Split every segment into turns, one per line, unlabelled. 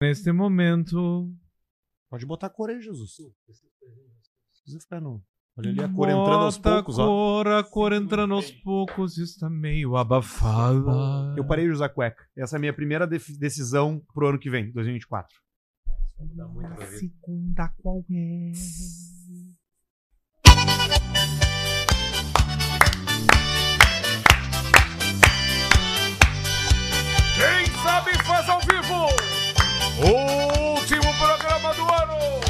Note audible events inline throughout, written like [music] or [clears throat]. Neste momento.
Pode botar a cor aí, Jesus. Precisa ficar no. Olha ali a cor entrando aos
Bota a
poucos, ó.
cor, a cor entrando aos poucos está meio abafada.
Eu parei de usar cueca. Essa é a minha primeira def- decisão pro ano que vem, 2024.
A segunda qual é?
Quem sabe faz ao vivo. Último programa do ano.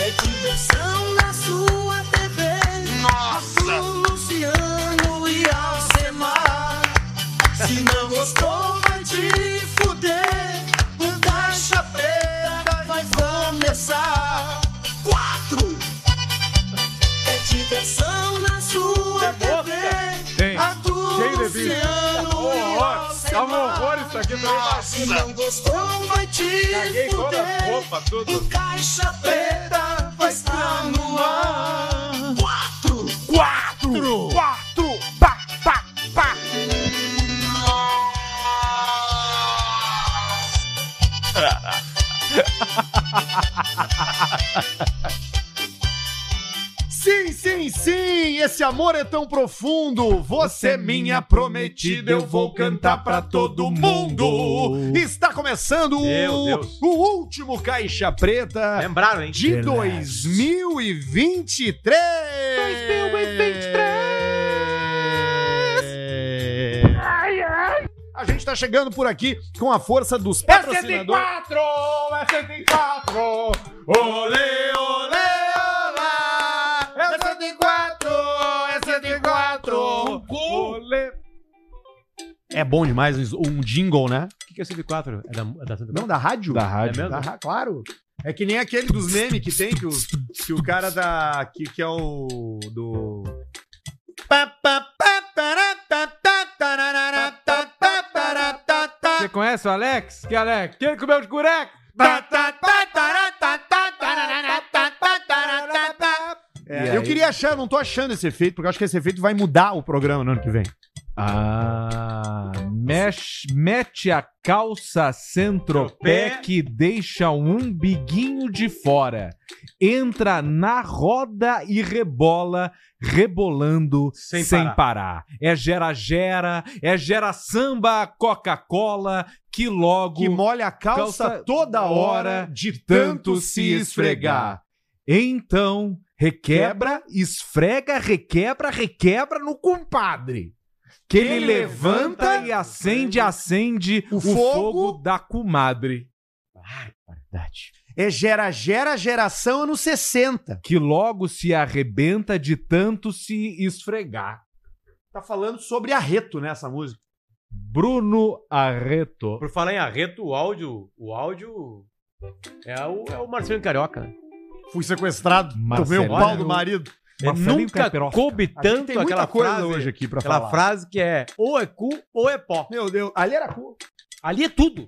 É diversão na sua TV. Nossa! Luciano e Alcemar. Se não gostou, vai te fuder. O caixa preta vai começar. Quatro! É diversão na sua TV.
Tem.
Arthur,
é Cheio de
Luciano e
Tá um horror
Alcemar.
isso aqui
Se
também.
não gostou, vai te
Caguei toda a
fuder.
roupa, tudo.
O Caixa Preta vai estar no ar. Quatro,
Quatro! Quatro! Pá, pá, pá!
Sim, sim, sim! Esse amor é tão profundo. Você é minha prometida, eu vou cantar pra todo mundo. Está começando
Meu Deus.
o último Caixa Preta.
Lembraram, hein?
de 2023! 2023! A gente tá chegando por aqui com a força dos patrocinadores.
É 74! Olê, olá!
É 74! É
Um
74! É bom demais um um jingle, né?
O que, que é 104? É da, é da 104?
Não, da rádio? Da
rádio.
É mesmo? Da ra- claro. É que nem aquele dos memes que tem, que o, que o cara da. Que, que é o. Do.
Você conhece o Alex? Que Alex? Que ele comeu de cureca?
É,
E
eu
aí?
queria achar, eu não tô achando esse efeito, porque eu acho que esse efeito vai mudar o programa no ano que vem.
Ah, mexe, mete a calça centropé que deixa o umbiguinho de fora. Entra na roda e rebola, rebolando sem,
Sem
parar. É gera-gera, é gera-samba, Coca-Cola, que logo
Que molha a calça,
calça
toda hora de tanto se esfregar.
Então, requebra, esfrega, requebra, requebra no compadre. Que ele,
Ele
levanta,
levanta
e acende, acende
o
o,
fogo
fogo, da comadre.
É gera, gera, geração anos 60.
Que logo se arrebenta de tanto se esfregar.
Tá falando sobre arreto, né, essa música.
Bruno Arreto.
Por falar em arreto, o áudio. O áudio. É o, é o Marcelinho Carioca, né?
Fui sequestrado, tomei o
Marcelinho.
pau do marido.
Marcelinho
Nunca
Caipirosca.
coube
Aqui
tanto aquela frase.
aqui pra
aquela frase que é ou é cu ou é pó.
Meu Deus, ali era cu.
Ali é tudo.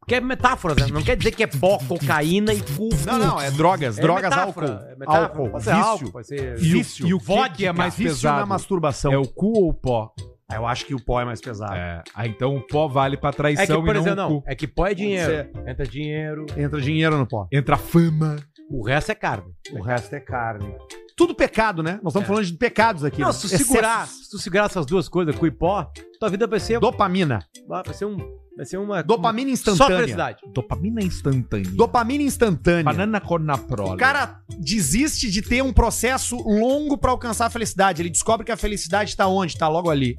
Porque é metáfora, né? Não quer dizer que é pó, cocaína e cu.
Não, não, é drogas, drogas,
metáfora,
álcool.
É metáfora.
álcool,
pode ser
vício.
álcool, pode ser...
E o-
Vício.
E o que, que é mais
Vício na
pesado?
masturbação.
É o cu ou o pó?
Ah, Eu acho que o pó é mais pesado.
É. Ah, então o pó vale pra traição
É que,
e
por
não
exemplo,
o
não.
cu.
É que pó é dinheiro.
Pode
Entra dinheiro.
Entra dinheiro no pó.
Entra a fama.
O resto é carne.
O resto é carne. Tudo pecado, né? Nós estamos
É.
falando de pecados aqui.
Não,
né?
se tu segurar,
Excessos.
se tu segurar essas duas coisas, cu e pó, tua vida vai ser,
Dopamina.
vai ser um, vai ser uma
Dopamina
uma- só
instantânea.
felicidade.
Dopamina instantânea.
Dopamina instantânea.
Banana cornaprola.
O cara desiste de ter um processo longo pra alcançar a felicidade. Ele descobre que a felicidade tá onde? Tá logo ali.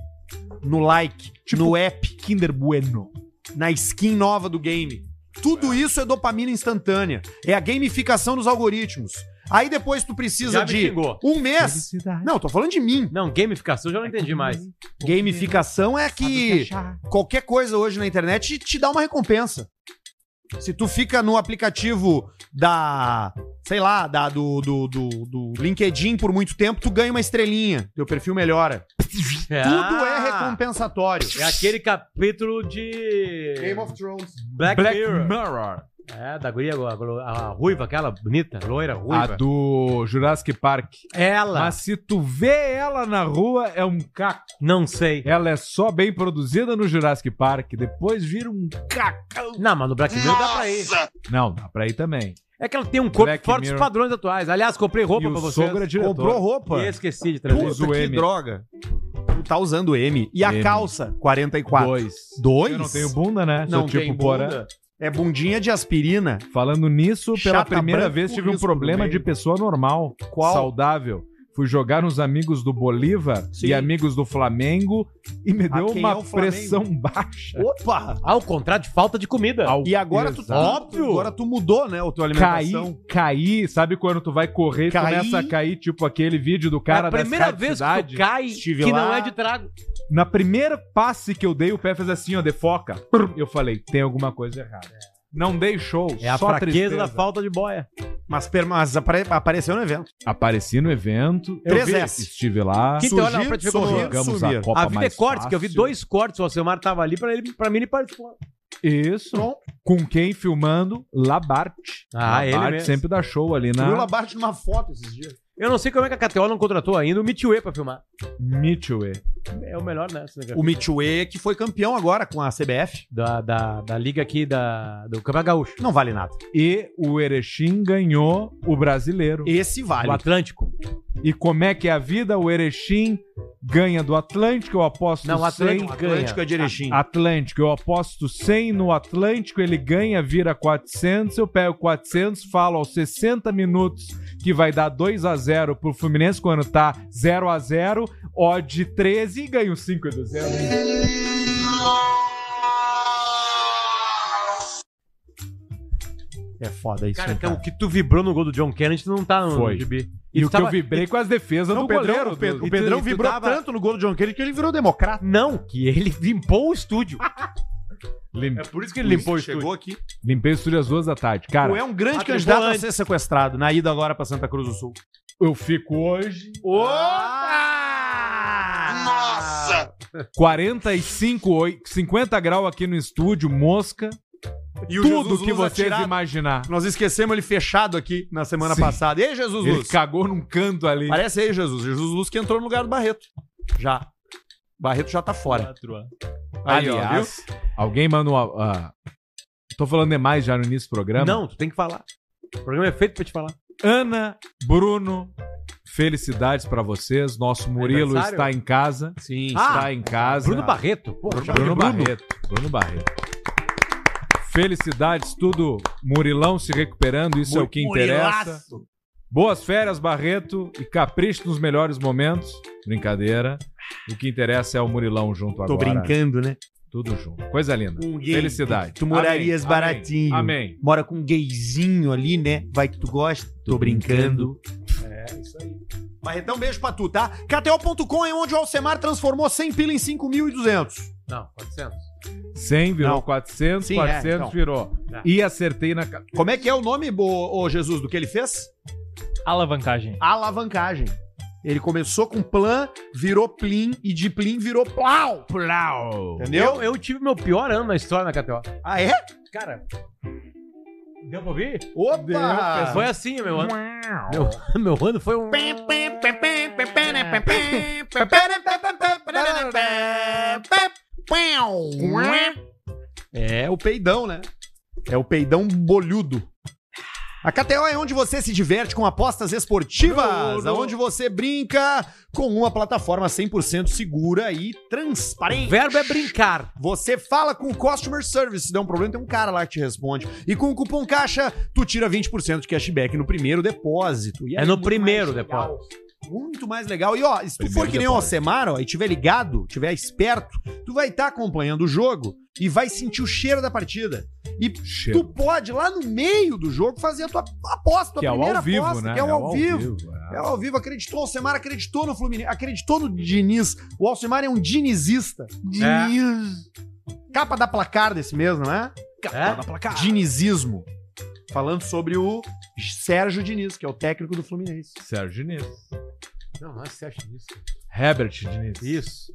No like,
Tipo-
no app,
Kinder Bueno.
na skin nova do game. Tudo isso é dopamina instantânea. É a gamificação dos algoritmos. Aí depois tu precisa
Já me
de
xingou.
um mês.
Felicidade.
Não, tô falando de mim.
Não, gamificação eu já não entendi mais.
Gamificação é que qualquer coisa hoje na internet te dá uma recompensa. Se tu fica no aplicativo da, sei lá, da, do, do, do, do LinkedIn por muito tempo, tu ganha uma estrelinha, teu perfil melhora.
Ah.
Tudo é recompensatório.
É aquele capítulo de
Thrones.
Black,
Black
Mirror.
Mirror.
É, da guria, a, a ruiva, aquela bonita, loira,
A
ruiva.
Ah, do Jurassic Park.
Ela,
Mas se tu vê ela na rua, é um caco.
não sei.
Ela é só bem produzida no Jurassic Park, depois vira um cacão.
Não, mas no Black Mirror dá pra ir.
Não, dá pra ir também.
É que ela tem um corpo
Black
forte dos
Mirror.
padrões atuais. Aliás, comprei roupa
e
pra
o
vocês.
sogro é diretor.
Comprou roupa.
E esqueci de trazer.
Usa o
Puta, que
M.
droga. Tu tá usando M. E a
M.
calça? 44.
Dois.
Dois?
Eu não tenho bunda, né?
Não
Sou tipo
tem
Porã.
bunda. É bundinha de aspirina.
Falando nisso, pela
Chata
primeira
branca
vez
com
tive um
risco no
problema
meio.
de pessoa normal,
Qual?
saudável. Fui jogar nos amigos do Bolívar
Sim.
e amigos do Flamengo e me
Ah,
deu
quem
uma
é o Flamengo?
pressão [laughs] baixa.
Opa!
Ao contrário de falta de comida. É
Ao-
E agora tu,
Exato.
óbvio, agora tu mudou, né, o teu
Caí,
alimentação.
caí, sabe quando tu vai correr e
Caí.
começa a cair, tipo aquele vídeo do cara
é a
da
primeira vez que tu cai
Estive
que
lá.
não é de trago.
Na primeira passe que eu dei, o pé fez assim, ó, defoca. Prum. Eu falei, tem alguma coisa errada. Não dei show,
É a
só
fraqueza
tristeza.
da falta de boia.
Mas, per- mas apare- apareceu no evento.
Apareci no evento, eu
3S.
vi, estive lá.
Que- Então, olha lá pra te ver como
sorrir,
Jogamos
sumir.
a Copa
a vida é
mais
cortes, que eu vi
fácil.
dois cortes. O Alcemar tava ali, pra, ele, pra mim ele participou.
Isso. Com quem filmando? Labarte.
Ah, ele
Labarte
mesmo.
sempre dá show ali
Tu viu
na
Labarte numa foto esses dias.
Eu não sei como é que a KTO não contratou ainda o Mitchue pra filmar.
Mitchell.
É o melhor nessa, né, cara?
O Mitchue, que foi campeão agora com a CBF,
Da, da, da liga aqui da, do Campeonato Gaúcho.
não vale nada.
E o Erechim ganhou o brasileiro. E...
Esse vale.
O Atlântico.
como é que é a vida? O Erechim ganha do Atlântico, eu aposto
Não, o
100.
Atlântico
Atlântico é de Erechim.
Atlântico, eu aposto 100 no Atlântico, ele ganha, vira 400, eu pego 400, falo aos 60 minutos que vai dar 2 a 0 pro Fluminense quando tá 0 a 0, odd 13 e ganho 5 do 0.
É foda isso.
Cara,
né,
então o que tu vibrou no gol do John Kennedy, tu não tá no,
Foi.
no gibi.
E,
tu
o
tava-
que eu vibrei com as defesas
Não,
do
o Pedrão,
goleiro.
o Pedro-
do-
o
e tu-
Pedrão
e tu
vibrou
tava-
tanto no gol do John Kennedy que ele virou democrata.
Não, que ele [laughs] limpou o estúdio.
Lim-
É por isso que ele limpou o estúdio.
Chegou aqui.
Limpei o estúdio às duas da tarde. Cara,
Tu é um grande
quatro
candidato
volantes.
a ser sequestrado na ida agora pra Santa Cruz do Sul.
eu fico hoje
Nossa!
45, oi- 50 graus aqui no estúdio, mosca,
E o
tudo
Jesus
que
Luz
vocês
atirado.
imaginar.
Nós esquecemos ele fechado aqui na semana
Sim.
passada. E aí, Jesus
Ele
Luz?
cagou num canto ali.
Parece aí, Jesus. Jesus Luz que entrou no lugar do Barreto. Já. Barreto já tá fora. Aí, ó, viu?
Aliás, alguém manda uma. ah, tô falando demais já no início do programa.
Não, tu tem que falar. O programa é feito pra te falar.
Ana, Bruno, felicidades pra vocês. Nosso Murilo
Aniversário?
está em casa.
Sim.
está em casa.
Bruno Barreto. Pô,
Ah. Bruno,
chama de
Barreto. Bruno Barreto. Felicidades, tudo. Murilão se recuperando, isso é o que interessa. Boas férias, Barreto, e capricho nos melhores momentos. Brincadeira. O que interessa é o Murilão junto
Tô
agora.
brincando, né?
Tudo junto. Coisa linda.
Um gay.
Felicidade.
Tu morarias
Amém,
baratinho.
Amém. amém.
Mora com um gayzinho ali, né? Vai que tu gosta. Tô brincando.
É, isso aí.
Barretão, beijo pra tu, tá? KTO.com é onde o Alcemar transformou 100 pila em 5.200.
Não, 400.
100 virou
Não.
400,
Sim, é,
400
então.
virou.
Tá.
E acertei na. ca-
Como é que é o nome, ô ô, Jesus, do que ele fez?
Alavancagem.
Alavancagem. Ele começou com plan, virou plim, e de plim virou plau.
Plau!
Entendeu?
Eu, Então, eu tive meu pior ano na história na KTO.
Ah, é?
Cara. Deu pra ouvir?
Opa!
Foi assim, meu ano. Meu, meu [laughs] ano foi um.
É o peidão, né? É o peidão bolhudo. A KTO é onde você se diverte com apostas esportivas, onde você brinca com uma plataforma 100% segura e
O
transparente.
verbo é brincar.
Você fala com o Customer Service, se der um problema, tem um cara lá que te responde. E com o cupom caixa, tu tira 20% de cashback no primeiro depósito. E
É
aí,
no
muito
primeiro
mais legal. Muito mais legal. E ó, se tu
Primeiro
for que nem o
depósito.
Alcemar, ó, e tiver ligado, tiver esperto, tu vai estar acompanhando o jogo e vai sentir o cheiro da partida. E
Cheiro.
tu pode, lá no meio do jogo, fazer a tua aposta, a
Que é o ao vivo, né?
que é o ao vivo.
é.
É ao vivo, acreditou, o Alcemar acreditou no Fluminense, acreditou no Diniz. O Alcemar é um dinizista. Diniz. Capa da placar desse mês, não é?
É?
Dinizismo. Falando sobre o Sérgio Diniz, que é o técnico do Fluminense.
Sérgio Diniz. é
Não, mas você acha disso?
Herbert Diniz.
Isso.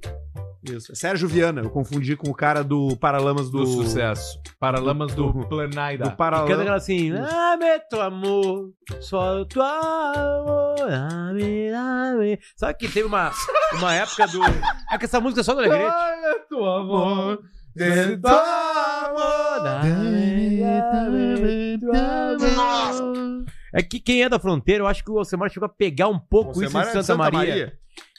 Isso. É Sérgio Viana, eu confundi com o cara do Paralamas do.
do sucesso. Paralamas do,
do-
Planaida.
Do
Canta
Paralamas.
aquela assim, ame tu amor, só tu amor, ame, ame. Sabe que teve uma, uma época do. É que essa música é só do Alegrete.
Olha tu, amor.
tá
tá É que quem é da fronteira, eu acho que o Alcemar chegou a pegar um pouco
Você é
isso em Santa, Maria.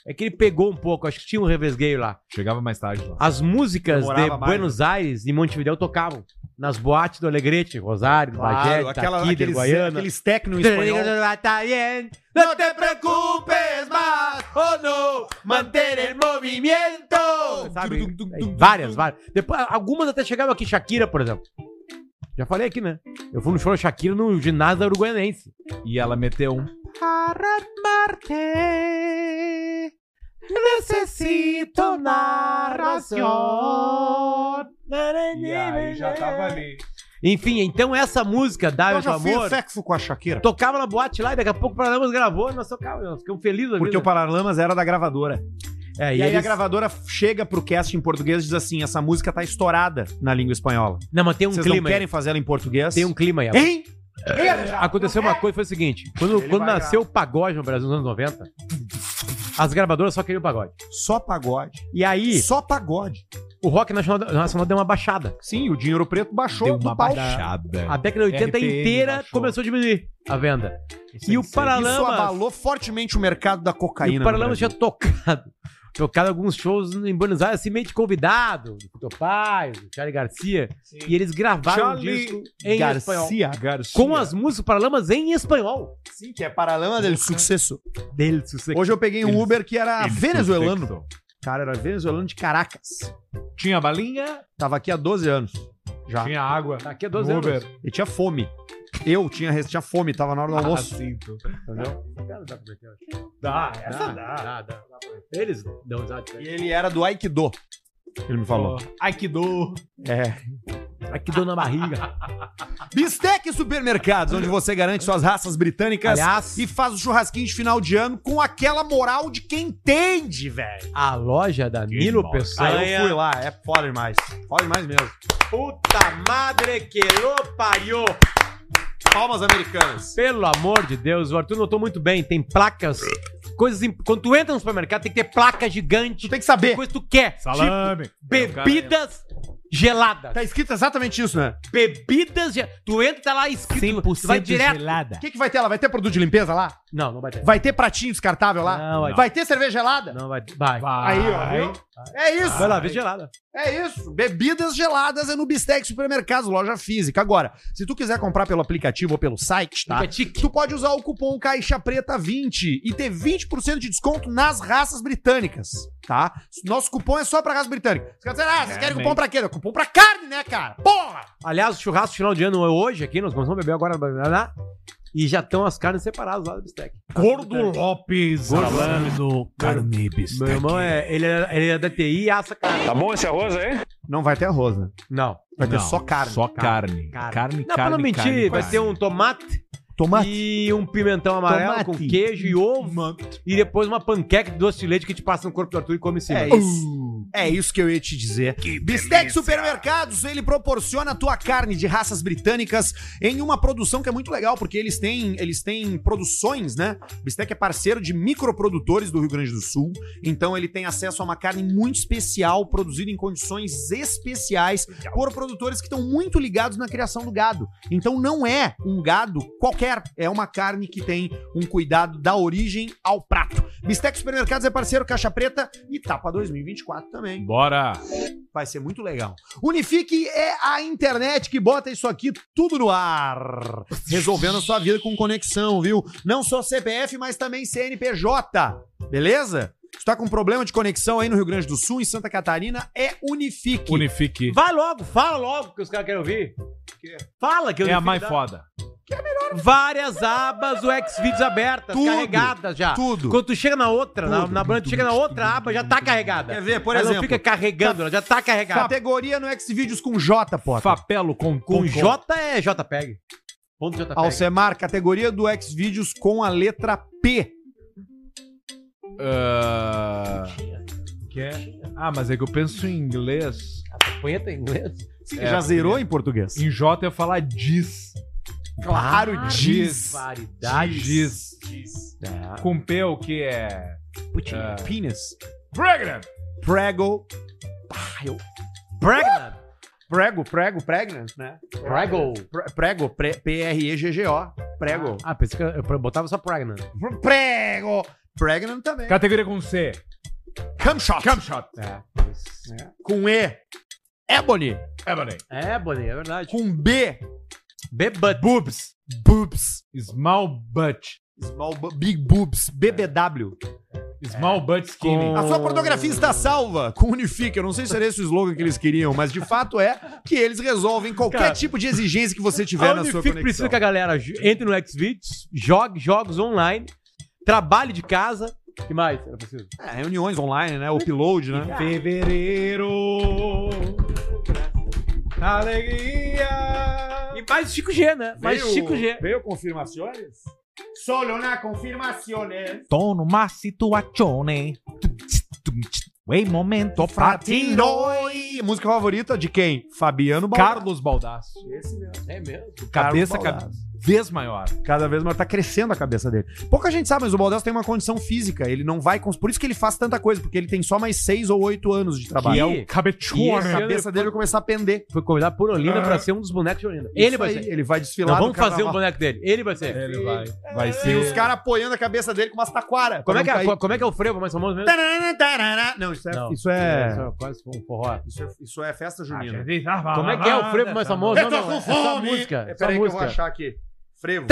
É que ele pegou um pouco, acho que tinha um revesgueio lá.
Chegava mais tarde lá.
As músicas de
Demorava mais, né?
Buenos Aires e Montevideo tocavam nas boates do Alegrete, Rosário, do Bagé,
Claro,
Bagé,
aquela,
Taquida,
aqueles,
Guaiana.
aqueles tecno em
[laughs]
espanhol.
Não tá te preocupes más, oh no, manter el movimiento. Sabe? Aí, Várias, várias. Depois, algumas até chegavam aqui, Shakira, por exemplo. Já falei aqui, né? Eu fui no show da Shakira no ginásio da Uruguaianense.
E ela meteu um.
Para amarte, necessito narración.
ali.
Enfim, então essa música,
Ah, Eu
Dá-me o
já fiz
amor,
sexo com a Shakira.
tocava na boate lá e daqui a pouco o Paralamas gravou, nós tocávamos, nós ficamos felizes. da
Porque o
vida.
Paralamas era da gravadora.
É,
E,
e,
aí a
eles-
gravadora chega pro cast em português e diz assim: essa música tá estourada na língua espanhola.
Não, mas tem um
Vocês não
clima aí.
querem fazer ela em português?
Tem um clima aí. agora.
Hein?
Aconteceu uma coisa, foi o seguinte. Quando,
Ele
quando
vai
nasceu o pagode no Brasil nos anos 90, as gravadoras só queriam pagode.
Só pagode.
E aí,
Só pagode.
o rock nacional, nacional deu uma baixada.
Sim, o dinheiro preto baixou
Deu
do
uma
pau.
baixada.
Ah,
A década de 80
RPM
inteira
baixou.
começou a diminuir a venda.
Sem
e o
ser.
Isso
Paralamas...
abalou fortemente o mercado da
E
cocaína.
o
no
Paralamas
Brasil.
tinha tocado. Tocado alguns shows em Buenos Aires, assim, meio de convidado. Do Couto Paz, do Charlie Garcia. E eles gravaram um
Charlie
disco em espanhol.
Garcia.
Garcia.
Com as músicas do Paralamas em espanhol.
Sim, que é Paralamas del Sucesso.
Dele, sucesso.
Hoje eu peguei um
Eles-
Uber que era
Ele
venezuelano.
sucesso.
Cara, era venezuelano de Caracas.
Tinha balinha,
Tava aqui há 12 anos. Já.
tinha água.
Daqui a 12 anos.
Uber.
E tinha fome. Eu tinha, res- tinha fome, tava na hora do almoço.
Cinto.
Dá, essa dá. dá, dá. Eles dão risada.
E ele era do Aikido. Ele me falou.
Aikido.
É.
Aqui dou na
[laughs]
barriga.
Bistec Supermercados, onde você garante suas raças britânicas
Aliás,
e faz o churrasquinho de final de ano com aquela moral de quem entende, velho.
a loja da Nilo
mal.
Aí eu fui
Peçanha.
lá, é foda demais. Foda demais mesmo.
Puta madre que lo pariu.
Palmas americanas.
Pelo amor de Deus, o Arthur notou muito bem. Tem placas, coisas... imp- Quando tu entra no supermercado, tem que ter placa gigante.
Tu tem que saber.
Coisa que tu quer.
Salame.
Tipo, Bebidas geladas.
Tá escrito exatamente isso, né?
Bebidas geladas. Tu entra, tá lá escrito. Tu vai direto.
O que, que vai ter lá? Vai ter produto de limpeza lá?
Não, não vai ter.
Vai ter pratinho descartável lá?
Não, vai-
vai ter cerveja gelada?
Não vai ter. Vai.
Vai.
Aí, ó, viu? É isso.
Vai lá, vê gelada.
É isso. Bebidas geladas é no Bistec Supermercados, loja física. Agora, se tu quiser comprar pelo aplicativo ou pelo site, tá?
Fica tique.
Tu pode usar o cupom Caixa Preta 20 e ter 20% de desconto nas raças britânicas, tá? Nosso cupom é só pra raça britânica. Os caras dizem, ah, vocês
É,
querem
né?"
cupom pra quê? Cupom pra carne, né, cara? Porra!
Aliás, o churrasco final de ano é hoje aqui, nós começamos a beber agora. blá, blá, blá, e já estão as carnes separadas lá do bistec.
Gordo Lopes. Salame do carne
Meu irmão, é, ele, é, ele é da TI e assa carne.
Tá bom esse arroz aí?
Não vai ter arroz, né?
Não.
Vai ter
Não,
só carne.
Só carne.
Carne.
Carne,
Não, pra não mentir, vai ter um tomate
Tomate.
e um pimentão amarelo
Tomate.
com queijo e ovo. E depois uma panqueca de doce de leite que te passa no corpo do Arthur e come em cima.
É isso. É isso que eu ia te dizer. Bistec Supermercados, ele proporciona a tua carne de raças britânicas em uma produção que é muito legal, porque eles têm, eles têm produções, né? Bistec é parceiro de microprodutores do Rio Grande do Sul, então ele tem acesso a uma carne muito especial, produzida em condições especiais por produtores que estão muito ligados na criação do gado. Então não é um gado qualquer, é uma carne que tem um cuidado da origem ao prato. Bistec Supermercados é parceiro Caixa Preta e tá pra 2024 também.
Bora.
Vai ser muito legal. Unifique é a internet que bota isso aqui tudo no ar. Resolvendo a sua vida com conexão, viu? Não só CPF, mas também CNPJ. Beleza? Se tá com problema de conexão aí no Rio Grande do Sul, em Santa Catarina, é Unifique.
Unifique.
Vai logo, fala logo que os caras querem ouvir. Fala que eu
É a
não
mais
fico-
foda.
Várias abas, o Xvideos abertas,
Tudo.
carregadas já.
Tudo.
Quando tu chega na outra, na, na banda, tu chega na outra aba, já tá carregada.
Quer ver, É, por
ela não
exemplo,
fica carregando, ela já tá carregada.
categoria no Xvideos com J, pô.
Fapelo com,
Com J é JPEG. Ponto JPEG.
Alcemar, categoria do Xvideos com a letra P.
Ah, que é? Ah, mas é que eu penso em inglês.
Punheta em inglês?
É,
já zerou em português.
Em J eu ia falar diz.
Claro, Ah, diz.
Disparidade.
Diz.
Tá.
Com P o que é?
Putinha. Penis.
Pregnant.
Prego. Ah, eu- Pregnant. Prego, prego, pregnant, né?
Prego.
Pre- Prego, pre- P-R-E-G-G-O. Prego.
Ah, pensei que eu botava só pregnant.
Prego. Pregnant também.
Categoria com C.
Camshot.
Camshot.
É.
Com E. Ebony.
Ebony.
É, Boninho, é verdade.
Com B.
Bebud.
Boobs.
Boobs.
Small butt.
Small bu- big boobs. BBW.
Small butt skinny.
A sua pornografia está salva com Unifique. Eu não sei se era esse o slogan que eles queriam, mas de fato é que eles resolvem qualquer
Cara,
tipo de exigência que você tiver
A
na sua
Unifique
conexão.
precisa que a galera j- entre no Xvideos, jogue jogos online, trabalhe de casa. O que mais era preciso?
É, reuniões online, né? Upload, né?
Fevereiro.
Ah,
Alegria.
E mais Chico G, né? Mais
Veio-
Chico G.
Veio confirmações? Solo na confirmaciones.
Tô numa situazione. Ei, momento pra ti.
Patinoi. Música favorita de quem? Fabiano Baldasso.
Carlos Baldasso.
É mesmo.
Cabeça
Carlos
cada
Baldasso.
vez maior.
Cada vez mais tá crescendo a cabeça dele. Pouca gente sabe, mas o Baldasso tem uma condição física. Ele não vai. Cons... Por isso que ele faz tanta coisa, porque ele tem só mais seis ou oito anos
E
de
é
trabalho.
o né?
A
E esse ano
cabetone.
ele
cabeça dele vai começar a pender.
Foi convidado por Olinda pra ser um dos bonecos de Olinda. Ele
Ah. Isso
vai
aí,
ser.
Ele vai
Não,
desfilar.
vamos
no
fazer um o
carnaval.
boneco dele. Ele vai ser.
Ele vai. Vai
E
ser.
os caras apoiando a cabeça dele com umas taquara.
Como, é que
pra
é,
não cair.
como é que é o frevo mais famoso mesmo?
Tarará, tarará. Não, isso é.
Não. Ah,
Isso é...
Isso Quase um forró.
Isso é, isso é festa junina.
ah,
Como é que é o frevo mais famoso?
Eu tô com
é só
fome.
música.
É,
É só
peraí que eu vou
música.
achar aqui. Frevo.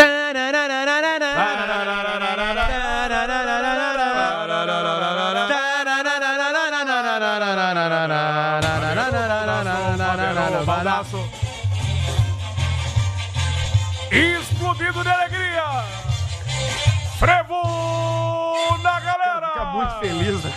Tá
Explodido de alegria. Frevo na galera.
Fica muito feliz. né?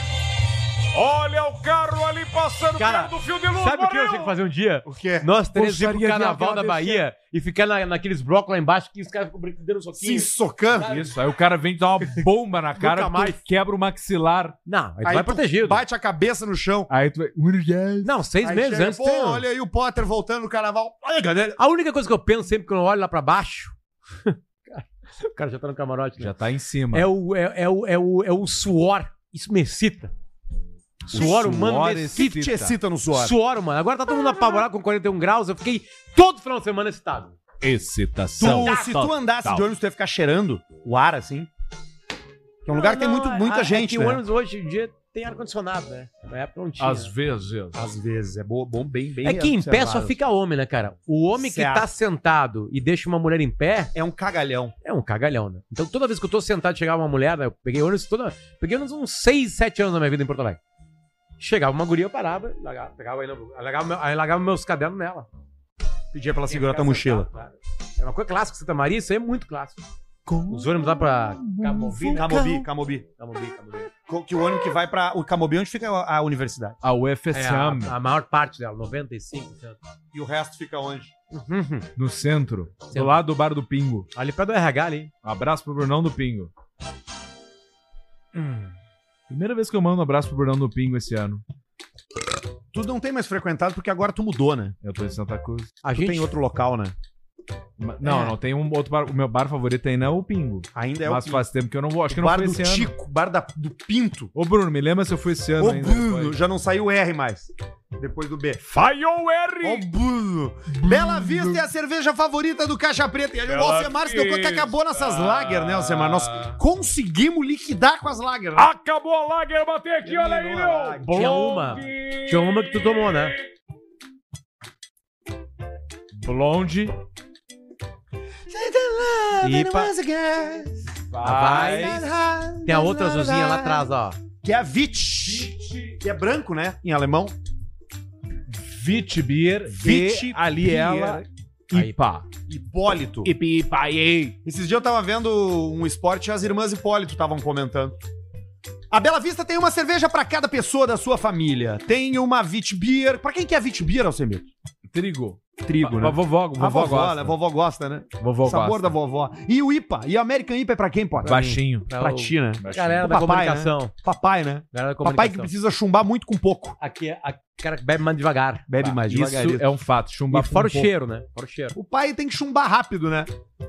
Olha o carro ali passando
Cara,
perto do fio de luz.
Sabe o que eu tinha que fazer um dia?
O quê?
Nós três ir pro
Gostaria de
carnaval da
agradecer.
Bahia e ficar na- naqueles blocos lá embaixo que os caras ficam brincando um dando
Se
soquinho.
socando.
Isso, aí o cara vem dar
[laughs]
uma bomba na cara,
Nunca
tu
mais.
quebra o maxilar.
Não, aí tu
Aí
vai
tu
protegido.
Bate a cabeça no chão.
Aí tu vai.
Não, seis
Aí
meses
chega,
antes.
pô,
tem- um.
olha aí o Potter voltando no carnaval. Olha, galera.
A única coisa que eu penso sempre que eu olho lá pra baixo. [laughs] o cara já tá no camarote. né?
Já tá em cima.
É o, é, é o, é, o, é o suor. Isso me excita. Suor humano me excita.
Te excita no suor.
Suor. humano. Agora tá todo mundo apavorado com 41 graus. Eu fiquei todo final de semana excitado.
Excitação.
Tu, se tu andasse de ônibus, tu ia ficar cheirando o ar, assim. Que é um lugar que tem muito, muita
é
gente,
que
né?
o ônibus hoje em dia tem ar-condicionado, né? Na época não tinha.
Às vezes.
Às vezes, é bo- bom, bem, bem
é que em pé só
observado.
fica homem, né, cara? O homem
Certo.
que tá sentado e deixa uma mulher em pé,
É um cagalhão.
É um cagalhão, né? Então toda vez que eu tô sentado e chegava uma mulher, né? Eu peguei ônibus toda. Peguei ônibus uns 6, 7 anos na minha vida em Porto Alegre. Chegava uma guria, eu parava, largava, pegava aí, no- aí largava, meu- aí largava meus cadernos nela.
Pedia
É
pra ela
um
segurar tua mochila.
Claro. É uma coisa clássica, Santa Maria, isso aí é muito clássico. Os ônibus lá pra
um
Camobi, né?
Camobi, Camobi.
Camobi, Camobi.
Co- Que o ônibus que vai pra. O Camobi, onde fica a, a universidade?
A
É
UFSM,
a, a maior parte dela, 95%.
E o resto fica onde?
Uhum.
no centro, do
Centro.
lado do bar do Pingo. Um
Ali perto do RH ali.
Abraço pro Brunão do Pingo. Primeira vez que eu mando um abraço pro Brunão do Pingo esse ano.
Tu não tem mais frequentado porque agora tu mudou, né?
Eu tô em Santa Cruz.
A
Tu
gente.
tem outro local, né?
Ma- Não,
É.
não, tem um outro bar. O meu bar favorito ainda é o Pingo.
Ainda é
mas
o
faz tempo que eu não vou. Acho que eu não
bar
fui
do
esse ano.
Tico, bar da- do Pinto.
Ô, Bruno, me lembra se eu fui esse ano
Ô,
ainda.
Bruno,
depois.
já não saiu R mais. Depois do B.
Falhou o R!
Ô, Bruno. Bela Vista é a cerveja favorita do Caixa Preta. E aí, o
Bela
Alcemar se deu conta que
Vista.
acabou nossas lager, né, Alcemar? Nós conseguimos liquidar com as lager.
Ah.
né?
Acabou a lager, bater aqui, olha aí,
Terminou a
meu!
lager.
Tinha
Blonde.
uma. Tinha uma que tu tomou, né?
Blonde.
Ipa. Vai. Tem a outra azulzinha lá atrás, ó.
É Que é a Vit. Que é branco, né? Em alemão.
Vitbeer.
Vit
e ali
Beer.
ela.
Aí.
Ipa.
Hipólito.
Tipo, Ipipaiei.
Esses dias eu tava vendo um esporte e as irmãs Hipólito estavam comentando. A Bela Vista tem uma cerveja pra cada pessoa da sua família. Tem uma Vitbeer. Pra quem que é Vitbeer, Alcemir?
Trigo. trigo, né?
A vovó, vovó,
A vovó,
gosta.
é
né? A vovó gosta, né?
Vovó
O sabor da vovó. E o IPA? E o American IPA é pra quem, pode?
Baixinho.
Pra
Pra
o-
ti, né?
Galera
O
da
papai,
comunicação.
Papai, né?
Galera da
Papai que
comunicação.
precisa chumbar muito com pouco.
Aqui, é- a cara que bebe mais devagar.
Bebe
Tá.
mais
Isso
devagarito.
é um fato. Chumbar
E fora o
com um
cheiro, né? Fora o cheiro.
O pai tem que chumbar rápido, né?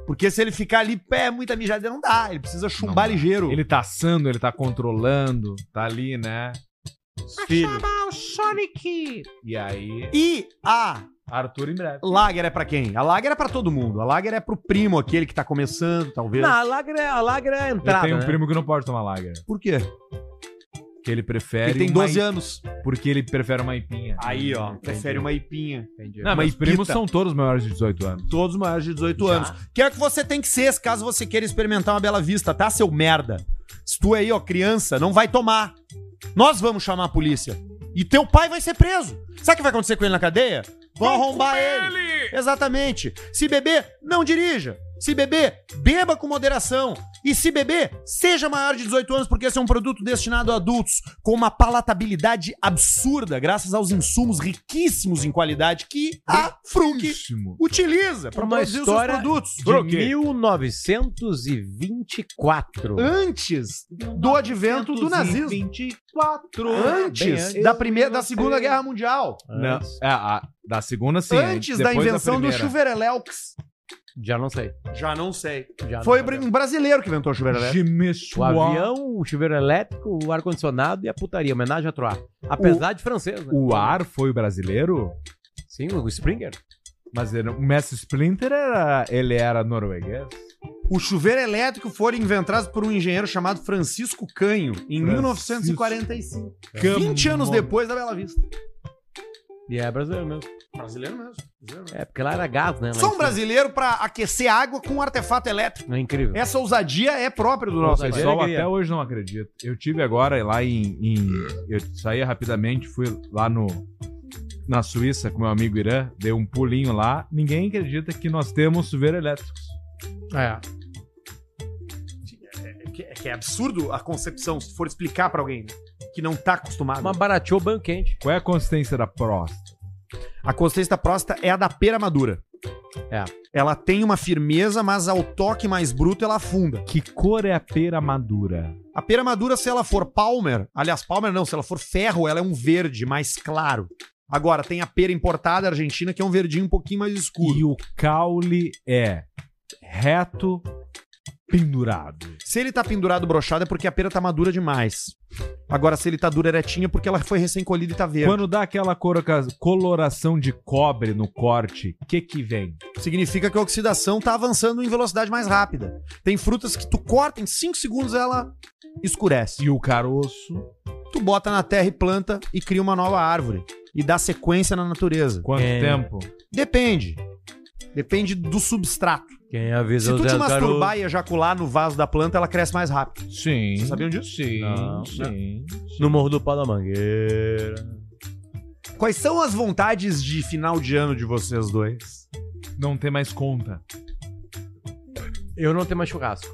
Porque se ele ficar ali, pé, muita mijada, não dá. Ele precisa chumbar
dá.
ligeiro.
pouco. Ele tá assando, ele tá controlando, tá ali, né?
Filho.
Ah, E aí,
E a
Arthur em breve.
Lager é pra quem? A Lager é pra todo mundo. A Lager é pro primo, aquele que tá começando, talvez.
Não, a lagra, é- a lagra é a
Eu
entrada,
tenho um
né?
primo que não pode tomar lager.
Por quê?
Que ele prefere.
Ele tem
uma
12
ip-
anos.
Porque ele prefere uma ipinha.
Aí, ó. Prefere uma ipinha.
Não, mas os
ipita.
primos são todos maiores de 18 anos.
Todos maiores de 18 anos. Que é o que você tem que ser, caso você queira experimentar uma bela vista, tá, seu merda? Se tu é aí, ó, criança, não vai tomar. Nós vamos chamar a polícia. E teu pai vai ser preso. Sabe o que vai acontecer com ele na cadeia? Vão arrombar ele. Exatamente. Se beber, não dirija. Se beber, beba com moderação. E se beber, seja maior de 18 anos, porque esse é um produto destinado a adultos, com uma palatabilidade absurda, graças aos insumos riquíssimos em qualidade que a Frung
Riquíssimo.
utiliza para
Uma
produzir
história
os seus produtos.
De 1924.
Antes do advento do nazismo. Ah,
24
Antes da, primeira, da Segunda Guerra Mundial.
Não, é, a- da segunda sim.
antes da
depois
invenção do
primeira.
chuveireleux.
Já não sei.
Já não sei.
Já
Foi
não sei.
um brasileiro que inventou o chuveireleux.
O
Gimessoir.
avião, o chuveiro elétrico, o ar-condicionado e a putaria. Homenagem a Troar. Apesar de francês, né?
O ar foi o brasileiro?
Sim, o Springer.
Mas era, o Messi Splinter era, ele era norueguês?
O chuveiro elétrico foi inventado por um engenheiro chamado Francisco Canho em
Francisco.
1945. 20 anos
Camon-
depois da Bela Vista.
E é brasileiro mesmo.
Brasileiro mesmo.
É, porque lá era gás, né? Lá em
Só um
cima.
brasileiro pra aquecer água com um artefato elétrico.
É incrível.
Essa ousadia é própria do nosso
O
Ousadia.
país.
pessoal
alegria.
até hoje não acredita. Eu tive agora lá em, em- Eu saí rapidamente, fui lá no na Suíça com meu amigo Irã, dei um pulinho lá. Ninguém acredita que nós temos chuveiro elétricos.
É.
É que- é que é absurdo a concepção, se for explicar pra alguém né, que não tá acostumado.
Mas barateou o banho quente.
Qual é a consistência da próstata?
A consistência da próstata é a da pera madura.
É.
Ela tem uma firmeza, mas ao toque mais bruto ela afunda.
Que cor é a pera madura?
A pera madura, se ela for palmer, aliás, palmer não, se ela for ferro, ela é um verde mais claro. Agora, tem a pera importada argentina, que é um verdinho um pouquinho mais escuro.
E o caule é reto pendurado.
Se ele tá pendurado brochado, é porque a pera tá madura demais. Agora, se ele tá dura eretinha, é porque ela foi recém-colhida e tá verde.
Quando dá aquela coroca- coloração de cobre no corte, o que que vem?
Significa que a oxidação tá avançando em velocidade mais rápida. Tem frutas que tu corta em 5 segundos ela escurece.
E o caroço?
Tu bota na terra e planta e cria uma nova árvore e dá sequência na natureza.
Quanto
É.
tempo?
Depende. Depende do substrato.
Quem avisa
Se tu te
Zé
masturbar
Garoto?
e ejacular no vaso da planta, ela cresce mais rápido.
Sim.
Vocês sabiam disso?
Sim,
Não.
sim.
No Morro do Pau da Mangueira.
Quais são as vontades de final de ano de vocês dois?
Não tem mais conta.
Eu não tenho mais churrasco.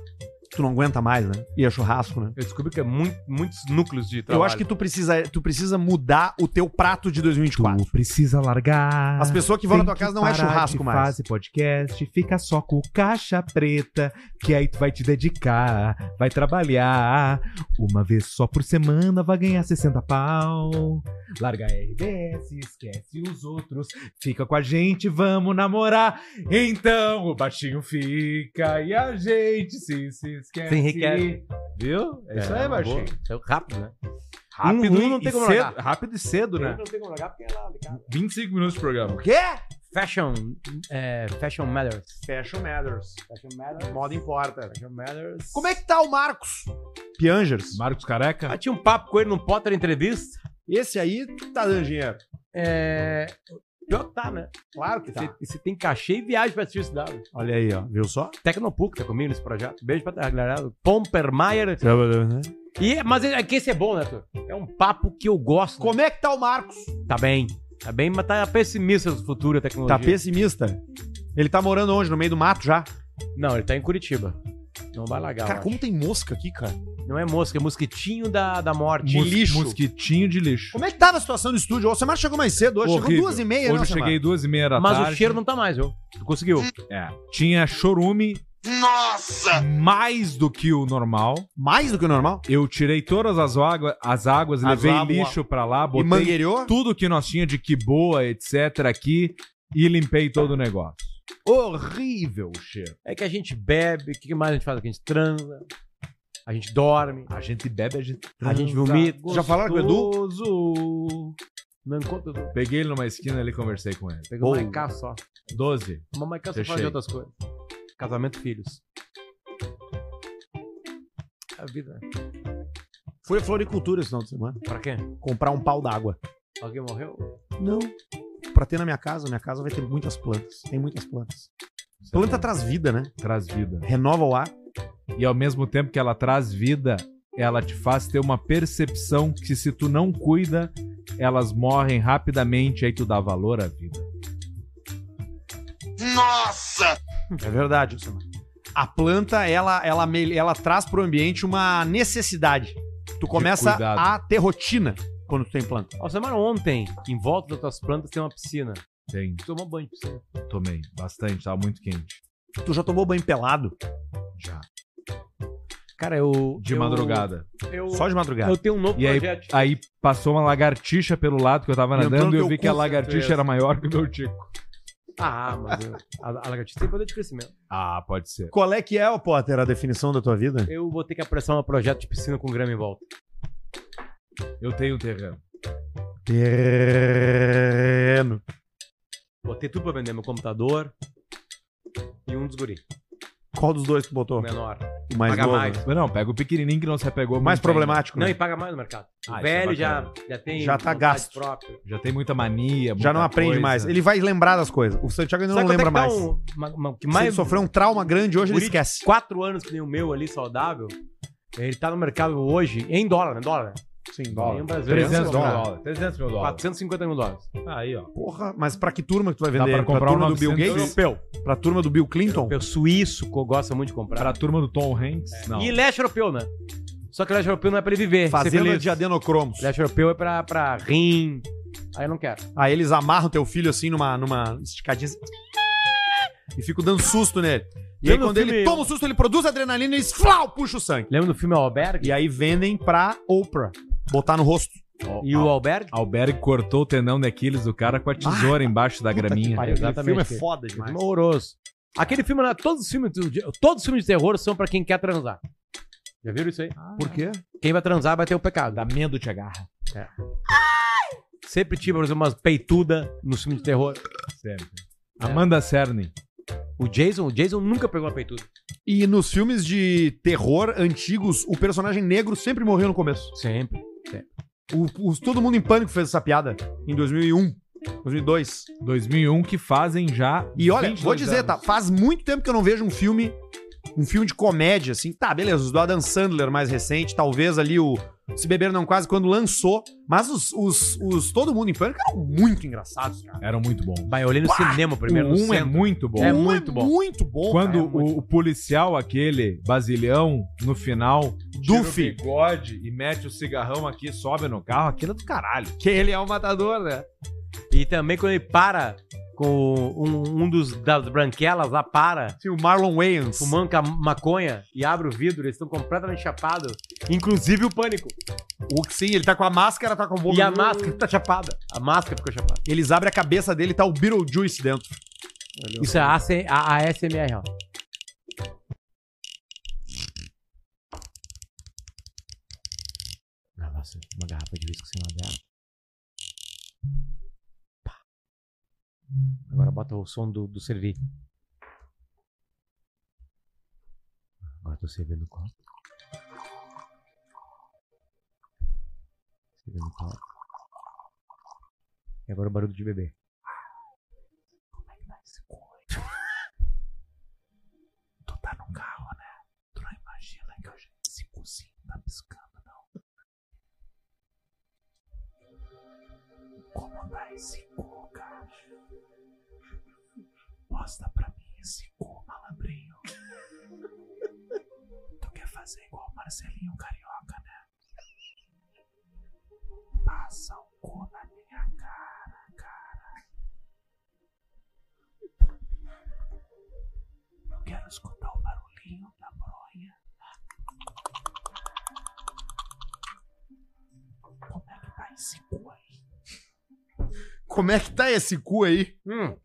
Tu não aguenta mais, né? E é churrasco, né?
Eu descobri que é muito- muitos núcleos de trabalho.
Eu acho que tu precisa, tu precisa mudar o teu prato de 2024.
precisa largar.
As pessoas que vão na tua casa não é churrasco mais.
podcast, fica só com caixa preta, que aí tu vai te dedicar, vai trabalhar. Uma vez só por semana vai ganhar 60 pau. Larga a RBS, esquece os outros. Fica com a gente, vamos namorar. Então o baixinho fica e a gente se, se esquece.
Se enriquece.
Viu? É, isso aí,
uma
baixinho.
boa. É Rápido, né?
Rápido
Um- um
e-
não tem
e
como
cedo,
largar.
Rápido e cedo, né?
não tem como largar porque é lá, ligado?
25 minutos de programa.
quê?
Fashion. É, fashion Matters.
Fashion matters.
Fashion Matters.
Moda importa.
Fashion Matters.
Como é que tá o Marcos? Piangers.
Marcos Careca?
Bati um papo com ele no Potter entrevista.
Esse aí tá dando dinheiro.
É. Pior que tá, né?
Claro que
Você, você tem cachê e viagem pra assistir isso dá.
Olha aí, ó. Viu só?
Tecnopuc tá comigo nesse projeto. Beijo pra a galera. Pompermeyer.
né?
E, mas é que esse é bom, né, Arthur? É um papo que eu gosto.
Como é que tá o Marcos?
Tá bem. Tá bem, mas tá pessimista do futuro a
Tá
tecnologia.
pessimista? Ele tá morando onde? No meio do mato já?
Não, ele tá em Curitiba. Não vai largar. eu
Cara,
acho.
como tem mosca aqui, cara?
Não é mosca, é mosquitinho da, da morte.
Mos- lixo.
Mosquitinho de lixo.
Como é que tava a situação do estúdio? O Alcemar chegou mais cedo hoje,
Horrível.
chegou duas e meia,
Hoje
né,
eu
Alcemar?
cheguei duas e meia da
Mas
tarde.
o cheiro não tá mais, viu? Tu conseguiu.
É. Tinha chorume
Nossa!
mais do que o normal.
Mais do que o normal?
Eu tirei todas as, água, as águas,
As
levei
águas.
lixo pra lá,
E
botei
mangueirou?
tudo que nós tinha de que boa, etc. aqui e limpei todo o negócio. Horrível o cheiro.
É que a gente bebe, o que mais a gente faz? A gente transa, a gente dorme,
A gente bebe, a gente.
a gente vomita.
Já falaram com o Edu?
Edu?
Não encontra Edu.
Peguei ele numa esquina ali e conversei com ele.
Pegou
Boa.
uma Maiká só.
12.
Uma Maiká só
Fechei.
faz de outras coisas. Casamento, filhos. A vida.
Fui a floricultura esse final de semana.
Pra quê?
Comprar um pau d'água.
Alguém morreu?
Não. Pra ter na minha casa, minha casa vai ter muitas plantas. Tem muitas plantas. Planta traz vida, né?
Traz vida.
Renova o ar.
E ao mesmo tempo que ela traz vida, ela te faz ter uma percepção que se tu não cuida, elas morrem rapidamente, aí tu dá valor à vida.
Nossa!
É verdade, Alcemar. A planta, ela, ela, mel- ela traz pro ambiente uma necessidade. Tu começa
cuidado.
a ter rotina quando tu tem planta.
Ó, semana ontem, em volta das tuas plantas, tem uma piscina.
Tem,
Tomou banho de piscina.
tomei bastante, tava muito quente.
Tu já tomou banho pelado?
Já.
Cara, eu.
De
eu-
madrugada.
Eu,
Só de madrugada.
eu tenho um novo
E aí,
projeto.
aí passou uma lagartixa pelo lado que eu tava
Entrou
nadando e
no
eu
teu
vi que a
cu,
lagartixa
certeza.
era maior que o meu tico.
Ah, mas eu, a, a lagartixa tem poder de crescimento.
Ah, pode ser.
Qual é que é, ô Potter, a definição da tua vida?
Eu vou ter que apressar um projeto de piscina com grama em volta.
Eu tenho um terreno.
Terreno.
Botei tudo pra vender meu computador e um dos guri,
Qual dos dois tu
o
botou?
menor.
O mais
Paga
novo,
mais.
né?
Mas não, pega o pequenininho que não se apegou muito
Mais
ainda.
problemático.
Não,
né?
e paga mais no mercado. O
Ah, isso é
velho já,
bacana.
já tem.
Já tá
vontade
gasto.
Própria.
Já tem muita mania.
Já
muita
não aprende
coisa.
mais. Ele vai lembrar das coisas. O Santiago ainda
Sabe
não
quanto é
lembra
que tá
mais.
um- uma- uma- que
Se ele
mais
sofreu um trauma grande hoje, ele
Guri-
esquece.
quatro anos que nem o meu ali, saudável. Ele tá no mercado hoje, em dólar, né? Dólar, né?
Sim,
Em brasileiro.
300 mil
dólares.
dólares. 300 mil dólares.
450 mil dólares.
Aí, ó.
Porra, mas pra que turma que tu vai vender?
pra
ele?
comprar
turma
um
do Bill
900
Gates? Pra turma do Bill Clinton?
Europeu suíço, que gosta muito de comprar.
Pra turma do Tom Hanks? Não.
E leste europeu, né? Só que o leste europeu não é pra ele viver. ser
Fazenda
feliz.
de adenocromos.
Leste europeu é pra, pra rim. Aí eu não quero.
Aí eles amarram teu filho assim numa, numa esticadinha assim, e ficam dando susto nele. E aí
Lembra
quando
do
ele
filme-
toma o susto, ele produz adrenalina e esflau, puxa o sangue.
Lembra do filme Albergue?
E aí vendem pra Oprah. Botar no rosto.
E o Albergue?
Alberg cortou o tendão de Aquiles do cara com a tesoura embaixo da graminha.
pariu.
Exatamente. O filme é
Exatamente.
foda
Filme
demais.
Horroroso. Aquele filme lá, todos os filmes, de- todos os filmes de terror são pra quem quer transar. Já viram isso aí?
Por quê?
Quem vai transar vai ter o pecado.
Dá medo te agarra.
Sempre tive, por exemplo, umas peitudas no filme de terror.
Sempre. Amanda Cerny.
O Jason, o Jason nunca pegou uma peituda.
E nos filmes de terror antigos, o personagem negro sempre morreu no começo.
Sempre.
O, os- todo mundo em pânico fez essa piada em 2001, 2002.
2001 que fazem já.
E olha,
22
vou dizer,
anos.
tá, faz muito tempo que eu não vejo um filme, um filme de comédia, assim. Tá, beleza, os do Adam Sandler mais recente, talvez ali o Se Beber Não Quase, quando lançou. Mas os, os, os Todo Mundo em Pânico eram muito engraçados, cara.
Eram muito bons.
Vai, eu olhei no cinema primeiro.
O
no
1 é
centro.
muito bom.
um
É,
É
Um
muito bom.
muito bom,
Quando
cara.
o, o policial, aquele basilhão, no final, tira o
Duffy.
bigode e mete o cigarrão aqui, sobe no carro, aquilo é do caralho.
Que ele é o matador, né?
E também quando ele para com um, um dos das branquelas lá, para,
Sim, o Marlon Wayans.
fumando com a maconha e abre o vidro, eles estão completamente chapados. Inclusive o pânico.
O, sim, ele tá com a máscara, tá com a boca...
E a máscara tá chapada. A máscara ficou chapada.
Eles abrem a cabeça dele e tá o Beetlejuice dentro.
Isso é AC, a ASMR, ó. Ah, nossa, uma garrafa de whisky sem dela. Pá. Agora bota o som do, do servir. Agora tô servindo o copo. Servindo o copo. E agora o barulho de bebê.
Marcelinho Carioca, né? Passa o cu na minha cara, cara. Eu quero escutar o barulhinho da bronha. Como é que tá esse cu aí?
Como é que tá esse cu aí?
Hum.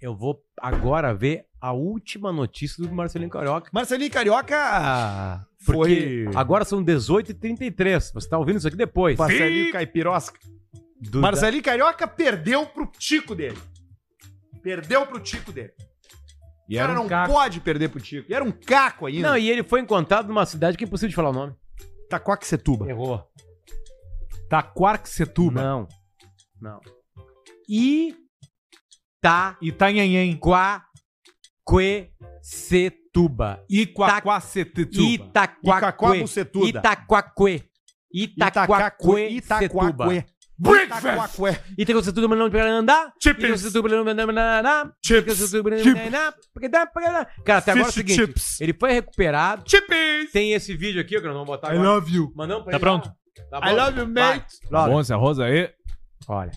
Eu vou agora ver a última notícia do Marcelinho Carioca.
Marcelinho Carioca
Porque
foi...
agora são 18h33. Você tá ouvindo isso aqui depois.
Marcelinho Caipirosca.
Do-
Marcelinho Carioca perdeu pro Tico dele. Perdeu pro Tico dele.
E
O cara
era um
não
caco.
pode perder pro Tico. E era um caco ainda.
Não, e ele foi encontrado numa cidade que é impossível de falar o nome.
Taquaquecetuba.
Errou.
Tá Taquarquecetuba.
Não. Não. Itaquaquecetuba.
Itanhanhém. tá Iquaquacetetuba.
Itaquaquecetuba.
Icaquabucetuda.
Itaquaque. Itaquaque. Itaquaque.
Itaquaquê. Itaquaquê.
E tem que você tudo melhor para andar. Chips. E você tudo melhor para andar. Chips.
Tipo,
Cara, até agora é o seguinte. Ele foi recuperado. Chips. Tem esse vídeo aqui ó, que nós vamos botar agora.
love you.
Mandamos pra
Tá
ele lá.
pronto?
Tá
I love you,
Vai.
mate.
Bom esse arroz aí.
Olha.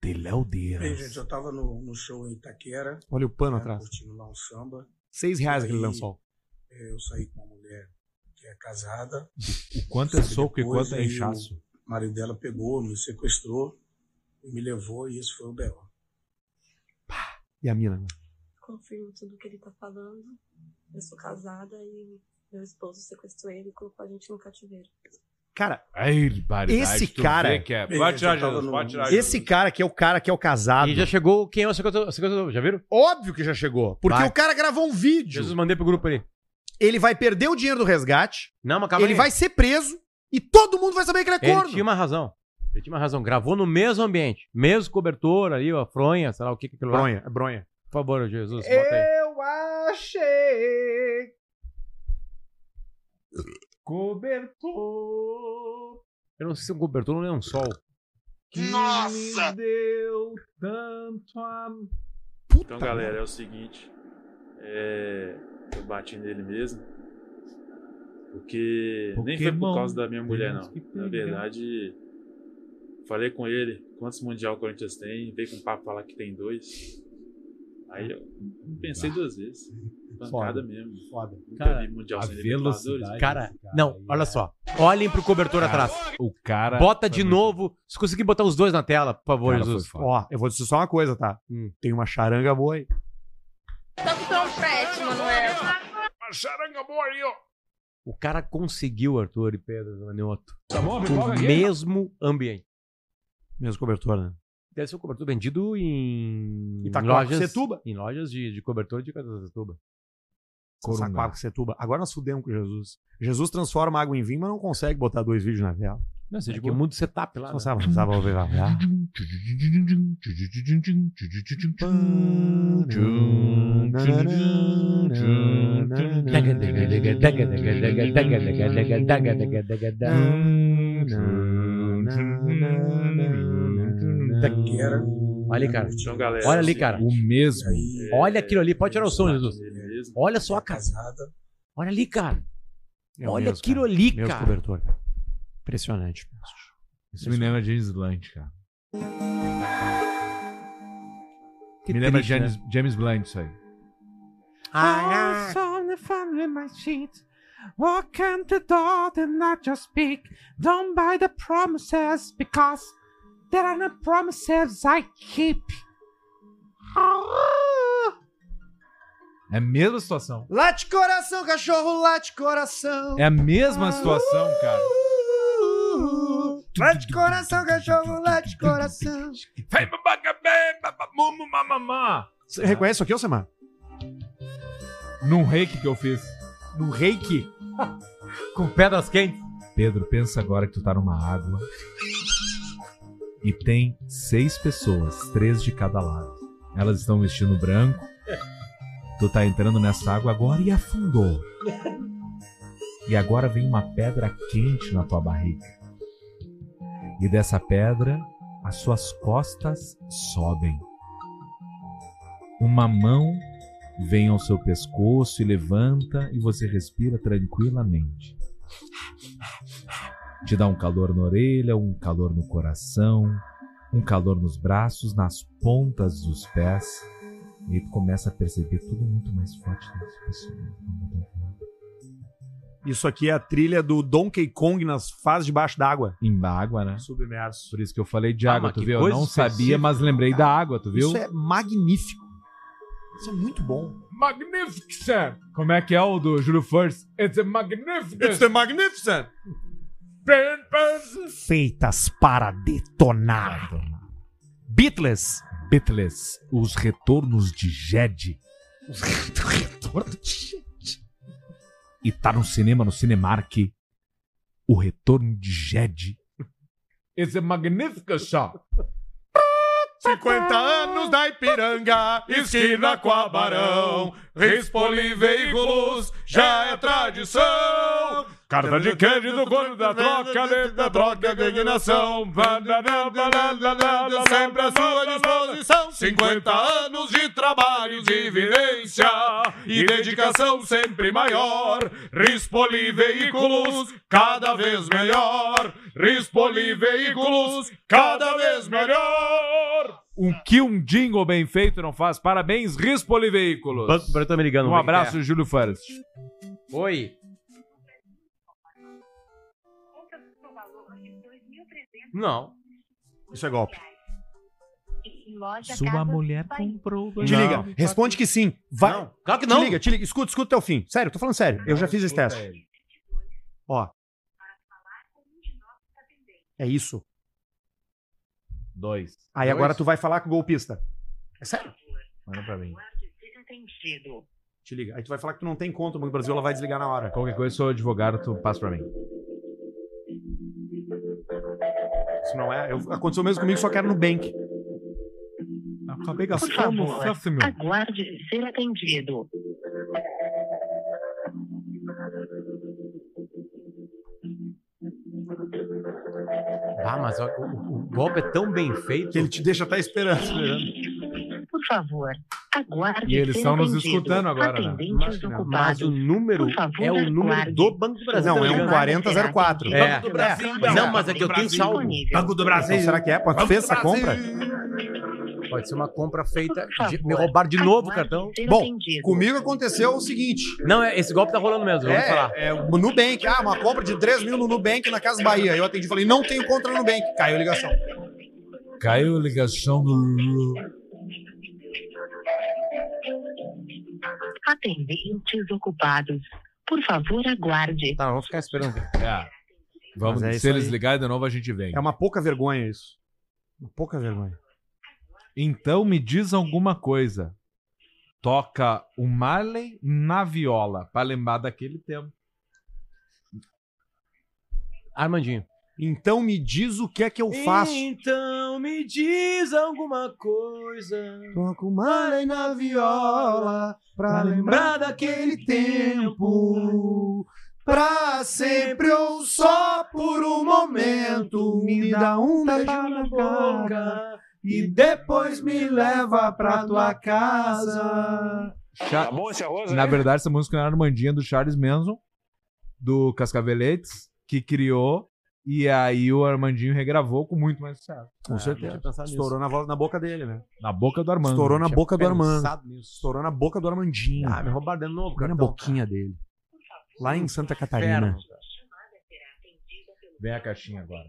Teléu
Bem,
Dias.
gente, eu tava no, no show em Itaquera,
Olha o pano
né,
atrás.
curtindo lá um samba.
Seis reais aquele
Aí,
lençol.
eh, Eu saí com uma mulher que é casada.
O quanto é soco e
Depois
quanto é
aí o
inchaço.
marido dela pegou, me sequestrou e me levou, e isso foi o B.O.
E a mina? né?
confirmo tudo que ele tá falando. Eu sou casada e meu esposo sequestrou ele e colocou a gente no cativeiro.
Cara,
Ai, barbaridade,
Esse
tu
cara-
vê Que é.
Bem,
Pode tirar,
eu tava
Jesus.
no-
Pode tirar, Jesus.
esse cara que é o cara que é o casado.
E já chegou quem é o 50, 50 já viram?
Óbvio que já chegou. Porque
Vai.
o cara gravou um vídeo.
Jesus, mandei pro grupo ali.
Ele vai perder o dinheiro do resgate.
Não, mas calma
ele
aí.
vai ser preso. E todo mundo vai saber que ele é
Ele
corno.
tinha uma razão. Ele tinha uma razão. Gravou no mesmo ambiente. Mesmo cobertor ali, ó, fronha, sei lá o que que é aquilo lá.
Bronha, é bronha.
Por favor, Jesus, bota aí.
Eu achei.
Cobertor
Eu não sei se é um cobertor ou um lençol.
que
Nossa!
me deu tanto amor.
Então,
Tá
galera, é o seguinte. é, eu bati nele mesmo. Porque nem foi
Pokémon,
por causa da minha mulher,
temos
não.
que pegar.
Na verdade, falei com ele quantos Mundial o Corinthians tem. Veio com um papo falar que tem dois. Aí eu pensei duas vezes. Pancada mesmo.
Foda.
Nunca
Ah. Cara,
vi Mundial
a
sem Libertadores.
velocidade.
Cara,
Esse cara
não,
aí
olha
é-
só. Olhem pro cobertor atrás.
O cara.
Bota
foi
de
muito-
novo. Se conseguir botar os dois na tela, por favor,
Cara,
Jesus.
foi foda. Hum.
Ó, eu vou dizer só uma coisa, tá? Tem uma charanga boa aí.
Tá comprando um frete, Manuel.
Uma charanga boa aí, ó.
O cara conseguiu, Arthur e Pedro Manioto,
Tá bom, pipoca
o
aqui?
mesmo ambiente.
Mesmo cobertor, né?
Deve ser um cobertor vendido em
Itaquaquecetuba.
Em lojas de, de cobertor de Catuba.
Corunga.
Saquaco, Setuba. Agora nós fudemos com Jesus. Jesus transforma água em vinho, mas não consegue botar dois vídeos na tela.
Não, você é que muda o setup lá.
Não
né?
sabe, não sabe ouvir lá.
Tá.
Itaquera.
Olha aí, cara.
Então, galera.
Olha
é o é,
ali, cara.
O
E
mesmo.
um aí,
é.
eh,
Olha aquilo ali. Pode tirar o som,
bati
Jesus.
nele mesmo,
Olha só a casa.
casada.
Olha ali, cara.
É o
Olha
mesmo,
aquilo
cara.
ali,
Mesmo
cara.
cobertor, cara. Impressionante.
Isso me lembra de Island, cara.
Que
me lembra
triste,
James,
né?
James Blunt isso aí.
Ah, ah.
saw the family in my sheet. Walk in the door, then not just speak. Don't buy the promises because there are no promises I keep.
É a mesma situação.
[laughs] Late coração, cachorro, late coração.
É a mesma situação, cara.
Late coração, cachorro, late coração.
Vem, babacabé, babamumu, mamamá.
Você reconhece isso aqui, ô Samar?
Num reiki que eu fiz.
No reiki.
[laughs] Com pedras quentes.
Pedro, pensa agora que tu tá numa água e tem seis pessoas, três de cada lado. Elas estão vestindo branco. Tu tá entrando nessa água agora e afundou. E agora vem uma pedra quente na tua barriga. E dessa pedra, as suas costas sobem. Uma mão vem ao seu pescoço e levanta e você respira tranquilamente. Te dá um calor na orelha, um calor no coração, um calor nos braços, nas pontas dos pés. E aí tu começa a perceber tudo muito mais forte nas pessoas.
Isso aqui é a trilha do Donkey Kong nas fases debaixo d'água.
Em água, né?
Submerso.
Por isso que eu falei de
Ah,
água,
mas
tu
que
viu? Eu
coisa
não sabia,
específica,
mas lembrei da água, tu viu?
Isso é magnífico. Isso é muito bom.
Magnificent! Como é que é o do Júlio First? It's a
é
magnificent!
magnificent! Feitas para detonar. Beatles.
Beatles, os retornos de Jed. E tá no cinema, no Cinemark. O retorno de Jed. It's a magnificent shot!
50 anos da Ipiranga, esquina com a Barão. Rispoli Veículos já é tradição.
Carta de Cândido, quando da troca, dentro da troca, indignação.
Sempre à sua disposição. 50 anos de trabalho, de vivência e dedicação sempre maior. Rispoli Veículos, cada vez melhor. Rispoli Veículos, cada vez melhor.
Um que um jingle bem feito não faz. Parabéns, Rispoli Veículos.
Banco Preto Americano.
Um
É.
abraço, Júlio First.
Oi. Não.
Isso é golpe.
Sua mulher comprou.
Te liga, responde que sim. Vai.
Não. Claro que
Te
não.
liga, te liga. Escuta, escuta até o fim. Sério, tô falando sério. Eu já fiz esse teste. Ó. É isso.
Dois.
Aí
Dois?
agora tu vai falar com o golpista. É sério?
Manda pra mim.
Te liga. Aí tu vai falar que tu não tem conta, o Banco do Brasil ela vai desligar na hora.
Qualquer coisa, sou advogado, tu passa pra mim.
Se não é, eu- aconteceu mesmo comigo, só que era no bank.
Acabei
Por favor,
tá,
aguarde ser atendido.
Ah, mas o, o- o golpe é tão bem feito.
Que ele te deixa até esperando.
Por favor, aguarde
E eles
ser
estão nos
atendido.
escutando agora, né?
Atendentes
Mas o
ocupados.
número
Por favor,
é o número
aguarde.
do Banco do Brasil.
Não, é um
Americano.
4004.
É.
Banco do Brasil,
É. Não, mas é que eu tenho salvo.
Disponível.
do Brasil. será que é? Pode fez essa compra?
Pode ser uma compra feita.
Por favor,
de- Me roubaram de novo o
aguarde
cartão.
ser
Bom,
atendido.
Comigo aconteceu o seguinte.
Não, é- esse golpe tá rolando mesmo. Vamos falar.
É, é, o Nubank. Ah, uma compra de 3 mil no Nubank na Casa Bahia. Eu atendi e falei, não tenho conta no Nubank. Caiu a ligação.
Caiu a ligação do.
Atendentes ocupados. Por favor, aguarde.
Tá, vamos ficar esperando.
É. Vamos,
Mas é
se
isso
eles
aí.
ligarem de novo, a gente vem.
É uma pouca vergonha isso. Uma pouca vergonha.
Então me diz alguma coisa. Toca o Marley na viola, pra lembrar daquele tempo.
Armandinho.
Então me diz o que é que eu faço.
Então me diz alguma coisa.
Toco Marley na viola pra lembrar daquele tempo. Pra sempre ou só por um momento, me dá um beijo na boca
Ah,
e depois me leva pra tua casa.
Cha- Na verdade, essa música é uma Armandinha do Charles Manson, do Cascaveletes, que criou. E aí o Armandinho regravou com muito mais sucesso.
Com
Ah,
certeza. Estourou na, voz, na boca dele, né?
Na boca do Armando.
Estourou na boca do Armando.
Nisso.
Estourou na boca do Armandinho.
Ah, me roubaram de novo,
Bem
cara.
na boquinha né? dele. Lá em Santa Catarina.
Inferno.
Vem a caixinha agora.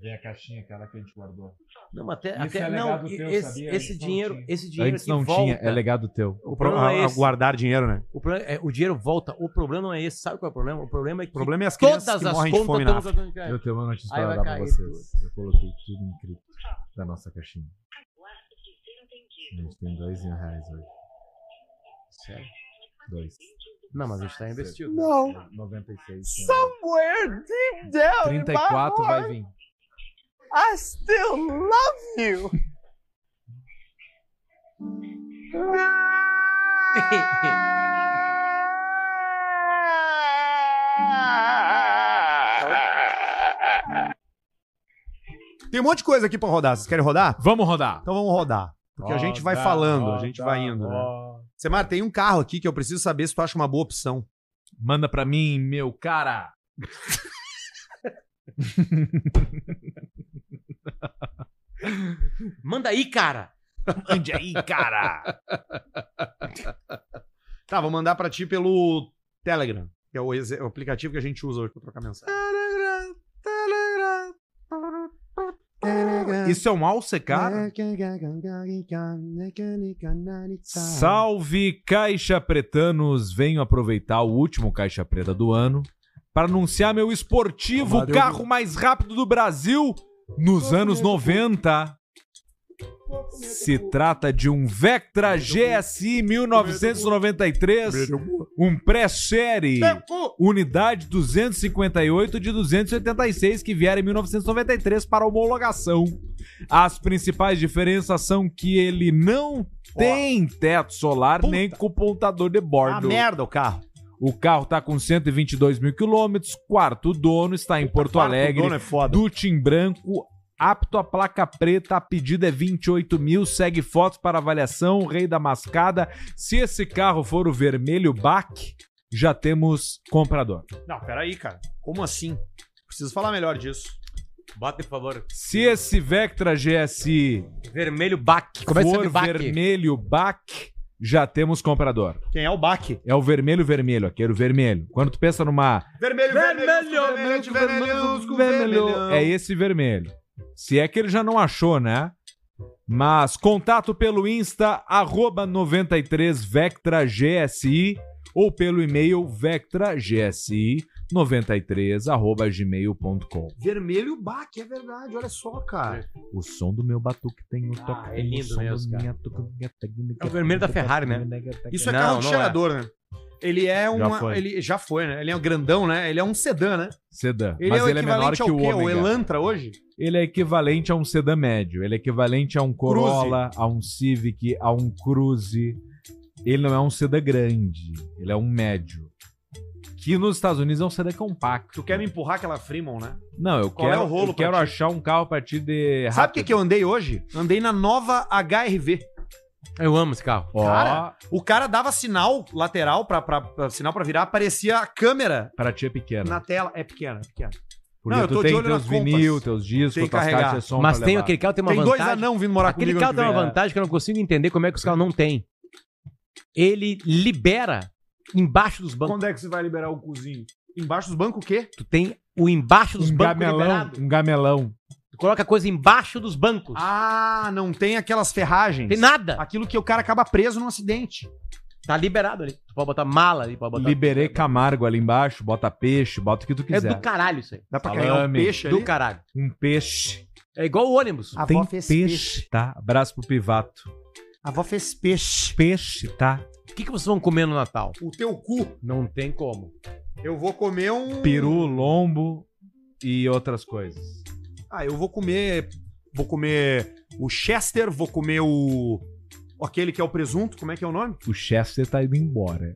Vem a caixinha, aquela que a gente guardou.
Não, mas até,
Isso
até
é
não,
legado teu,
esse,
sabia?
esse
Antes não
dinheiro,
tinha.
esse dinheiro
Antes não
que volta,
tinha, é legado teu.
O problema é esse.
guardar dinheiro, né?
O, problema é, o dinheiro volta. O problema não é esse. Sabe qual é o problema? O problema é que
O problema é as
todas
crianças
as
que
contas
morrem de fome na
estão
África.
usando
Eu tenho uma notícia
Aí
pra
vai
dar pra
cair
vocês. Eu coloquei tudo em cripto da nossa caixinha. A gente tem dois mil reais hoje.
Sério?
Dois.
Não, mas a gente tá investido.
Não. 96. Somewhere deep down 34 vai vir.
Tem um monte de coisa aqui pra rodar. Vocês querem rodar?
Vamos rodar.
Então vamos rodar. Porque a gente vai falando, a gente vai indo, né? Semar, tem um carro aqui que eu preciso saber se tu acha uma boa opção.
Manda pra mim, meu cara.
[laughs] Manda aí, cara.
Ande aí, cara.
Tá, vou mandar pra ti pelo Telegram, que é o, ex- o aplicativo que a gente usa hoje pra trocar mensagem.
Isso é um alcecar? Salve Caixa Pretanos! Venho aproveitar o último Caixa Preta do ano para anunciar meu esportivo
Valeu,
carro mais rápido do Brasil nos anos 90. Se trata de um Vectra GSI 1993, um pré-série, unidade 258 de 286 que vieram em 1993 para homologação. As principais diferenças são que ele não tem teto solar nem computador de
Ah,
bordo.
merda o carro.
O carro tá com 122 mil quilômetros, quarto dono, está em Porto Alegre,
O dono é foda.
do Tim Branco, apto à placa preta, a pedida é 28 mil, segue fotos para avaliação, o rei da mascada. Se esse carro for o vermelho BAC, já temos comprador.
Não, peraí, cara. Como assim? Preciso falar melhor disso.
Bota, por favor.
Se esse Vectra GSI
Vermelho baque.
for vermelho BAC, já temos comprador.
Quem é o Baque?
É o vermelho vermelho, aquele vermelho. Quando tu pensa numa
Vermelho, vermelho, vermelho, vermelho.
É esse vermelho. Se é que ele já não achou, né? Mas contato pelo Insta, arroba 93VectraGSI ou pelo e-mail vectragsi93 arroba gmail.com.
Vermelho Baque, é verdade, olha só, cara.
O som do meu batuque tem
Ah,
o toque.
é
tem
lindo
o som
mesmo,
da
cara.
minha tuca-
É o vermelho da Ferrari, né?
Isso é
Não,
carro de
não é.
cheirador, né? Ele é uma. Já
foi.
Ele já foi, né? Ele é um grandão, né? Ele é um sedã, né?
Sedã.
Ele
Mas
é o
ele é menor
equivalente
que
ao
o
quê? O
Ômega.
Elantra hoje?
Ele é equivalente a um sedã médio, ele é equivalente a um Corolla, a um Civic, a um Cruze. Ele não é um sedã grande, ele é um médio. Que nos Estados Unidos é um sedã compacto.
Tu quer me empurrar aquela Fremont, né?
Não, eu
Qual é
quero,
o rolo
eu
pra
quero
ti?
achar um carro a partir de
Sabe o que, que eu andei hoje? Andei na nova HRV.
Eu amo esse carro.
Ó,
Cara? O cara dava sinal lateral pra, pra, pra- sinal pra virar, aparecia a câmera
pra ti é pequeno.
na tela. É pequena, é pequena.
Porque
Não, eu
tu
tô de
tem
olho
teus
na Compass.
vinil, teus discos,
Tem que
tuas
carregar.
caixas de som
Mas
pra
tem
levar.
aquele carro, tem uma
Tem
vantagem.
dois anão vindo morar
Aquele
comigo.
carro
ano
tem
que
uma
vem.
vantagem que eu não consigo entender como é que os carros não têm. Ele libera embaixo dos bancos.
Quando é que você vai liberar o cozinho? Embaixo dos bancos o quê?
Tu tem o embaixo dos
um
bancos
gamelão,
liberado.
um gamelão.
Tu coloca a coisa embaixo dos bancos.
Ah, não tem aquelas ferragens.
Tem nada.
Aquilo que o cara acaba preso num acidente.
Tá liberado ali. Tu pode botar mala ali, pode botar.
Liberei Camargo ali embaixo, bota peixe, bota o que tu
É
quiser.
do caralho isso aí.
Dá pra
Salame.
carregar um peixe ali?
Do caralho.
Um peixe.
É igual o ônibus.
A
tem
avó fez
peixe, tá? Abraço pro Pivato.
A avó fez peixe.
peixe, tá?
O que, que vocês vão comer no Natal?
O teu cu.
Não tem como.
Eu vou comer um.
Peru, lombo e outras coisas.
Ah, eu vou comer. Vou comer o Chester, vou comer o. Aquele que é o presunto, como é que é o nome?
O Chester tá indo embora.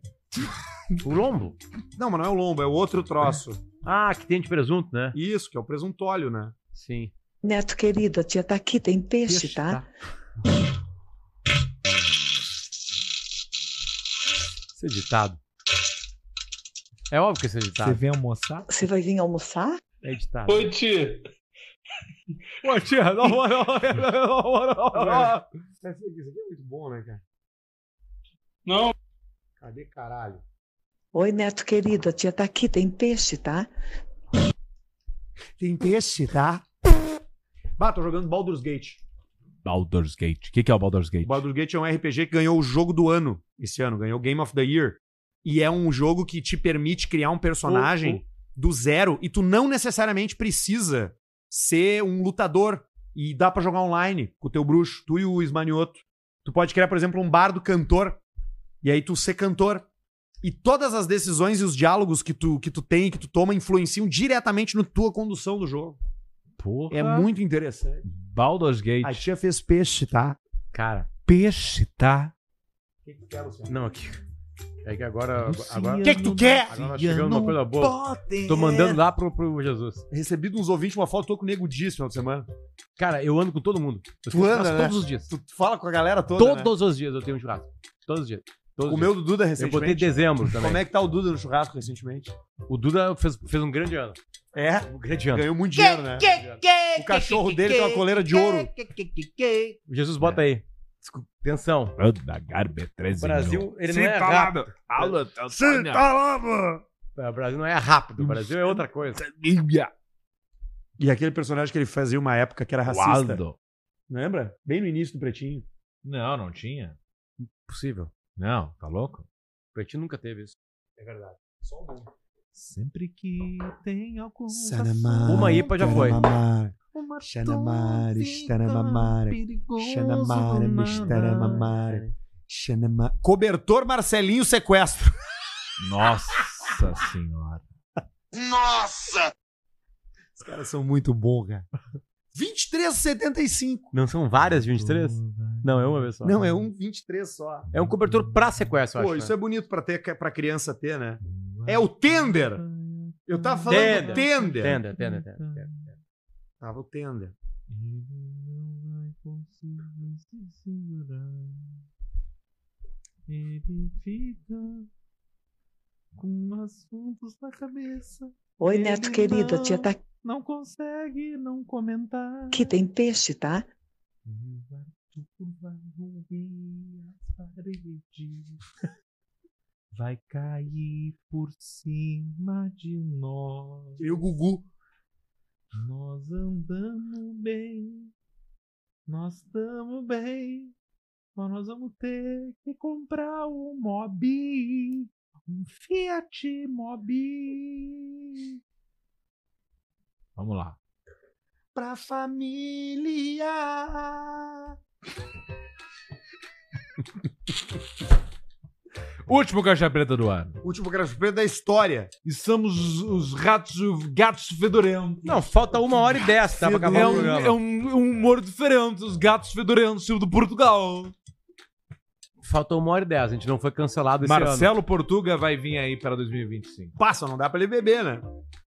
O lombo?
Não, mas não é o lombo, é o outro troço.
Ah, que tem de presunto, né?
Isso, que é o presuntóleo, né?
Sim.
Neto querido, a tia tá aqui, tem peixe, tá?
Isso é ditado. É óbvio que isso é ditado.
Tá.
Você vem
[laughs]
almoçar?
Você vai vir almoçar?
É ditado.
Oi, tia.
Ô, tia, não, não,
[laughs]
não, não,
Isso aqui é muito bom, né, cara?
Não.
Cadê caralho?
Oi, Neto querido, a tia tá aqui, tem peixe, tá?
Tem peixe, tá? Bah, tô jogando Baldur's Gate.
Baldur's Gate. O que, que é o Baldur's Gate?
O Baldur's Gate é um RPG que ganhou o jogo do ano esse ano, ganhou o Game of the Year. E é um jogo que te permite criar um personagem do zero e tu não necessariamente precisa ser um lutador e dá pra jogar online com o teu bruxo, tu e o Ismanioto. Tu pode criar, por exemplo, um bardo cantor e aí tu ser cantor. E todas as decisões e os diálogos que tu, que tu tem, que tu toma, influenciam diretamente na tua condução do jogo.
Porra.
É muito interessante.
Baldur's Gate.
A tia fez peixe, tá?
Cara,
Peixe, tá?
O que, que quer, Luciano?
não aqui. É que agora.
O
agora...
que, que tu quer?
Agora tá chegando uma coisa boa. Tô mandando lá pro, pro Jesus.
Recebi de uns ouvintes uma foto, tô com o Nego Dias final de semana.
Cara, eu ando com todo mundo.
Tu
Eu tenho
anda,
churrasco
né?
todos os dias.
Tu fala com a galera toda, né?
todos os dias eu tenho um churrasco. Todos os dias. Todos
Comeu o é
eles.
Duda
Eu botei em
recentemente.
dezembro também.
Como é que tá o Duda no churrasco recentemente?
O Duda fez, fez um grande ano.
É,
Um grande ano.
ganhou muito dinheiro, né? O cachorro dele tem uma coleira de ouro.
Jesus, bota aí. Desculpa, Atenção.
Roda Garber 13
O Brasil, ele não é rápido.
Sintalado. Aula,
Sim, tá lá, mano.
O Brasil não é rápido. O Brasil é outra coisa.
E aquele personagem que ele fazia uma época
É
que era racista.
Aldo.
Lembra? Bem no início do Pretinho.
Não, não tinha.
Impossível.
Não, tá louco?
O Pretinho nunca teve isso.
É Sempre que tem algum.
Uma IPA já foi.
Uma
Xanamara,
doce
então
Xanamara,
perigoso
Xanamara,
do
Xanamara, Xanamara. É. Cobertor Marcelinho Sequestro.
Nossa senhora.
Os caras são muito bons, cara. 23,75.
Não são várias de 23? Não, é uma vez só.
Não, é um 23 só.
É um cobertor pra sequestro, eu
Pô,
acho. né?
isso é bonito pra, ter, pra criança ter, né? É o Tender. Eu tava falando Tender.
Hum. Tender.
Tender.
Tenda, tenda, tenda.
Tava o Tender.
Ele fica com assuntos na cabeça.
Oi, Neto querido, a tia tá
Não consegue não comentar.
aqui, tem peixe, tá?
E o Arthur vai ouvir as paredes. Vai cair por cima de nós.
E o Gugu.
Nós andamos bem, nós estamos bem, mas nós vamos ter que comprar um Mobi, um Fiat Mobi.
Vamos lá.
Pra família.
Último caixa preta do ano.
Último grafite preto da história.
E somos os, os ratos, os gatos fedorentos.
Não, falta uma hora e dez, tá? Pra acabar
É
o
um,
programa.
é um- um humor diferente, os gatos fedorentos, estilo do Portugal.
Faltou uma hora e dez, a gente não foi cancelado esse ano.
um- Marcelo Portuga vai vir aí para 2025.
Passa, não dá pra ele beber, né?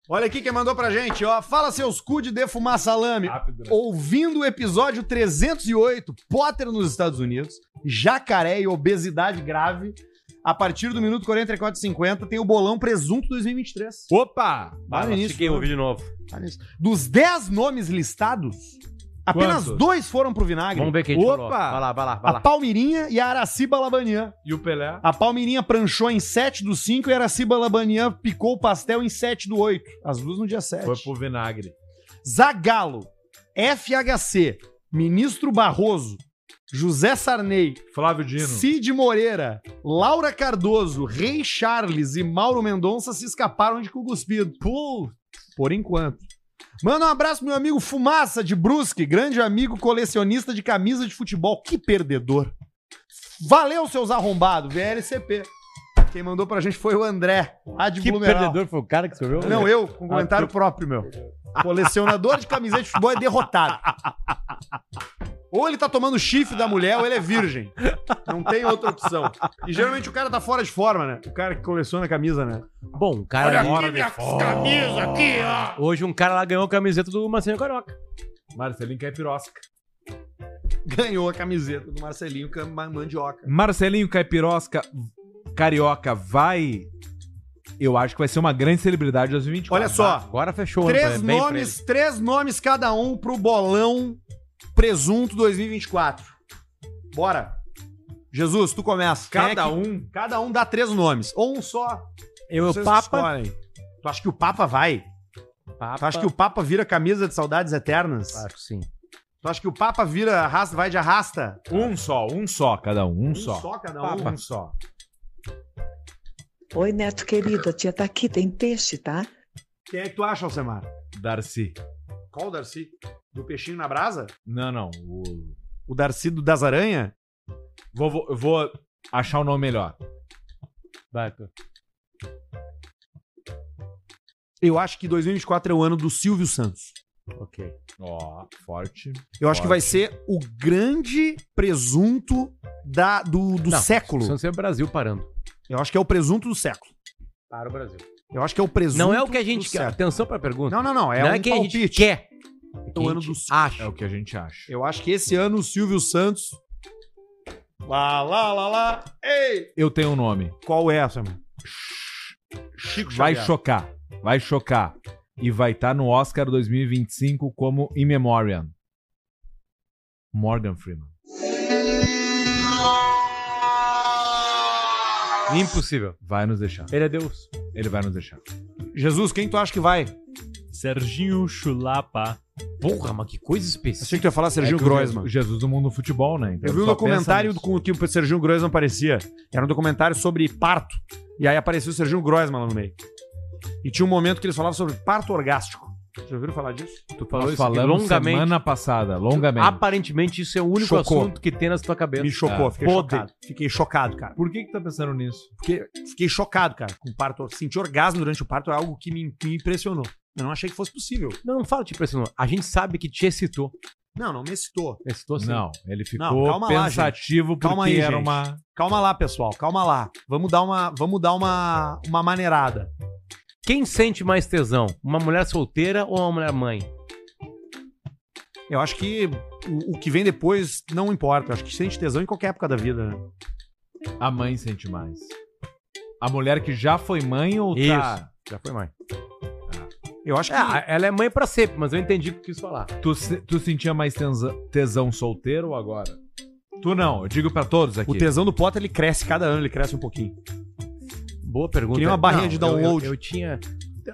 Olha aqui quem mandou pra gente, ó. Fala seus cu de defumar salame.
Rápido, né?
Ouvindo o episódio 308, Potter nos Estados Unidos, jacaré e obesidade grave. A partir do minuto 44,50 tem o bolão presunto 2023.
Opa!
Tá no início,
Cheguei,
né?
ouvi de novo.
Tá nisso. Dos 10 nomes listados, apenas
Quantos?
dois foram pro vinagre.
Vamos ver quem a gente
Opa!
falou. Vai lá, vai lá, vai
A
lá.
Palmirinha e a Araciba Labanian.
E o Pelé?
A Palmirinha pranchou em 7 do 5 e a Araciba Labanian picou o pastel em 7 do 8. As duas no dia 7.
Foi pro vinagre.
Zagalo, FHC, Ministro Barroso, José Sarney,
Flávio Dino.
Cid Moreira, Laura Cardoso, Rei Charles e Mauro Mendonça se escaparam de Cuguspido. Pô, por enquanto. Manda um abraço pro meu amigo Fumaça de Brusque, grande amigo colecionista de camisa de futebol. Que perdedor. Valeu, seus arrombados, VLCP. Quem mandou pra gente foi o André, lá de
Que
Blumenau.
perdedor foi o cara que escreveu?
Não, eu, com comentário próprio, meu. Colecionador de camiseta de futebol é derrotado. Ou ele tá tomando chifre da mulher, ou ele é virgem. Não tem outra opção. E geralmente o cara tá fora de forma, né? O cara que coleciona camisa, né?
Bom, um cara mora de fora. Hoje um cara lá ganhou a camiseta do Marcinho Caroca.
Marcelinho Caipirosca.
Ganhou a camiseta do Marcelinho Cam- Mandioca.
Marcelinho Caipirosca, Carioca, vai. Eu acho que vai ser uma grande celebridade em 2024.
Olha
tá?
só.
Agora fechou o ano pra-
Três
bem pra ele.
nomes, três nomes cada um pro bolão presunto 2024. Bora. Jesus, tu começa. Quem é
Cada
que-
um.
Cada um dá três nomes. Ou um só.
Eu e o
Vocês
Papa.
escolhem. Tu acha que o Papa vai? Tu acha que o Papa vira camisa de saudades eternas?
Acho que sim.
Tu acha que o Papa vira arrasta, vai de arrasta?
Um só, um só, cada um, um, só.
cada um.
Papa. Um só.
Oi, Neto querido, a tia tá aqui, tem peixe, tá?
Quem é que tu acha, Alcemar?
Darcy.
Qual o Darcy? Do peixinho na brasa?
Não, não. o-
O Darcy do das aranha?
Vou, vou, eu vou achar o nome melhor.
Vai, tu.
Eu acho que 2024 é o ano do Silvio Santos.
Ok.
Ó, forte.
Eu acho que vai
Ótimo.
ser o grande presunto da, do, do
Não,
um século.
Santos é o Brasil parando.
Eu acho que é o presunto do século.
Para o Brasil.
Eu acho que é o presunto.
Não é o que a
do
gente quer.
século.
Atenção pra pergunta.
Não, não, não. É
não
um
é que a gente
palpite.
quer. É
É o
o
ano
ano do
do-
É
acha.
o que a gente acha.
Eu acho que esse ano o Silvio Santos Lá, lá, lá, lá. Ei!
Eu tenho um nome.
Qual é essa, mano?
Chico Vai chocar. Vai chocar. E vai estar no Oscar 2025 como In Memoriam. Morgan Freeman.
Impossível.
Vai nos deixar.
Ele é Deus.
Ele vai nos deixar.
Jesus, quem tu acha que vai?
Serginho Chulapa.
Porra, mas que coisa
Achei
específica.
que tu ia falar Serginho
É que o
Groisman.
Je- Jesus do mundo do futebol, né? Então
Eu vi um
só pensa
documentário
nisso.
com o que o Serginho Groisman aparecia. Era um documentário sobre parto. E aí apareceu o Serginho Groisman lá no meio. E tinha um momento que eles falavam sobre parto orgástico. Já ouviram falar disso?
Tu
Nós
aqui
falamos semana passada, longamente.
Tipo,
Aparentemente, isso é o único
Chocou.
assunto que tem na tua cabeça.
Me chocou, fiquei
Podre.
chocado. Fiquei chocado, cara.
Por que que tá pensando nisso?
Porque fiquei chocado, cara, com o parto. Sentir orgasmo durante o parto é algo que me, me impressionou. Eu não achei que fosse possível.
Não, não fala, tipo assim, não. a gente sabe que te excitou.
Não, não me excitou.
Excitou sim.
Não, ele ficou
Não, calma lá,
pensativo porque
Calma aí,
era um
gente.
uma...
Calma lá, pessoal, calma lá. Vamos dar uma, vamos dar uma, uma maneirada.
Quem sente mais tesão? Uma mulher solteira ou uma mulher mãe?
Eu acho que o, o que vem depois não importa. Eu acho que sente tesão em qualquer época da vida, né?
A mãe sente mais. A mulher que já foi mãe ou tá...
Já foi mãe. Ah. Eu acho que.
É, ela é mãe pra sempre, mas eu entendi o que quis falar.
Tu, se- tu sentia mais tensa- tesão solteiro ou agora? Tu não, eu digo pra todos aqui.
o tesão do Potter ele cresce cada ano, ele cresce um pouquinho.
Boa pergunta.
Que nem uma barrinha de
eu-
download.
Eu, eu tinha.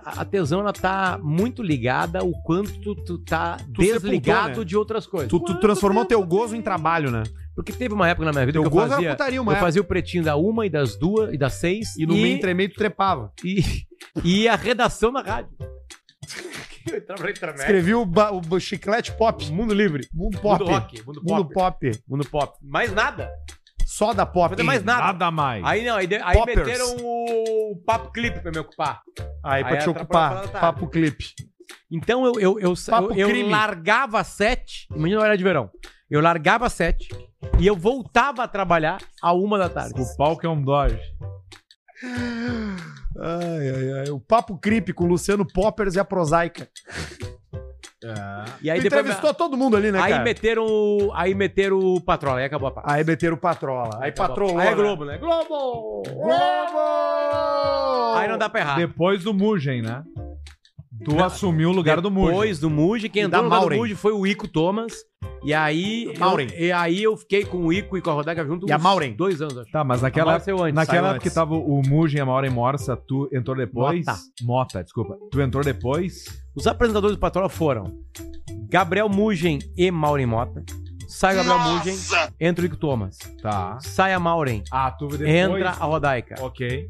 A a tesão, ela tá muito ligada ao quanto tu, tu tá
sepultou,
desligado
né?
de outras coisas.
Tu, tu transformou teu gozo em trabalho, né?
Porque teve uma época na minha vida
Teu
que eu
gozo
fazia.
era putaria,
Eu
uma época.
fazia o pretinho da uma e das duas e das seis.
E no meio entremeio tu trepava.
e, e a redação na rádio. eu entrava na intranet.
Escrevi o, ba- o ba- chiclete pop. Mundo livre. Mundo pop.
Mundo rock, mundo pop.
Mundo pop.
Mundo pop. Mais nada.
Só da
Não
pop.
fazia mais nada.
Nada mais.
Aí não, aí, de- aí
Poppers.
meteram o, o papo clipe pra me ocupar.
Aí, pra
Aí é
te
atrapalha a
ocupar.
parada da
Papo clipe.
Então eu, eu, eu,
Papo
eu, eu
crime.
largava às sete, imagina a hora de verão. Eu largava às sete e eu voltava a trabalhar a uma da tarde.
O pau que é um Dodge.
Ai, ai, ai. O Papo Creep com Luciano Poppers e a Prosaica.
E aí
Tu
depois.
entrevistou todo mundo ali, né,
aí
cara?
meteram o. Aí meteram o patrola, aí acabou a parte.
Aí meteram o Patrola. Aí patrolou.
Aí é
né?
Globo, né? Globo!
Globo!
Aí não dá pra errar.
Depois do Mugen, né? Tu assumiu o lugar do Mugen.
Depois do Muji, quem
Da
entrou no lugar
Maureen.
do Muji foi o Ico Thomas. E aí.
Maureen.
Eu, e aí eu fiquei com o Ico e com a Rodaica junto
E a
uns
Maureen.
dois anos, acho.
Tá, mas
A
naquela
Maureen saiu antes.
Naquela
Saiu
época que
antes.
tava o Mugen, a Maura e Morsa, tu entrou depois?
Mota.
Mota, desculpa. Tu entrou depois?
Os apresentadores do Patrola foram Gabriel Mugen e Maureen Mota. Sai Gabriel Mugen, entra o Ico Thomas.
Tá.
Sai a Maureen,
Ah, tu depois?
entra a Rodaica.
Ok.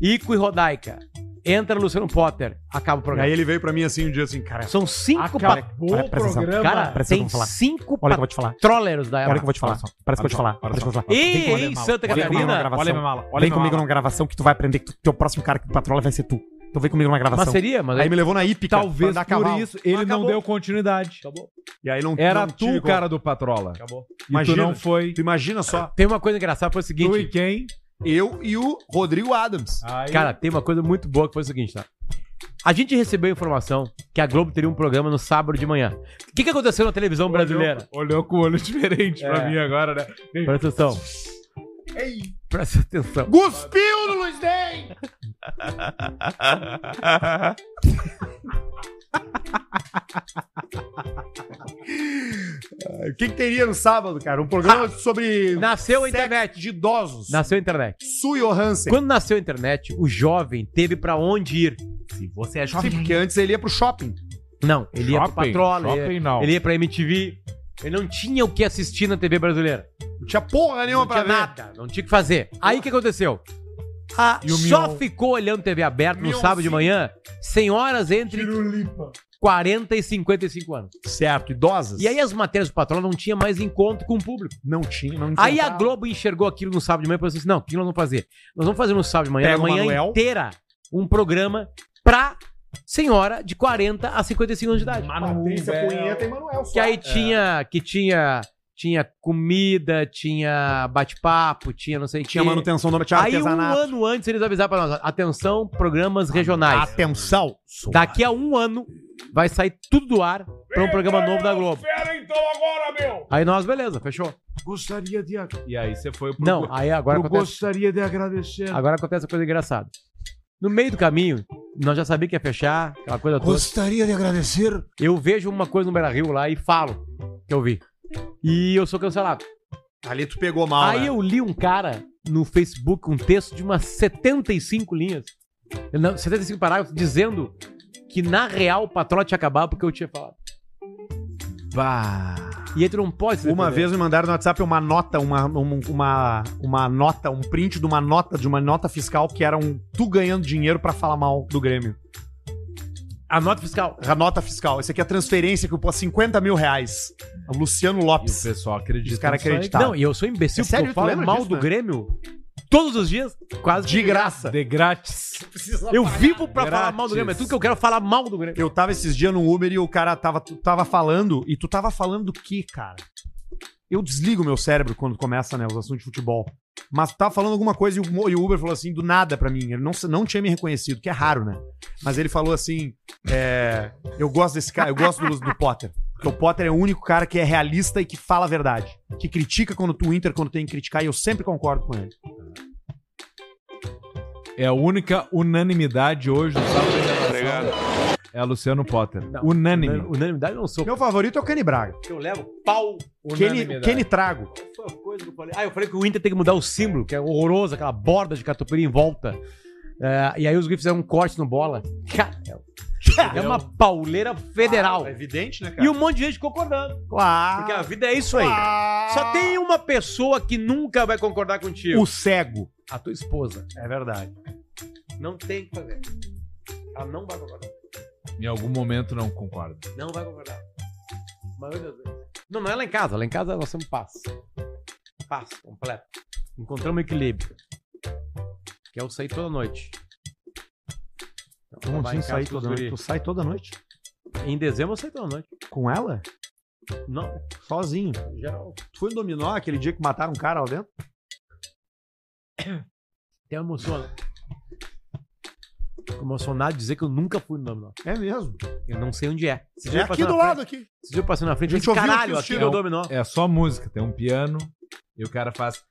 Ico e Rodaica. Entra Luciano Potter, acaba o programa.
Aí ele veio pra mim assim um dia assim, cara.
São cinco pa-
Acabou
Olha,
o
presta atenção.
programa.
Cara,
Parece que eu
tem
vou falar.
cinco
Olha o que eu vou te falar.
patrollers
É,
da
Olha o
época.
que eu vou te falar. Parece que eu vou te falar. Parece que eu vou te falar.
E
olha
em
mal.
Santa
Olha
comigo na
Catarina,
gravação.
Olha minha mala. Olha
Vem
minha
comigo
mala.
numa gravação que tu vai aprender que tu- teu próximo cara que patrola vai ser tu. Então vem comigo numa gravação.
mas seria, mas
Aí me levou na hípica. pra
Talvez
andar a
por
cavalo.
isso ele não
Acabou.
deu continuidade.
E aí não
Era
não
tu
tive
o cara do Patrola.
Acabou.
E
Imagina.
tu não foi.
Tu imagina só,
Tem uma coisa engraçada, foi o
Tu
seguinte.
e quem?
eu e o Rodrigo Adams.
Cara, tem uma coisa muito boa que foi o seguinte, tá? A gente recebeu a informação que a Globo teria um programa no sábado de manhã. O que, que aconteceu na televisão brasileira?
Olhou, olhou com o olho [laughs] diferente pra
É.
mim agora, né?
Presta atenção. Presta atenção.
Guspiu no Luiz Ney! Ah, O que, que teria no sábado, cara? Um programa sobre
Nasceu a
sexo
internet.
de idosos.
Nasceu a internet.
Sue Johansen.
Quando nasceu a internet, o jovem teve pra onde ir. Se você é
Sim, porque antes ele ia pro shopping.
Não, ele ia pra
Shopping?
Patrola,
Shopping
ele,
não.
ele ia pra MTV. Ele não tinha o que assistir na TV brasileira.
Não tinha porra nenhuma
Não
pra
tinha
ver.
nada, não tinha o que fazer. Aí o que aconteceu? Ah,
E o
só
Mion?
ficou olhando TV aberta no
Mionzinho.
sábado de manhã, senhoras entre 40 e 55 anos.
Certo, idosas?
E aí as matérias do patrão não tinha mais encontro com o público.
Não tinha, não
Aí a
encontrava.
Globo enxergou aquilo no sábado de manhã e falou assim: não, o que nós vamos fazer? Nós vamos fazer no sábado de manhã,
Pega
a
o
manhã
Manuel.
inteira, um programa pra senhora de 40 a 55 anos de idade.
Ah, Patrícia Cunheta e Manuel. É.
Que aí tinha. Que tinha. Tinha comida, tinha bate-papo, tinha não sei o
Tinha
quê.
manutenção do tinha
Aí um
artesanato.
ano antes eles avisaram pra nós, atenção, programas regionais.
Atenção.
Daqui a um ano vai sair tudo do ar pra um programa novo da Globo.
Pera então agora, meu!
Aí nós, beleza, fechou.
Gostaria de. ag- E aí você foi pro.
Não, aí agora
pro
acontece- Ah,
gostaria de agradecer.
Agora acontece uma coisa engraçada. No meio do caminho, nós já sabíamos que ia fechar, aquela coisa toda.
Gostaria de agradecer.
Eu vejo uma coisa no Beira Rio lá e falo que eu vi. E eu sou cancelado.
Ali tu pegou mal.
Aí
né?
eu li um cara no Facebook, um texto de umas 75 linhas. Não, 75 parágrafos, dizendo que na real o patrão tinha acabado porque eu tinha falado. E aí tu não pode se
Uma
defender.
vez me mandaram no WhatsApp uma nota, uma, um- uma, uma nota, um print de uma nota, de uma nota fiscal que era um tu ganhando dinheiro pra falar mal do Grêmio.
A nota fiscal.
A nota fiscal. Esse aqui é a transferência que eu posso 50 mil reais. É O Luciano Lopes.
o pessoal acredita.
Os caras
nisso aí.
acreditaram.
Não, e eu sou imbecil
É
porque
sério?
eu
Tu
falo
lembra
mal
disso,
do
né?
Grêmio todos os dias, quase
De graça.
De grátis.
Eu vivo pra
Grátis.
falar mal do Grêmio, é tudo que eu quero é falar mal do Grêmio.
Eu tava esses dias num Uber e o cara tava, tu tava falando. E tu tava falando do que, cara? Eu desligo meu cérebro quando começa, né, os assuntos de futebol. Mas tu tava falando alguma coisa e o, mo- e o Uber falou assim, do nada pra mim. Ele não, se- não tinha me reconhecido, que é raro, né? Mas ele falou assim: é, Eu gosto desse cara, eu gosto do, do Potter. Porque o Potter é o único cara que é realista e que fala a verdade. Que critica quando tu Inter, quando tem que criticar, e eu sempre concordo com ele.
É a única unanimidade hoje do sábado da gravação. É Luciano Potter. Unânime.
Unan- Unanimidade eu não sou.
Meu favorito é o Kenny Braga.
Eu levo pau né?
Kenny, Kenny Trago.
Foi a coisa que eu falei. Ah, eu falei que o Inter tem que mudar o símbolo, que é horroroso, aquela borda de catupiry em volta. É, e aí os Griffs fizeram um corte no bola. Cara, é uma pauleira federal.
É evidente, né,
e um monte de gente concordando.
Claro.
Porque a vida é isso aí.
Ah!
Só tem um uma pessoa que nunca vai concordar contigo.
o cego.
A tua esposa.
É verdade.
Não tem o que fazer. Ela não vai concordar.
Em algum momento não concordo.
Não vai concordar. A maioria das vezes. Não, não é lá em casa. Lá em casa nós temos paz. Paz completa. Encontramos equilíbrio. Que é o sair toda noite. Então,
Como assim
trabalho em casa
sair
com os
toda noite?
guri.
Tu sai toda noite?
Em dezembro eu saí toda noite.
Com ela?
Não,
Sozinho.
em geral.
Tu foi no dominó aquele dia que mataram um cara lá dentro?
[coughs] Até emociona. Fico emocionado de dizer que eu nunca fui no Dominó.
É mesmo.
Eu não sei onde é. Esse
É aqui do lado, aqui.
Esse dia eu passei na
A
frente e
gente
disse,
ouviu
caralho,
que os
aqui
tiros-
é o Dominó.
É só música. Tem um piano e o cara faz.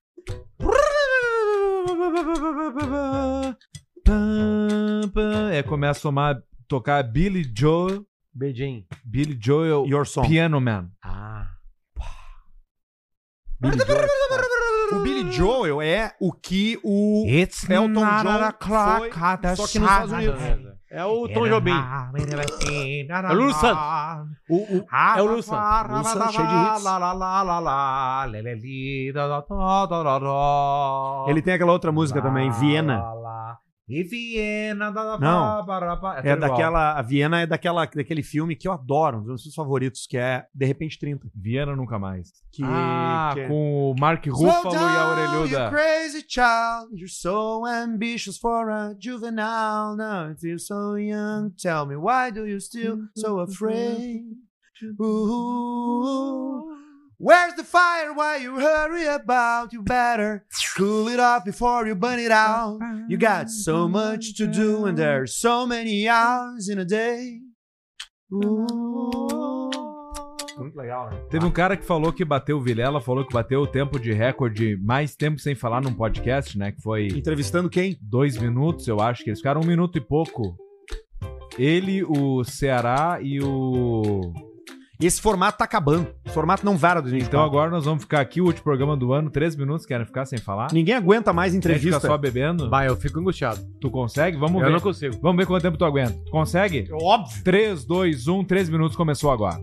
É, começa a somar, tocar Billy Joel,
Beijinho.
Billy Joel,
Your Song.
Piano Man.
Ah.
O Billy Joel é o que o
It's
Elton
not
John
a clock
foi,
at
Tá
the
só que nos Estados
shadow.
Unidos.
É o Tom Jobim.
É
o Lulu Santos. O, o- é o Lulu Santos.
Lulu Santos, cheio de hits.
hits.
Ele tem aquela outra música também, Viena.
E Viena.
Não. É
tudo igual.
daquela, a Viena é daquela, daquele filme que eu adoro, um dos meus filmes favoritos, que é De Repente 30.
Viena nunca mais.
Que,
ah,
que é-
com o Mark Ruffalo e a Orelhuda.
crazy child, you're so ambitious for a juvenile. Now that you're so young, tell me why do you still so afraid? Ooh. Where's the fire? Why you hurry about? You better cool it off before you burn it out. You got so much to do, and there's so many hours in a day. Muito legal, né?
Teve um cara que falou que bateu o Vilela, falou que bateu o tempo de recorde mais tempo sem falar num podcast, né? Que foi.
Entrevistando quem?
dois minutos, eu acho que eles ficaram um minuto e pouco. Ele, o Ceará e o.
Esse formato tá acabando. Esse formato não vara do
Tá.
Então agora nós vamos ficar aqui, o último programa do ano, três minutos, querem ficar sem falar?
Ninguém aguenta mais
Quer
entrevista.
ficar só bebendo?
Bah, eu fico angustiado.
Tu consegue? Vamos
eu
ver.
não consigo.
Vamos ver quanto tempo tu aguenta. Tu consegue?
Óbvio.
3, 2, 1, 3 minutos, começou agora.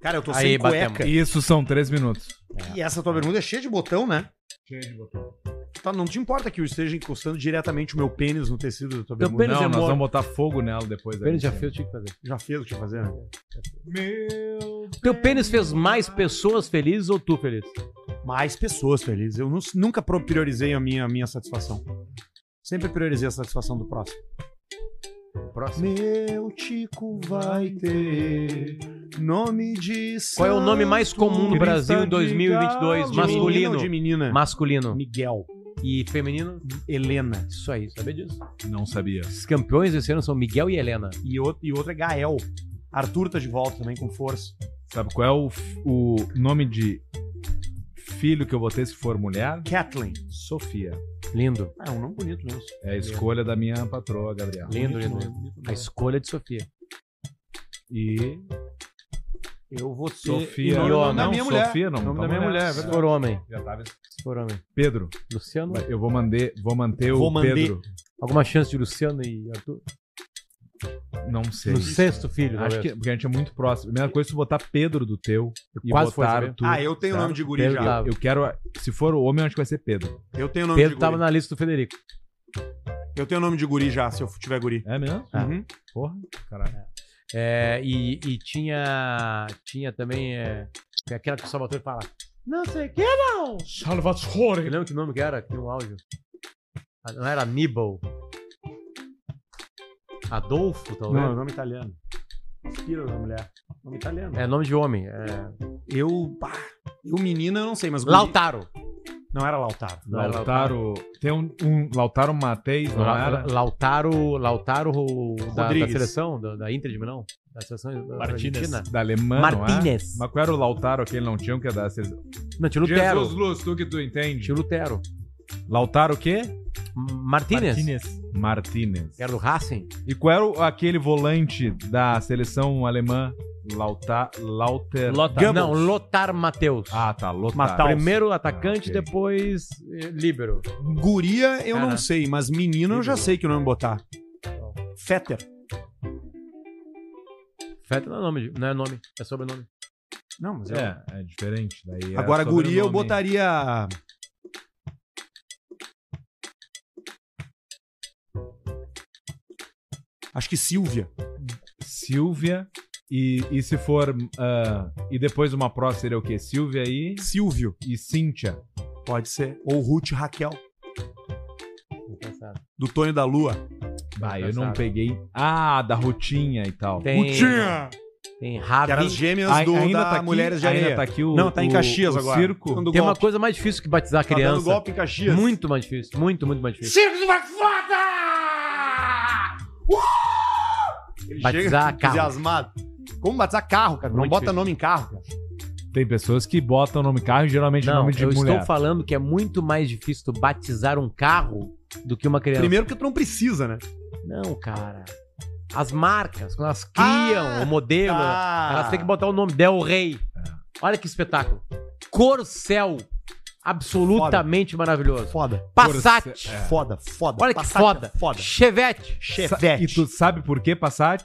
Cara, eu tô
Aí,
sem cueca.
batemos.
Isso são três minutos.
E essa tua bermuda é cheia de botão, né?
Cheia de botão.
Tá, não te importa que eu esteja encostando diretamente o meu pênis no tecido da tua
Teu
bermuda.
pênis
Não,
é
nós
morto.
vamos botar fogo nela depois.
Pênis já
aí.
fez, eu tinha que fazer.
Já fez o que tinha que fazer, né?
Meu.
Teu pênis fez mais pessoas felizes ou tu feliz?
Mais pessoas felizes. Eu nu- nunca pro- priorizei a minha, a minha satisfação. Sempre priorizei a satisfação do próximo.
Próximo.
Meu Tico vai ter nome de
Qual é o nome mais comum no
Crista
Brasil em
de
2022?
galo.
Masculino.
de menina?
Masculino.
Miguel.
E feminino?
Helena.
Isso aí, sabia disso?
Não sabia.
Os campeões desse ano são Miguel e Helena.
E outro, e outro é Gael. Arthur tá de volta também com força.
Sabe qual é o, f- o nome de filho que eu botei se for mulher?
Kathleen.
Sofia.
Lindo.
É um nome bonito mesmo.
É a escolha da minha patroa, Gabriel.
Lindo, lindo. lindo.
né?
A escolha de Sofia.
E
Eu vou ser.
Sofia.
e
não,
o nome da
é minha mulher.
Sofia, não.
Nome da
tá
minha mulher, é
Se
verdade.
for homem.
Já tava-
Se for homem.
Pedro,
Luciano.
eu vou manter, vou manter o
Vou manter.
Pedro.
Alguma chance de Luciano e Arthur?
Não sei.
No sexto filho,
Acho que porque a gente é muito próximo. A mesma coisa se tu botar Pedro do teu e
quase foi,
botar
sabia?
Arthur.
Ah, eu tenho o
Tá.
nome de guri
Pedro
já.
tá.
Eu quero. Se for o homem, eu acho que vai ser Pedro.
Eu tenho o nome
Pedro
de guri.
tava na lista do Federico.
Eu tenho o nome de guri já, se eu tiver guri.
É mesmo?
Ah,
Uhum.
Porra, caralho.
É, e, e tinha. Tinha também. É, aquela que o Salvatore fala. Não sei o que não! Eu
Salvatore!
lembro que nome que era, que tinha um áudio. Ah, Não era Aníbal. Adolfo, talvez.
Não, é nome italiano. Inspira da mulher. Nome italiano.
É nome de homem. É...
Eu, pá. Eu, menina, eu não sei, mas. guri-
Lautaro.
Não era Lautaro.
Não era
é Lautaro. Tem um, um Lautaro Mateis, não
La-
era?
Lautaro, Lautaro o- da, da
Rodrigues.
seleção, da, da Inter de Milão, da seleção da- da
Martínez.
Argentina.
Da alemã, não é?
Martínez.
Mas qual era o Lautaro que ele não tinha? O que é da... Jesus
Não, tinha o Lutero.
Luz, tu que tu entende.
Tinha o Lutero.
Lautaro o quê?
Martínez.
Martínez.
Martinez.
que Era do Racing.
E qual era o- aquele volante da seleção alemã? Lauta, Lauter.
Lota.
Tá. Não, Lotar Mateus.
Ah, tá. Lotar.
Matar.
Primeiro atacante,
Ah, ok.
depois eh, líbero.
Guria, eu
Cara.
não sei, mas menina eu já sei que nome botar. Fetter.
Feta não é nome, de- não é nome, é sobrenome.
Não, mas é.
É, é diferente. Daí é
Agora, guria, eu
sobrenome.
botaria. Acho que Silvia.
Silvia. E, e se for. ah, e depois uma próxima seria o quê? Silvia e.
Silvio,
E Cíntia.
pode ser. Ou Ruth Raquel,
Vou pensar.
do Tonho da Lua.
Bah, eu não
Engraçado.
peguei. Ah, da Rotinha e tal.
Tem, tem Ravi.
Que eram as gêmeas
Ai-
do,
ainda
da
tá aqui,
Mulheres de
ainda
Areia.
tá aqui o.
Não, tá em
o-
Caxias
o
agora. Tá
Circo.
Dando
Tem uma
golpe.
coisa mais difícil que batizar a
Tá dando
criança.
golpe em Caxias.
muito mais difícil, muito, muito mais difícil.
Circo do Vaca Foda! Uh! Ele
Batizar
chega
carro.
entusiasmado. Como batizar carro, cara? não
Muito
bota
difícil.
nome em carro, cara.
Tem pessoas que botam nome carro e geralmente
Não,
nome de
eu
mulher.
estou falando que é muito mais difícil tu batizar um carro do que uma criança.
Primeiro que tu não precisa, né?
Não, cara. As marcas, quando elas criam
Ah,
o modelo,
tá.
elas têm que botar o nome Del Rey. Olha que espetáculo. Corcel. Absolutamente maravilhoso.
Foda.
Passat.
Corcel,
Foda, foda.
Olha que
Passat é
foda.
Foda.
Chevette.
Chevette.
E tu sabe por que Passat?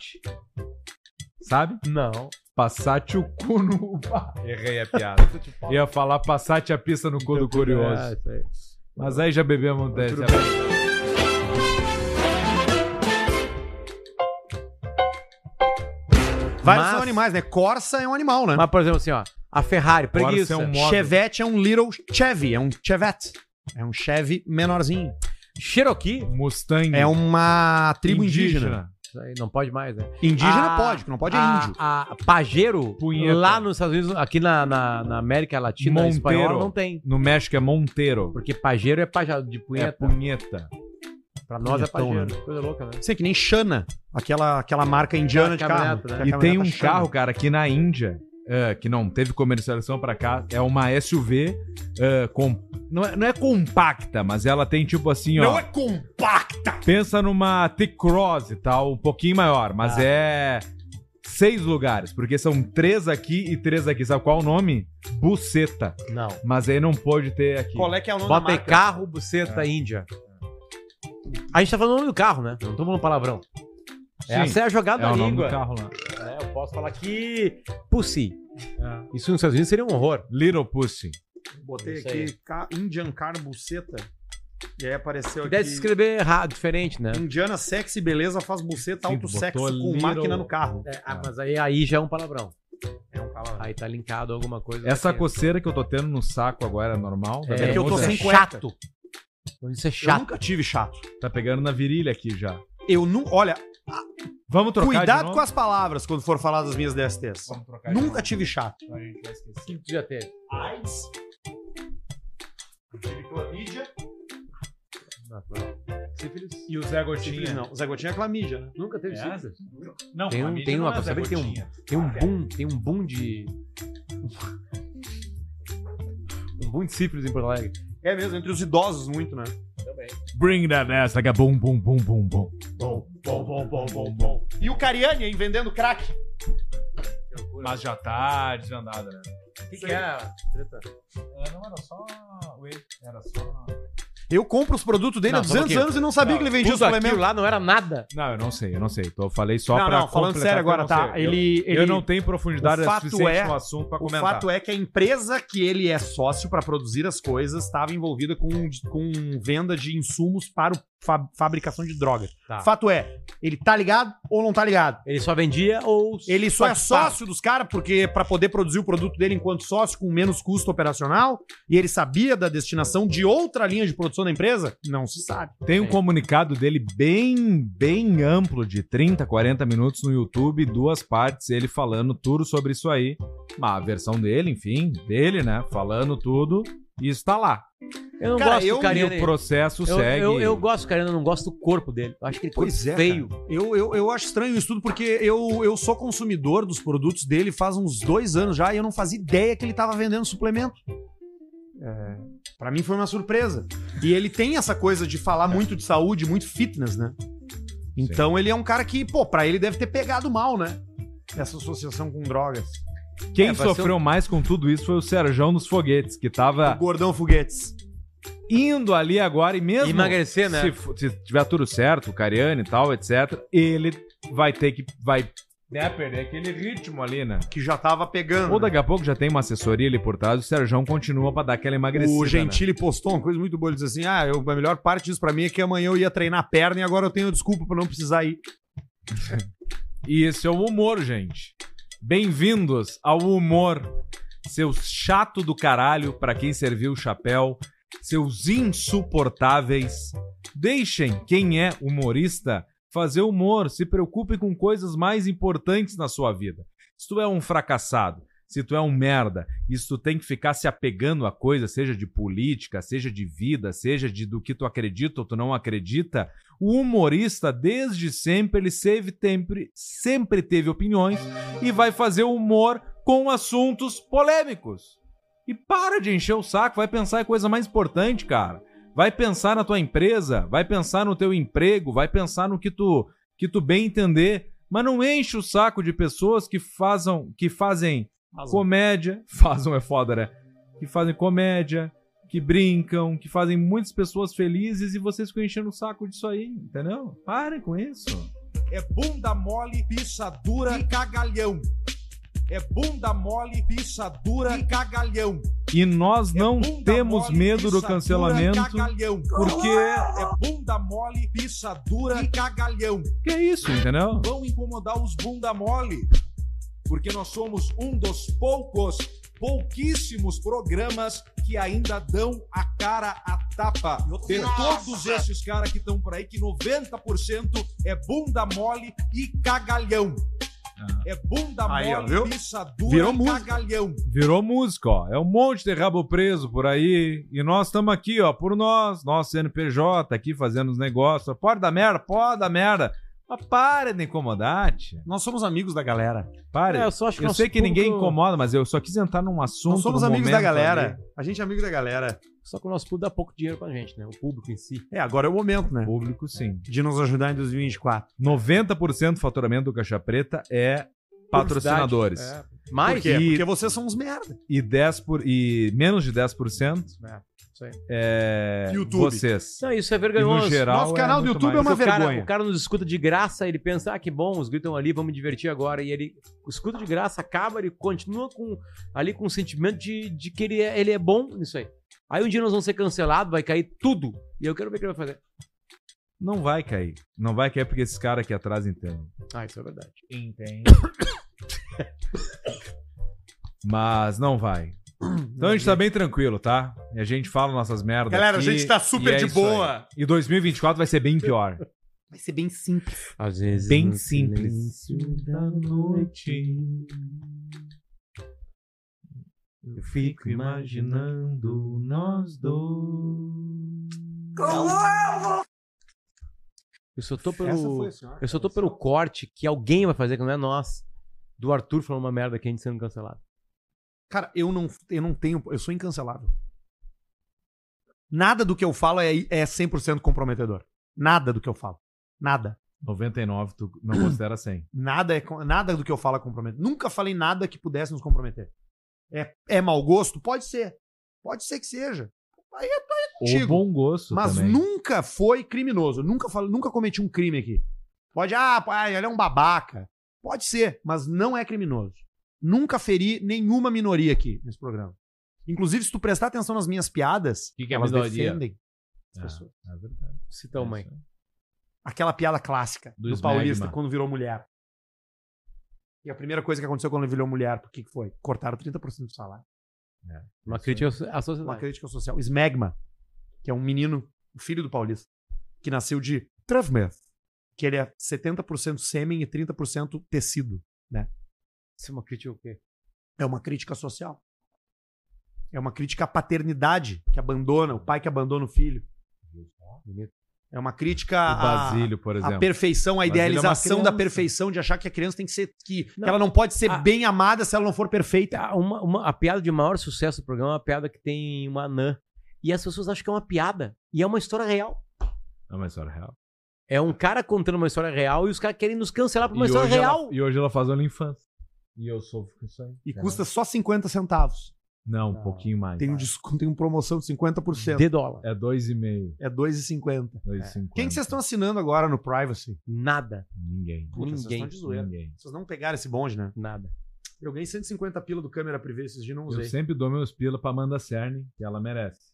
Sabe?
Não.
Passate o cu no. Ah, Errei a piada. [laughs] Ia falar Passate a pista no cu do
Ah,
curioso.
isso aí.
Mas É, aí já bebemos dessa.
Vários
Mas-
são animais, né? Corsa é um animal, né?
Mas, por exemplo, assim, ó. A Ferrari, preguiça.
é um
Mas...
móvel.
Chevette é um little Chevy, é um Chevette. É um Chevy menorzinho.
Cherokee.
Mustang.
É uma tribo indígena.
Isso aí não pode mais, né?
Indígena,
Ah,
pode, o que não pode
a,
é índio.
A Pajero,
Punheta.
lá nos Estados Unidos, aqui na, na, na América Latina,
Monteiro.
espanhola, não tem.
No México é Monteiro.
Porque Pajero é Pajero de
É
punheta.
punheta.
pra nós é
punhetão,
Pajero. Coisa louca, né?
Sei é que nem Shana, aquela, aquela marca indiana de
Aquela
carro.
caminhoneta, né?
E tem um
Caminhoneta Shana.
carro, cara, que na Índia, é, que não teve comercialização pra cá, é uma SUV. é, com... não, é, não é compacta, mas ela tem tipo assim, ó.
Não é compacta.
Pensa numa T-Cross e tal, um pouquinho maior, mas
Ah.
é seis lugares, porque são três aqui e três aqui. Sabe qual é o nome? Buceta.
Não.
Mas aí não pode ter aqui. É.
Qual é que é o nome
Bota
da
aí
marca?
carro, buceta, É Índia. A gente tá falando o nome do carro, né? Não tô falando palavrão.
Sim,
Essa é a jogada
é
da
o nome do
língua. É,
carro lá.
né? Eu posso falar que. Pussy. Isso nos Estados Unidos seria um horror.
Little Pussy.
Botei
Isso
aqui ca- Indian Car Buceta. E aí apareceu aqui.
Deve se escrever errado, diferente, né?
Indiana Sexy Beleza faz buceta
Sim,
alto
botou
sexo com
little-
máquina no carro.
É, ah, mas aí, aí já é um palavrão. É um palavrão. Aí tá linkado alguma coisa.
Essa
daqui.
coceira que eu tô tendo no saco agora é normal? Tá
É,
pegando
que eu tô
outra?
sem
É
cueca.
chato.
Então Isso é chato.
nunca tive chato.
Tá pegando na virilha aqui já.
Eu não. Olha,
Vamos trocar de
cuidado
novo?
com as palavras quando for falar das minhas DSTs. Nunca tive chato.
que tu já teve?
AIDS. Tive clamídia.
E o Zé
Sífilis não. Zé Gotinha é clamídia, né?
Nunca teve
É?
sífilis?
Não,
Tem, um,
clamídia
tem
não
uma,
é Zé
sabe que tem um,
Gotinha.
tem um boom, tem um boom de... [laughs] um boom de sífilis em Porto Alegre.
É mesmo, entre os idosos muito, né?
Bring that ass, like a bum, bum, bum, bum, bum.
Bom, bom, bom, bom, bom, bom. E o Cariani, hein, vendendo crack.
Mas já tá desvendada, né?
O que, que é? Treta.
É, Não, era só... Era só...
Eu compro os produtos dele
Não,
há
só um
200
pouquinho.
anos e não sabia
Não,
que ele vendia
Tudo
suplemento.
aquilo lá não era nada.
Não, eu não sei, eu não sei. Então, eu falei só
Não,
pra...
não, falando
completar,
sério
porque eu
agora,
não
tá?
sei. Eu-
Ele,
Eu,
ele-
não tenho profundidade
O fato
suficiente
é-
no assunto pra
O
comentar.
fato é que a empresa que ele é sócio para produzir as coisas estava envolvida com, com venda de insumos para o fa- fabricação de droga.
Tá.
Fato é, ele tá ligado ou não tá ligado?
Ele só vendia ou...
Ele só é
participava?
sócio dos caras porque para poder produzir o produto dele enquanto sócio com menos custo operacional e ele sabia da destinação de outra linha de produção da empresa? Não se sabe.
Tem um
Sim.
comunicado dele bem, bem amplo, de 30, 40 minutos no YouTube, duas partes, ele falando tudo sobre isso aí. Mas a versão dele, enfim, dele, né? Falando tudo, e está lá.
Eu não
Cara,
gosto
eu-
do
E
Cariano.
o processo
Eu,
segue.
eu, eu gosto do Cariano, eu não gosto do corpo dele. Eu acho que ele corpo
Pois é,
feio.
Eu, eu, eu acho estranho isso tudo porque eu, eu sou consumidor dos produtos dele faz uns dois anos já e eu não fazia ideia que ele estava vendendo suplemento. É, para mim foi uma surpresa. E ele tem essa coisa de falar muito de saúde, muito fitness, né? Então ele é um cara que, pô, pra ele deve ter pegado mal, né? Essa associação com drogas.
Quem
É, vai
sofreu mais com tudo isso foi o Serjão dos Foguetes, que
O
tava
Gordão Foguetes.
indo ali agora e mesmo
Emagrecer, né?
se, fo- se tiver tudo certo, o Cariani e tal, etc, ele vai ter que vai né, perder aquele ritmo ali, né?
Que já tava pegando.
Ou daqui a pouco já tem uma assessoria ali por trás, o Serjão continua pra dar aquela emagrecida.
O
né?
Gentili postou uma coisa muito boa. Ele disse assim: Ah, eu- a melhor parte disso pra mim é que amanhã eu ia treinar a perna e agora eu tenho desculpa pra não precisar ir.
E esse é o humor, gente. Bem-vindos ao humor. Seus chato do caralho, pra quem serviu o chapéu, seus insuportáveis. Deixem quem é humorista fazer humor, se preocupe com coisas mais importantes na sua vida. Se tu é um fracassado, se tu é um merda, e se tu tem que ficar se apegando a coisa, seja de política, seja de vida, seja de do que tu acredita ou tu não acredita, o humorista, desde sempre, ele sempre, sempre, sempre teve opiniões e vai fazer humor com assuntos polêmicos. E para de encher o saco, vai pensar em coisa mais importante, cara. Vai pensar na tua empresa, vai pensar no teu emprego, vai pensar no que tu, que tu bem entender. Mas não enche o saco de pessoas que, fazam, que fazem
um.
comédia. [laughs] Fazem é foda, né? Que fazem comédia, que brincam, que fazem muitas pessoas felizes e vocês ficam enchendo o saco disso aí, entendeu? Parem com isso.
É bunda mole, pizza dura e cagalhão. É bunda mole, pizza dura e cagalhão. É
E nós não
Bunda
temos
mole,
medo do
pizza
cancelamento.
dura e cagalhão.
porque-
é bunda mole, pizza dura e cagalhão.
Que é isso, entendeu?
Vão incomodar os bunda mole, porque nós somos um dos poucos, pouquíssimos programas que ainda dão a cara a tapa. De todos esses caras que estão por aí, que 90% é bunda mole e cagalhão. É bunda
Aí, ó,
mole,
viu?
pizza dura
Virou
e
música.
cagalhão.
Virou música, ó. É um monte de rabo preso por aí. E nós estamos aqui, ó, por nós, nosso CNPJ aqui fazendo os negócios. Pode dar merda, pode dar merda. Mas para de incomodar, tia.
Nós somos amigos da galera.
Para.
É,
eu
só acho
sei
nosso
que ninguém
público-
incomoda, mas eu só quis entrar num assunto.
Nós somos
num
amigos da
momento
galera.
ali.
A gente é amigo da galera.
Só que o nosso público dá pouco dinheiro pra gente, né? O público em si.
É, agora é o momento, né?
Público, sim.
De nos ajudar em 2024.
90% do faturamento do Caixa Preta é patrocinadores.
É.
Mais?
Por quê? Porque vocês são uns merda.
E, 10 por, e menos de 10%
É, isso aí.
é
YouTube.
vocês.
Não, isso é vergonhoso.
E no geral,
Nosso canal
é
do
muito
YouTube
mais.
é uma
o cara,
vergonha.
o cara nos escuta de graça, ele pensa, ah, que bom, os gritam ali, vamos me divertir agora. E ele escuta de graça, acaba, ele continua com, ali com o sentimento de, de que ele é, ele é bom nisso aí. Aí um dia nós vamos ser cancelados, vai cair tudo. E eu quero ver o que ele vai fazer.
Não vai cair. Não vai cair porque esses caras aqui atrás entendem.
Ah, isso é verdade.
Entende.
Mas não vai. Então a gente tá bem tranquilo, tá? E a gente fala nossas merdas.
Galera, a
aqui,
gente tá super
e é
de
isso aí.
boa.
E 2024 vai ser bem pior.
Vai ser bem simples.
Às vezes.
Bem simples.
Da noite. Eu fico imaginando nós dois.
Eu só tô
Essa
pelo,
foi a senhora,
eu só tô pelo corte que alguém vai fazer, que não é nós. Do Arthur falando uma merda que a gente sendo cancelado.
Cara, eu não, eu não tenho. Eu sou incancelável. Nada do que eu falo é, é 100% comprometedor. Nada do que eu falo. Nada.
99, tu não considera
[clears throat]
100.
Nada, é, com- nada do que eu falo é comprometedor. Nunca falei nada que pudesse nos comprometer. É, é mau gosto? Pode ser. Pode ser que seja. Aí é, aí é
Ou
contigo.
bom gosto
Mas
também.
nunca foi criminoso. Nunca, fal- nunca cometi um crime aqui. Pode, ah, pai, ele é um babaca. Pode ser, mas não é criminoso. Nunca feri nenhuma minoria aqui nesse programa. Inclusive, se tu prestar atenção nas minhas piadas,
que é
elas
minoria?
defendem as
Ah,
pessoas.
É verdade.
Cita a mãe.
Aquela piada clássica
Do
do,
Smegma.
paulista quando virou mulher. E a primeira coisa que aconteceu quando ele virou mulher, por que que foi? Cortaram 30% do salário.
Uma crítica
é.
à sociedade.
Uma crítica social. Smegma, que é um menino, o filho do paulista, que nasceu de Travmeth, que ele é 70% sêmen e 30% tecido. né?
Isso é uma crítica o quê?
É uma crítica social. É uma crítica à paternidade que abandona, o pai que abandona o filho.
Bonito.
É uma crítica
O
à,
Basílio, por
à
exemplo.
perfeição, à
Basílio é uma
idealização da
criança.
perfeição, de achar que a criança tem que ser. que, que
Não.
ela não pode ser
Ah.
bem amada se ela não for
Tá.
perfeita.
Ah, uma- uma- a piada de maior sucesso do programa é uma piada que tem uma anã. E as pessoas acham que é uma piada. E é uma história real.
É uma história real.
É um cara contando uma história real e os caras querem nos cancelar por uma
E
é
história
hoje ela-
real.
e hoje ela faz OnlyFans. E eu sofro com isso aí.
E custa só 50 centavos.
Não, um pouquinho mais.
Tem um desconto, tem uma promoção de 50%.
De dólar.
É 2,5.
É 2,50.
2,50.
Quem que vocês estão assinando agora no Privacy?
Nada.
Ninguém.
Puta, vocês
Ninguém.
estão de zoeira.
Ninguém.
Vocês não pegaram esse bonde, né?
Nada.
Eu ganhei 150 pila do câmera privê esses dias, não
Eu
usei.
sempre dou meus pila pra Amanda Cerny, que ela merece.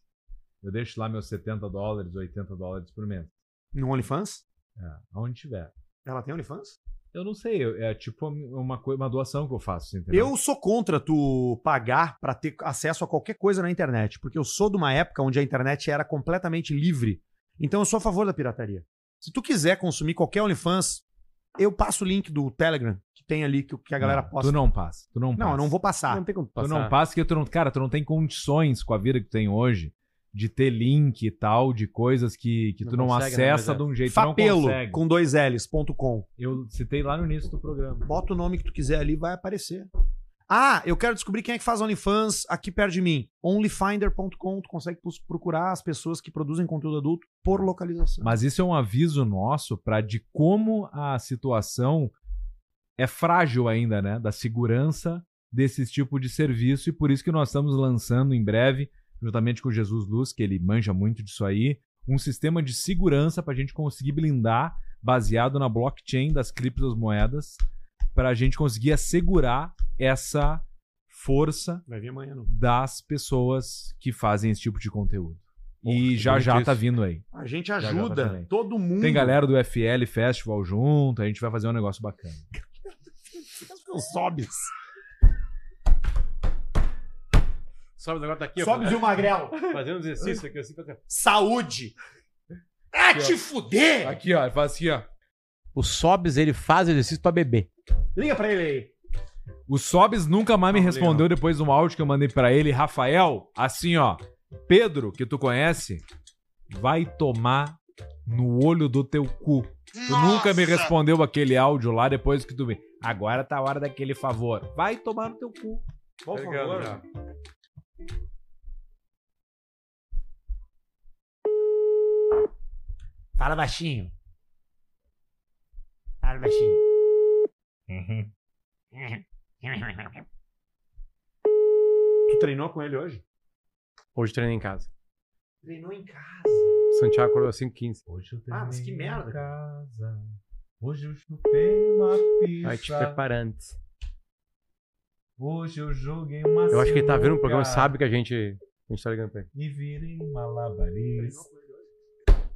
Eu deixo lá meus 70 dólares, 80 dólares por mês.
No OnlyFans?
É, aonde tiver.
Ela tem OnlyFans?
Eu não sei, eu- é tipo uma, coi- uma doação que eu faço, entendeu?
Eu sou contra tu pagar pra ter acesso a qualquer coisa na internet, porque eu sou de uma época onde a internet era completamente livre. Então eu sou a favor da pirataria. Se tu quiser consumir qualquer OnlyFans, eu passo o link do Telegram que tem ali que, que a galera
não,
posta.
Tu não passa, tu não passa.
não, eu não vou passar.
Não tem como
Tu
passar.
não passa, que tu não, cara, tu não tem condições com a vida que tu tem hoje de ter link e tal, de coisas que, que
Não
tu não
consegue, né,
acessa
mas é.
de um jeito que não
Fapelo
consegue.
com dois L's.com.
Eu citei lá no início do programa.
Bota o nome que tu quiser ali, vai aparecer. Ah, eu quero descobrir quem é que faz OnlyFans aqui perto de mim. Onlyfinder.com, tu consegue pus- procurar as pessoas que produzem conteúdo adulto por localização.
Mas isso é um aviso nosso para de como a situação é frágil ainda, né? Da segurança desse tipo de serviço e por isso que nós estamos lançando em breve, juntamente com o Jesus Luz, que ele manja muito disso aí, um sistema de segurança para a gente conseguir blindar, baseado na blockchain das criptomoedas, para a gente conseguir assegurar essa força
Vai vir amanhã, não.
das pessoas que fazem esse tipo de conteúdo. E já já tá vindo aí.
A gente
já
ajuda
também.
todo mundo.
Tem galera do FL Festival junto, a gente vai fazer um negócio bacana.
Os [laughs] Sobes.
Sobe o negócio daqui, ó.
Sobes tá e o Magrelo.
Fazendo exercício aqui assim pra cá.
Saúde. Ah,
Aqui, ó.
te fuder!
Aqui, ó, faz assim, ó.
O Sobs, ele faz exercício pra beber.
Liga pra ele aí.
O Sobes nunca mais me
Não,
respondeu depois de um áudio que eu mandei pra ele. Rafael, assim, ó. Pedro, que tu conhece, vai tomar no olho do teu cu. Tu nunca me respondeu aquele áudio lá depois que tu me. Agora tá a hora daquele favor. Vai tomar no teu cu.
Por favor. Fala baixinho. Fala baixinho. Tu treinou com ele hoje?
Hoje treino em casa.
Treinou em casa.
Santiago acordou às 5h15. Hoje eu
Ah, mas que merda.
Casa. Hoje eu chupei uma pizza.
Vai te preparando.
Hoje eu joguei uma
Eu acho que ele tá vendo o
sinuca
programa e sabe que a gente. A gente tá ligando pra ele.
E virei um malabarista.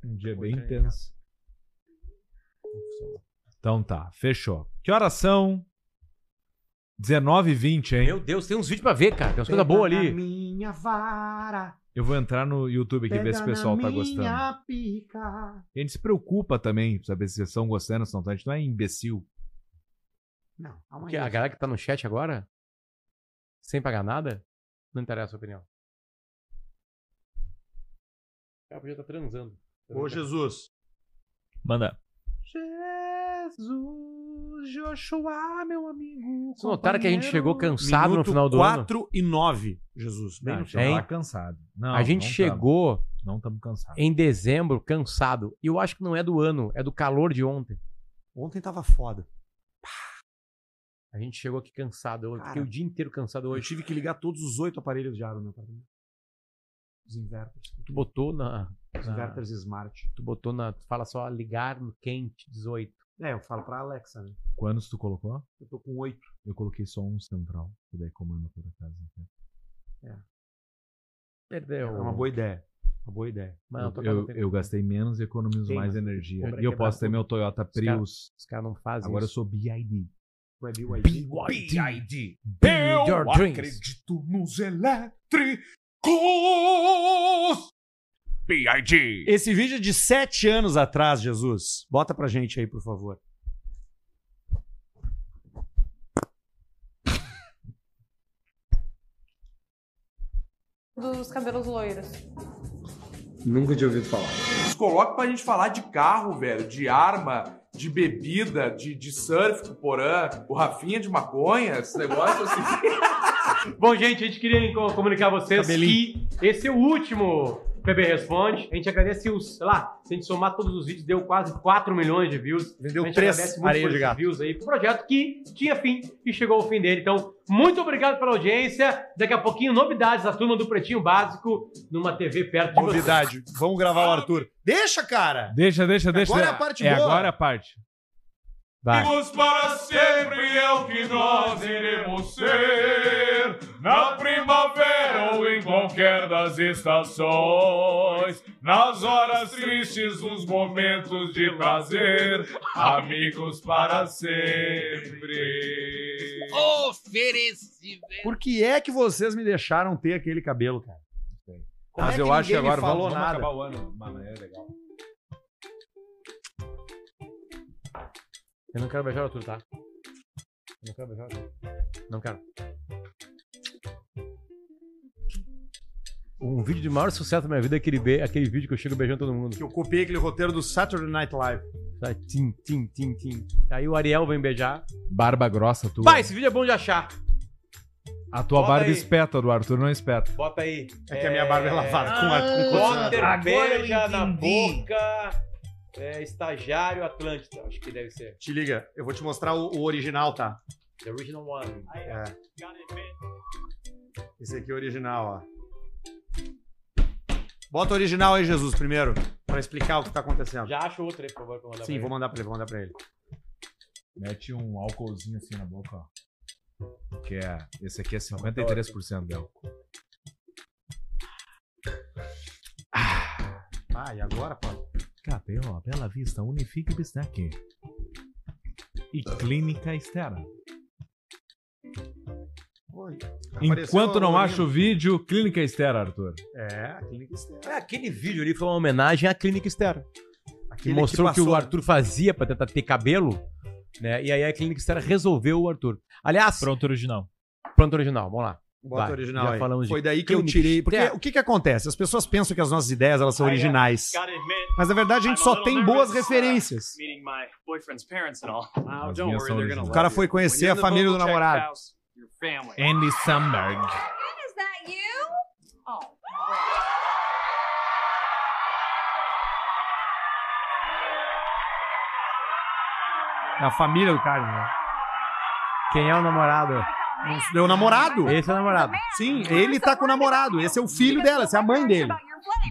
Um dia bem
né?
intenso. Então tá, fechou. Que horas são? 19h20, hein?
Meu Deus, tem uns vídeos pra ver, cara. Tem umas coisas boas ali.
Minha vara.
Eu vou entrar no YouTube aqui e ver se o pessoal tá gostando.
Minha pica.
A gente se preocupa também, pra saber se vocês estão gostando, se não estão. A gente não é imbecil.
Não,
Que a galera que tá no chat agora, sem pagar nada, não interessa a sua opinião. O cara podia estar transando.
Ô, Jesus.
Manda.
Jesus, Joshua, meu amigo.
Vocês notaram que a gente chegou
companheiro.
cansado no
Minuto
final do ano? Ah, então
4 e 9, Jesus. Bem
Não,
no
hein?
final.
Tá cansado. Não,
a gente
tá.
não tá.
chegou
tamo. Não estamos cansados.
em dezembro cansado. E eu acho que não é do ano, é do calor de ontem.
Ontem tava foda.
A gente chegou aqui cansado. Eu fiquei
Cara.
o dia inteiro cansado
Eu
hoje.
tive que ligar todos os oito aparelhos de ar no meu apartamento. Os inverters.
Tu botou na.
Os
Tá.
na-
inverters smart.
tu botou na. Tu fala só ligar no quente 18.
É, eu falo pra Alexa, né?
Quantos tu colocou?
Eu tô com oito.
Eu coloquei só um central, que daí comanda toda a casa. inteira.
Perdeu.
É uma boa ideia. Uma boa ideia.
Mano,
eu,
tua casa
eu-
não tem-
eu gastei menos e economizo
Tem,
mais
mas
energia.
compra
E eu
quebrar
posso ter
tudo.
meu Toyota Prius.
Os caras não fazem
Agora eu
isso.
sou BID.
Tu é BYD?
BID.
Build your dreams.
nos elétricos. B.I.G.
Esse vídeo é de sete anos atrás, Jesus. Bota pra gente aí, por favor.
dos cabelos loiros.
Nunca tinha ouvido falar.
Coloca pra gente falar de carro, velho, de arma, de bebida, de, de surf, do porã, o Rafinha de maconha, esse negócio assim.
Bom, gente, a gente queria enco- comunicar a vocês
Cabelinho.
que esse é o último PB Responde. A gente agradece os, sei lá, se a gente somar todos os vídeos, deu quase 4 milhões de views. Vendeu a gente
três
agradece muito
areias
por
de
esses
gato.
views aí pro projeto que tinha fim e chegou ao fim dele. Então, muito obrigado pela audiência. Daqui a pouquinho, novidades da turma do Pretinho Básico numa TV perto de vocês.
Novidade. Vamos gravar o Arthur. Deixa, cara!
Deixa, deixa, deixa.
Agora é a parte
é
boa.
agora a parte. Vai.
Amigos para sempre é o que nós iremos ser, na primavera ou em qualquer das estações, nas horas tristes, nos momentos de prazer, amigos para sempre.
Oferecido.
Por que é que vocês me deixaram ter aquele cabelo, cara? Como
Mas
é
eu acho que
ninguém me
agora
falou
vamos, vamos
nada.
acabar o ano. Mano, é legal.
Eu não quero beijar o Arthur, tá? Eu não quero beijar o Arthur. Não quero. Um vídeo de maior sucesso da minha vida é aquele, be- aquele vídeo que eu chego beijando todo mundo.
Que eu copiei aquele roteiro do Saturday Night Live.
Tá, tim, tim, tim, tim. Aí o Ariel vem beijar.
Barba grossa tua.
Vai, esse vídeo é bom de achar.
A tua
Bota
barba
aí.
espeta, do Arthur não espeta.
Bota aí.
É que a minha barba é lavada com ar- com
Potter
condicionado. Agora eu
beija na
entendi.
boca. é, estagiário Atlântida. Acho que deve ser.
Te liga, eu vou te mostrar o, o original, tá?
The original one.
É. Esse aqui é o original, ó. Bota o original aí, Jesus, primeiro, pra explicar o que tá acontecendo.
Já acho outro aí, por favor, pra mandar
Sim,
pra
vou
ele.
mandar pra ele, vou mandar pra ele.
Mete um álcoolzinho assim na boca, ó. Que é. Esse aqui é
Tá
53% de álcool.
Ah, e agora, pô?
KPO, Bela Vista, Unifique Bistec. E
Tá.
Clínica Estera.
Oi.
Enquanto não acho
acho
o vídeo, Clínica Estera, Arthur.
É, a clínica externa.
É, Aquele vídeo ali foi uma homenagem à clínica externa. Que
Aquele
mostrou o que,
é passou,
o Arthur fazia pra tentar ter cabelo, né? E aí a clínica externa resolveu o Arthur. Aliás,
Pronto original.
pronto original, vamos lá.
Bota o
Vai,
original
já
aí.
falamos de
Foi daí que eu
clínica
tirei. Porque
externa.
o que que acontece? As pessoas pensam que as nossas ideias elas são originais. Mas na verdade a gente só tem boas referências.
meeting my boyfriend's parents and all.
As
don't
minhas
worry,
são
they're gonna
originais.
O cara foi conhecer a família do namorado.
house, your family.
Andy Samberg.
Is that you? Oh.
A família do cara, né?
Quem é o namorado?
Meu namorado?
Esse é o namorado.
Sim, ele tá com o namorado. Esse é o filho dela, essa é a mãe dele.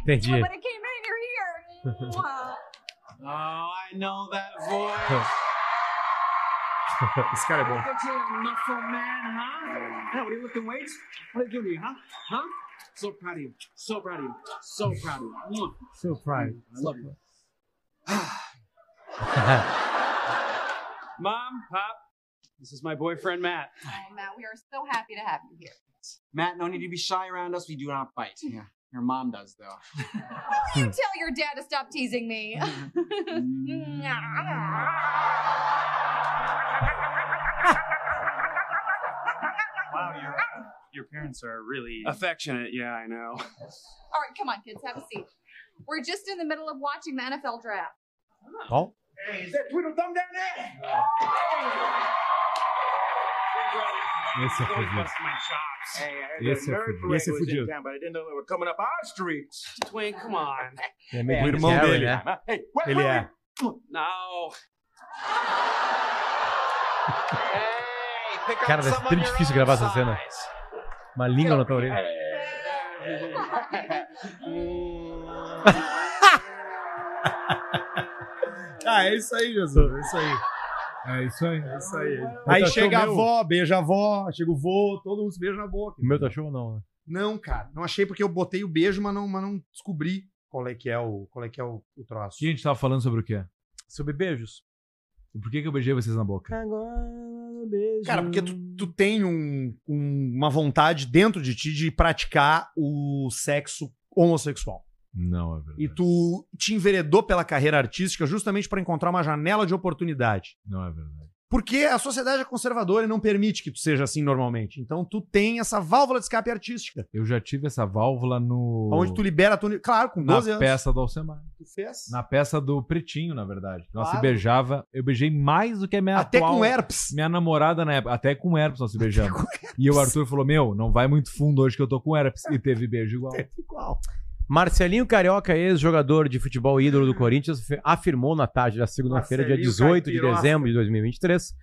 Entendi.
But it came in your ear.
[laughs]
Oh,
Wow.
I know that voice.
Esse cara é bom.
Look at you, muscle man, huh? Hey, what are you lifting weights? What are you doing to you, huh? Huh? So proud of you. So proud of you. So proud of you. Mwah.
So proud.
I love you. Mom, Pop, this is my boyfriend, Matt.
Oh, Matt, we are so happy to have you here.
Matt, no need to be shy around us. We do not bite. Yeah. Your mom does,
[laughs]
though.
Will you tell your dad to stop
[laughs]
teasing me?
Wow, your, your parents are really affectionate. Yeah, I know.
All right, come on, kids, have a seat. We're just in the middle of watching the NFL draft.
Bom.
Hey, is that Tweedledum down there?
Esse é fudido.
Hey, I heard
Esse
that
é
nerd
fudido.
parade
Esse é
was in
fudido.
town, but I didn't know they were coming up our street.
Twin, come on.
É
É,
meio
o
Jim
irmão
Carrey,
dele.
né?
Hey, wait,
Ele
wait,
é.
No. hey, pick up
Cara, deve ser
someone
muito
your
difícil
own
gravar essa cena.
size.
Uma língua na tua orelha.
[laughs] Ah, é isso aí, Jesus. É isso aí.
É isso aí.
É isso aí.
Eu
tá
Aí
tô
chega a
achando
avó, beija a avó, chega o vô, todo mundo se beija na boca.
O meu tá show ou não? né?
Não, cara, não achei porque eu botei o beijo, mas não, mas não descobri qual é que é o, qual é que é o, o troço.
Aqui a gente tava falando sobre o quê?
Sobre beijos.
E Por que, que eu beijei vocês na boca?
Cara, porque tu, tu tem um- um- uma vontade dentro de ti de praticar o sexo homossexual.
Não, é verdade.
E tu te enveredou pela carreira artística justamente para encontrar uma janela de oportunidade.
Não é verdade.
Porque a sociedade é conservadora e não permite que tu seja assim normalmente. Então tu tem essa válvula de escape artística.
Eu já tive essa válvula no.
Onde tu libera a tua. Claro, com
Na
12 anos.
peça do Alcemar.
Tu fez?
Na peça do Pretinho, na verdade. Nós se
Claro.
beijava. Eu beijei mais do que a minha
Até
atual-
com herpes. [laughs]
Minha namorada na época. Até com herpes nós se beijamos. E o Arthur falou: Meu, não vai muito fundo hoje que eu tô com herpes. E teve beijo igual.
Igual.
Marcelinho Carioca, ex-jogador de futebol ídolo do Corinthians, fe- afirmou na tarde da segunda-feira, dia 18 de
Caipirosca.
dezembro de 2023,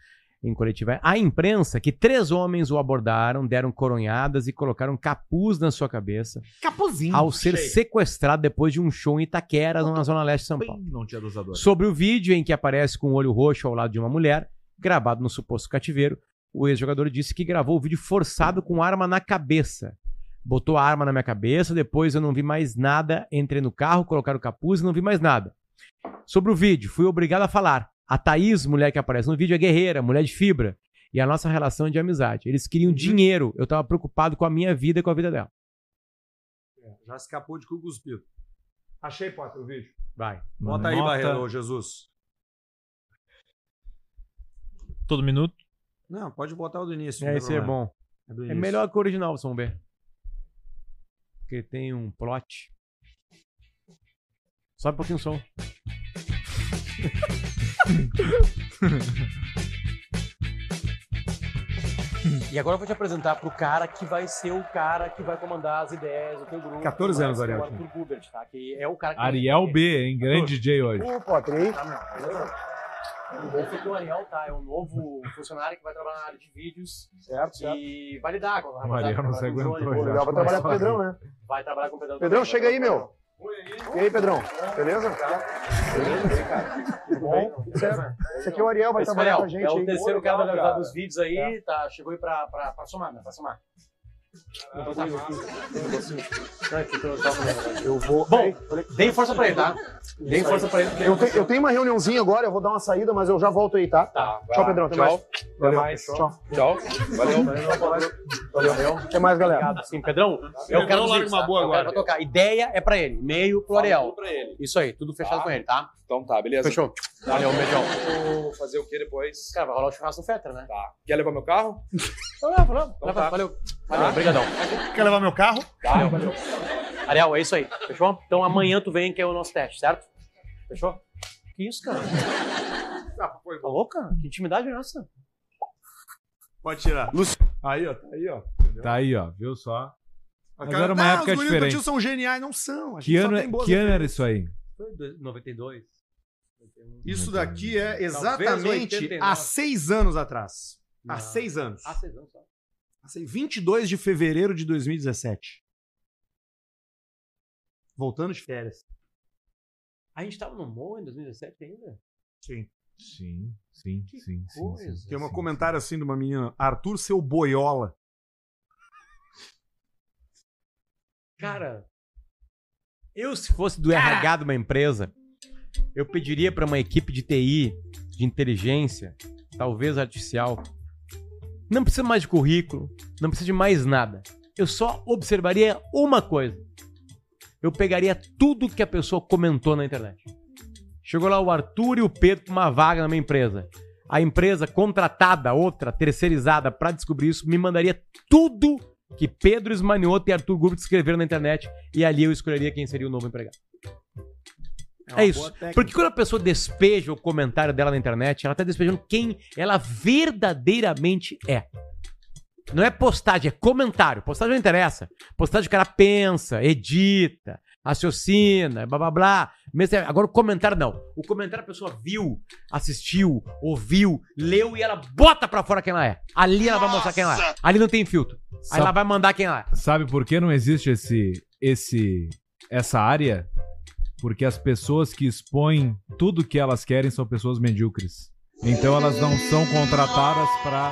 em coletiva, à imprensa, que três homens o abordaram, deram coronhadas e colocaram capuz na sua cabeça
Capuzinho.
ao ser sequestrado depois de um show em Itaquera, na Zona Leste de São Paulo.
Não tinha dosador.
Sobre o vídeo em que aparece com o olho roxo ao lado de uma mulher, gravado no suposto cativeiro, o ex-jogador disse que gravou o vídeo forçado com arma na cabeça. Botou a arma na minha cabeça, depois eu não vi mais nada, entrei no carro, colocaram o capuz e não vi mais nada. Sobre o vídeo, fui obrigado a falar. A Thaís, mulher que aparece no vídeo, é guerreira, mulher de fibra. E a nossa relação é de amizade. Eles
Uhum.
queriam dinheiro. Eu tava preocupado com a minha vida e com a vida dela.
É, Já escapou de cu cuspido. Achei, Potter, o vídeo.
Vai.
Bota aí,
Nota.
Barreiro, ô Jesus.
Todo minuto.
Não, pode botar o do início. não
É,
tem
isso é
problema.
bom.
É, do
É
início.
melhor que o original, vocês vão ver. Porque tem um plot. Sobe um pouquinho o som. E agora eu vou te apresentar pro cara que vai ser o cara que vai comandar as ideias do teu grupo.
14 anos,
Vai ser o
Ariel.
Arthur Gubert, tá? Que é o cara que...
Ariel B, hein? Grande DJ hoje.
Ô, Potter, aí? Tá, meu, beleza? O bom foi que o Ariel tá, é um novo funcionário que vai trabalhar na área de vídeos. Certo, E vai lidar com a
O Ariel não se aguentou.
é,
já.
né? Vai trabalhar com o Pedrão.
Pedrão,
também,
chega
vai
aí,
trabalhar
meu. E aí, Pedrão? Beleza? Tudo bom? Certo. Esse aqui é o Ariel, vai
Esse
trabalhar com
Ariel
a gente.
É o
aí.
terceiro
Legal,
cara da
cara. É.
gravar dos vídeos aí, tá, chegou aí pra, pra, pra somar, né? Pra somar. Então tá massa.
Eu vou.
Bom, dei força pra ele, tá? Dei força pra ele. porque-
Eu, te- eu tenho uma reuniãozinha agora, eu vou dar uma saída, mas eu já volto aí, tá?
Tá, vai
Tchau,
lá.
Pedrão. Até
Tchau.
mais. Valeu. Tchau.
Tchau. Valeu. Valeu, Valeu.
Até mais, galera.
Obrigado. Sim, Pedrão, eu
Pedrão
quero
larga
dizer,
uma boa
eu quero
agora.
tocar. Ideia é pra ele, meio pro Ariel.
pra ele.
Isso aí, tudo fechado com ele, tá?
Então tá, beleza.
Fechou. Valeu, um beijão.
Vou fazer o que depois?
Cara, vai rolar o churrasco no Fetter, né?
Tá. Quer levar meu carro?
Valeu, valeu.
Então tá.
Valeu, valeu. Obrigadão.
Quer levar meu carro?
Valeu, valeu. Ariel, é isso aí. Fechou? Então amanhã tu vem que é o nosso teste, certo? Fechou? Que isso, cara?
Ah,
Tá louca? Que intimidade é essa?
Pode tirar. Aí, ó. tá Aí, ó.
Tá aí, ó. Viu só? Mas
Cara,
era uma
não,
época
os guris
diferente.
infantil são geniais, não são. A gente
Que
só
ano, é-
tem boas
que ano
referências.
era isso aí?
Foi 92.
Isso daqui é
Talvez
exatamente
89.
há seis anos atrás. Há seis anos.
Há seis anos Ah, só.
Passei 22 de fevereiro de 2017. Voltando de férias.
A gente tava no Moa em 2017 ainda?
Sim.
Sim, sim, sim, sim,
coisa.
sim.
Tem um
sim,
comentário assim de uma menina. Arthur, seu boiola.
Cara, eu se fosse do RH de uma empresa, eu pediria pra uma equipe de TI, de inteligência, talvez artificial, não precisa mais de currículo, não precisa de mais nada. Eu só observaria uma coisa. Eu pegaria tudo que a pessoa comentou na internet. Chegou lá o Arthur e o Pedro com uma vaga na minha empresa. A empresa contratada, outra, terceirizada, pra descobrir isso, me mandaria tudo que Pedro Esmanioto e Arthur Gurbi escreveram na internet e ali eu escolheria quem seria o novo empregado. É, isso. Porque quando a pessoa despeja o comentário dela na internet, ela tá despejando quem ela verdadeiramente é. Não é postagem, é comentário. Postagem não interessa. Postagem o cara pensa, edita, raciocina, blá blá blá. Mesmo- Agora o comentário não. O comentário a pessoa viu, assistiu, ouviu, leu e ela bota pra fora quem ela é. Ali ela vai mostrar quem ela é. Ali não tem filtro. Aí
Sabe-
ela vai mandar quem ela é.
Sabe por que não existe esse, esse, essa área? Porque as pessoas que expõem tudo que elas querem são pessoas medíocres. Então elas não são contratadas para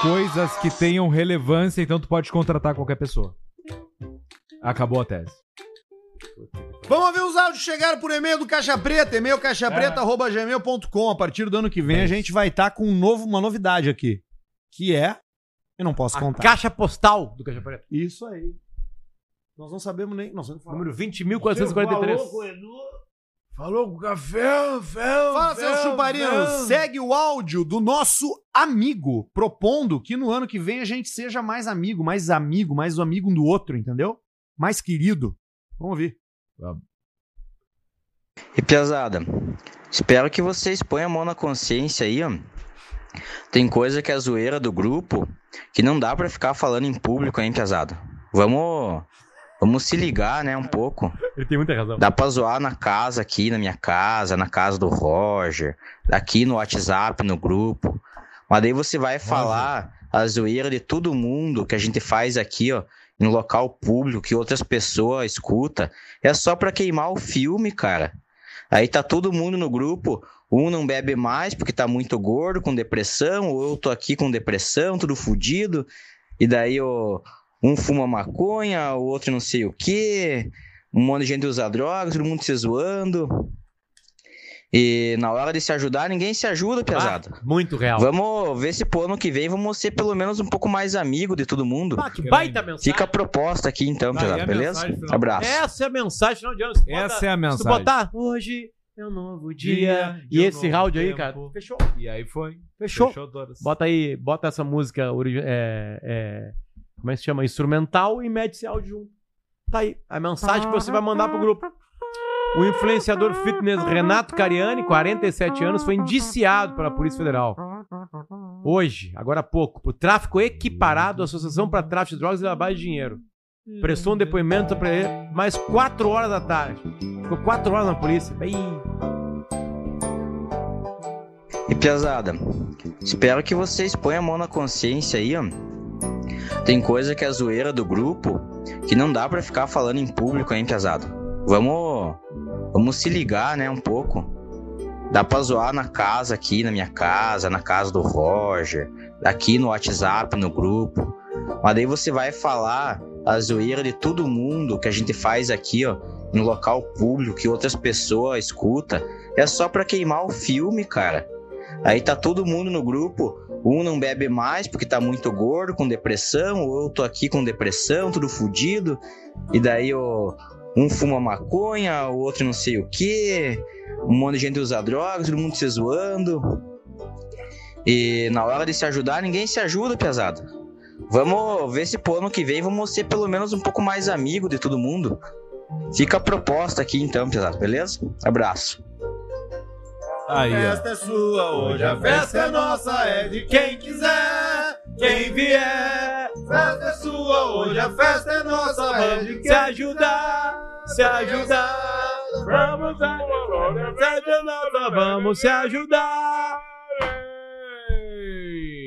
coisas que tenham relevância, então tu pode contratar qualquer pessoa. Acabou a tese.
Vamos ver os áudios que chegaram por e-mail do Caixa Preta, e-mail caixapreta.gmail.com. A partir do ano que vem a gente vai estar com um novo, uma novidade aqui. Que é. Eu não posso contar.
Caixa postal do Caixa Preta.
Isso aí. Nós não sabemos nem. Nós vamos falar.
Número 20.443.
Falou com café, fel, Fala, seu
fel,
chuparino.
fel.
Segue o áudio do nosso amigo, propondo que no ano que vem a gente seja mais amigo, mais amigo, mais amigo um do outro, entendeu? Mais querido. Vamos ouvir.
E pesada, espero que vocês ponham a mão na consciência aí, ó. Tem coisa que é zoeira do grupo que não dá pra ficar falando em público, hein, pesada. Vamos, vamos se ligar, né, um pouco.
Ele tem muita razão.
Dá pra zoar na casa aqui, na minha casa, na casa do Roger, aqui no WhatsApp, no grupo. Mas daí você vai falar a zoeira de todo mundo que a gente faz aqui, ó, em local público que outras pessoas escuta. É só pra queimar o filme, cara. Aí tá todo mundo no grupo, um não bebe mais porque tá muito gordo, com depressão, ou eu tô aqui com depressão, tudo fudido. E daí ó, um fuma maconha, o outro não sei o quê, um monte de gente usa drogas, todo mundo se zoando. E na hora de se ajudar, ninguém se ajuda, pesado.
Ah, muito real.
Vamos ver se pro ano que vem vamos ser pelo menos um pouco mais amigo de todo mundo.
Ah, que baita mensagem.
Fica a proposta aqui então,
Tá aí
pesado,
a
beleza?
mensagem final.
Abraço.
Essa é a mensagem final de ano. Se tu
Essa
bota-
é a
Se tu
mensagem. um
botar hoje é um novo dia. e esse round aí, cara. Fechou.
E aí foi.
Fechou.
todas.
Bota aí, bota essa música origi- é, é, como é que se chama? Instrumental e mete esse áudio junto. Tá aí. A mensagem que você vai mandar pro grupo. O influenciador fitness Renato Cariani, 47 anos, foi indiciado pela Polícia Federal. Hoje, agora há pouco, por tráfico equiparado à Associação para Tráfico de Drogas e Lavagem de Dinheiro. Prestou um depoimento para ele mais 4 horas da tarde. Ficou 4 horas na polícia. Ih,
E pesada, espero que vocês ponham a mão na consciência aí, ó. Tem coisa que é zoeira do grupo que não dá pra ficar falando em público, hein, pesado. Vamos, vamos se ligar, né, um pouco. Dá pra zoar na casa aqui, na minha casa, na casa do Roger, aqui no WhatsApp, no grupo. Mas daí você vai falar a zoeira de todo mundo que a gente faz aqui, ó, em local público que outras pessoas escuta. É só pra queimar o filme, cara. Aí tá todo mundo no grupo, um não bebe mais porque tá muito gordo, com depressão, ou eu tô aqui com depressão, tudo fudido. E daí ó, um fuma maconha, o outro não sei o quê, um monte de gente usa drogas, todo mundo se zoando. E na hora de se ajudar, ninguém se ajuda, pesado. Vamos ver se pro ano que vem vamos ser pelo menos um pouco mais amigo de todo mundo. Fica a proposta aqui então, pesado, beleza? Abraço.
Aí, ó.
é sua, hoje
a
festa
é nossa, é de quem quiser, quem vier. Festa é sua, hoje a festa é nossa, é de quem
Se ajudar, se ajudar. Vamos é ajudar, vamos se ajudar.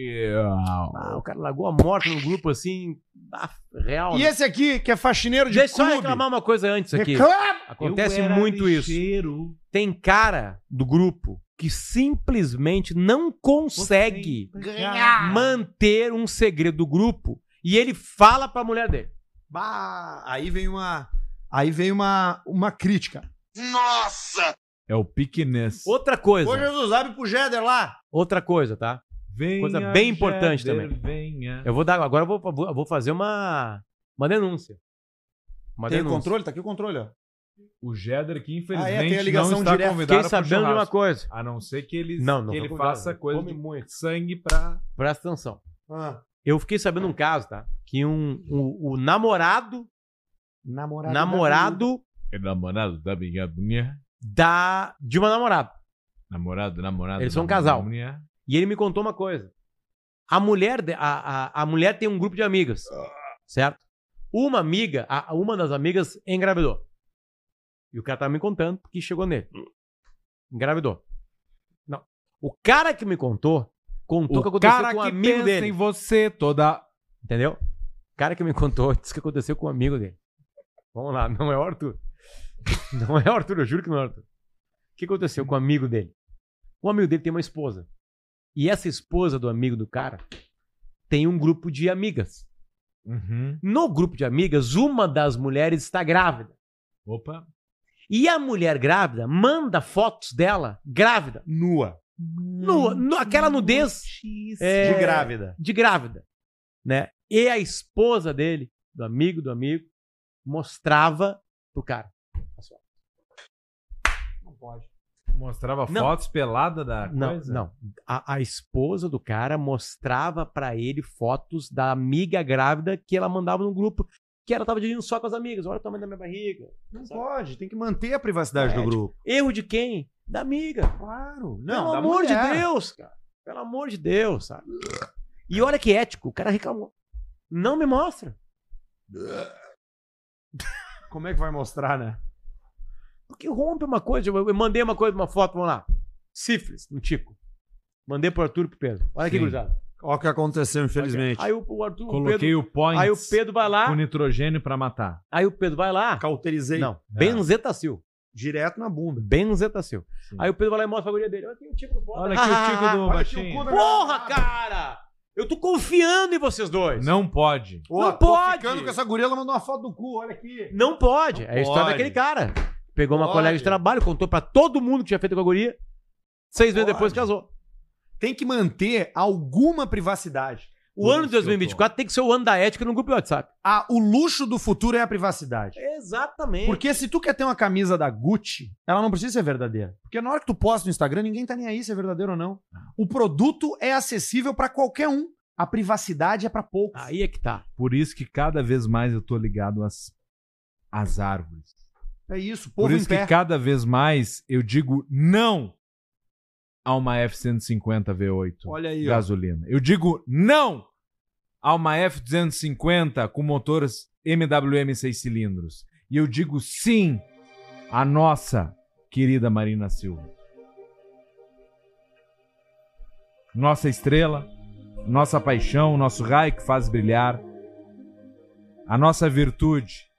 Real.
Ah, o cara largou a morte no grupo assim. ah, real.
E
né?
esse aqui, que é faxineiro de
Deixa eu só
clube.
reclamar um uma coisa antes aqui.
Reclama!
Acontece
Eu era
muito isso. Tem cara do grupo que simplesmente não consegue
Ganhar.
manter um segredo do grupo e ele fala pra mulher dele.
Bah, aí vem uma... Aí vem uma, uma crítica.
Nossa!
É o piquenês.
Outra coisa.
Ô, Jesus, abre pro Jeder lá.
Outra coisa, tá? coisa
Venha,
bem importante
Jeder,
também.
venha. É
Eu vou dar. Agora eu vou, vou- vou fazer uma. Uma denúncia. Uma
tem o
denúncia.
controle? Tá aqui o controle, ó.
O Jeder que infelizmente
Ah, é, tem a ligação
não está
direta.
convidado pro
Fiquei sabendo de uma
churrasco.
coisa.
A não ser que ele,
Não, não
que
tô
ele
convidado.
faça coisa
Come
de
muito.
sangue pra...
Presta atenção.
Ah,
Eu fiquei sabendo um caso, tá? Que um, um- o namorado.
namorado.
Namorado
É namorado da minha mulher.
da, de uma namorada.
Namorado, namorado.
Eles são um
da minha
casal.
mulher.
E ele me contou uma coisa. A mulher, de- a, a, a mulher tem um grupo de amigas,
Ah.
certo? Uma amiga, a- uma das amigas engravidou. E o cara tá me contando que chegou nele.
Hum.
Engravidou. Não. O cara que me contou, contou o que
O
aconteceu
cara
com um
que
amigo
pensa
dele.
em você toda...
Entendeu? O cara que me contou [laughs] disse que aconteceu com um amigo dele. Vamos lá, não é o Arthur. [laughs] Não é o Arthur, eu juro que não é o Arthur. O que aconteceu com o amigo dele? O amigo dele tem uma esposa. E essa esposa do amigo do cara tem um grupo de amigas.
Uhum.
No grupo de amigas, uma das mulheres está grávida.
Opa.
E a mulher grávida manda fotos dela grávida. Nua. Nua. nu- aquela nudez. é,
De grávida.
De grávida. Né? E a esposa dele, do amigo do amigo, mostrava pro cara.
Não pode.
Mostrava
Não.
fotos pelada da
Não,
coisa?
não. A, a esposa do cara mostrava pra ele fotos da amiga grávida que ela mandava no grupo, que ela tava dividindo só com as amigas. Olha o tamanho da minha barriga.
Não pode, tem que manter a privacidade
É,
do grupo.
Erro de quem? Da amiga.
Claro.
Pelo
da
amor
mulher.
de Deus, cara. Pelo amor de Deus, sabe?
É.
E olha que ético, o cara reclamou. Não me mostra.
Como é que vai mostrar, né?
Porque rompe uma coisa. Eu eu mandei uma coisa, uma foto, vamos lá. Sífilis, um tico. Mandei pro Arthur e pro Pedro. Olha que
Sim.
gurizada.
Olha o que aconteceu, infelizmente.
Aí o, o Arthur, o
Coloquei
Pedro.
o point
Aí o Pedro vai lá.
com nitrogênio pra matar.
Aí o Pedro vai lá.
Cauterizei.
É.
Não, Benzetacil.
Direto na bunda.
Benzetacil. Aí o Pedro vai lá e mostra a guria dele. Olha aqui o tico do Pedro.
Olha aqui o
Ah,
tico do
Olha aqui o
baixinho.
cu da-
[laughs] Porra, cara! Eu tô confiando em vocês dois.
Não pode.
Ô,
Não
tô
pode.
ficando com essa guria, ela mandou uma foto do cu, olha aqui.
Não pode. é a história
pode.
daquele cara. Pegou uma
Pode.
colega de trabalho, contou pra todo mundo que tinha feito com a guria. Seis meses
Pode.
depois casou.
Tem que manter alguma privacidade.
O ano de 2024 tem que ser o ano da ética no grupo de WhatsApp.
Ah, o luxo do futuro é a privacidade.
Exatamente.
Porque se tu quer ter uma camisa da Gucci, ela não precisa ser verdadeira. Porque na hora que tu posta no Instagram, ninguém tá nem aí se é verdadeiro ou não.
Ah.
O produto é acessível pra qualquer um. A privacidade é pra poucos.
Aí é que tá.
Por isso que cada vez mais eu tô ligado às, às árvores.
É isso, povo
Por isso
em
que
pé.
cada vez mais eu digo não a uma F-150 V8
Olha aí, ó.
gasolina. Eu digo não a uma F-250 com motores MWM 6 cilindros. E eu digo sim à nossa querida Marina Silva. Nossa estrela, nossa paixão, nosso raio que faz brilhar, a nossa virtude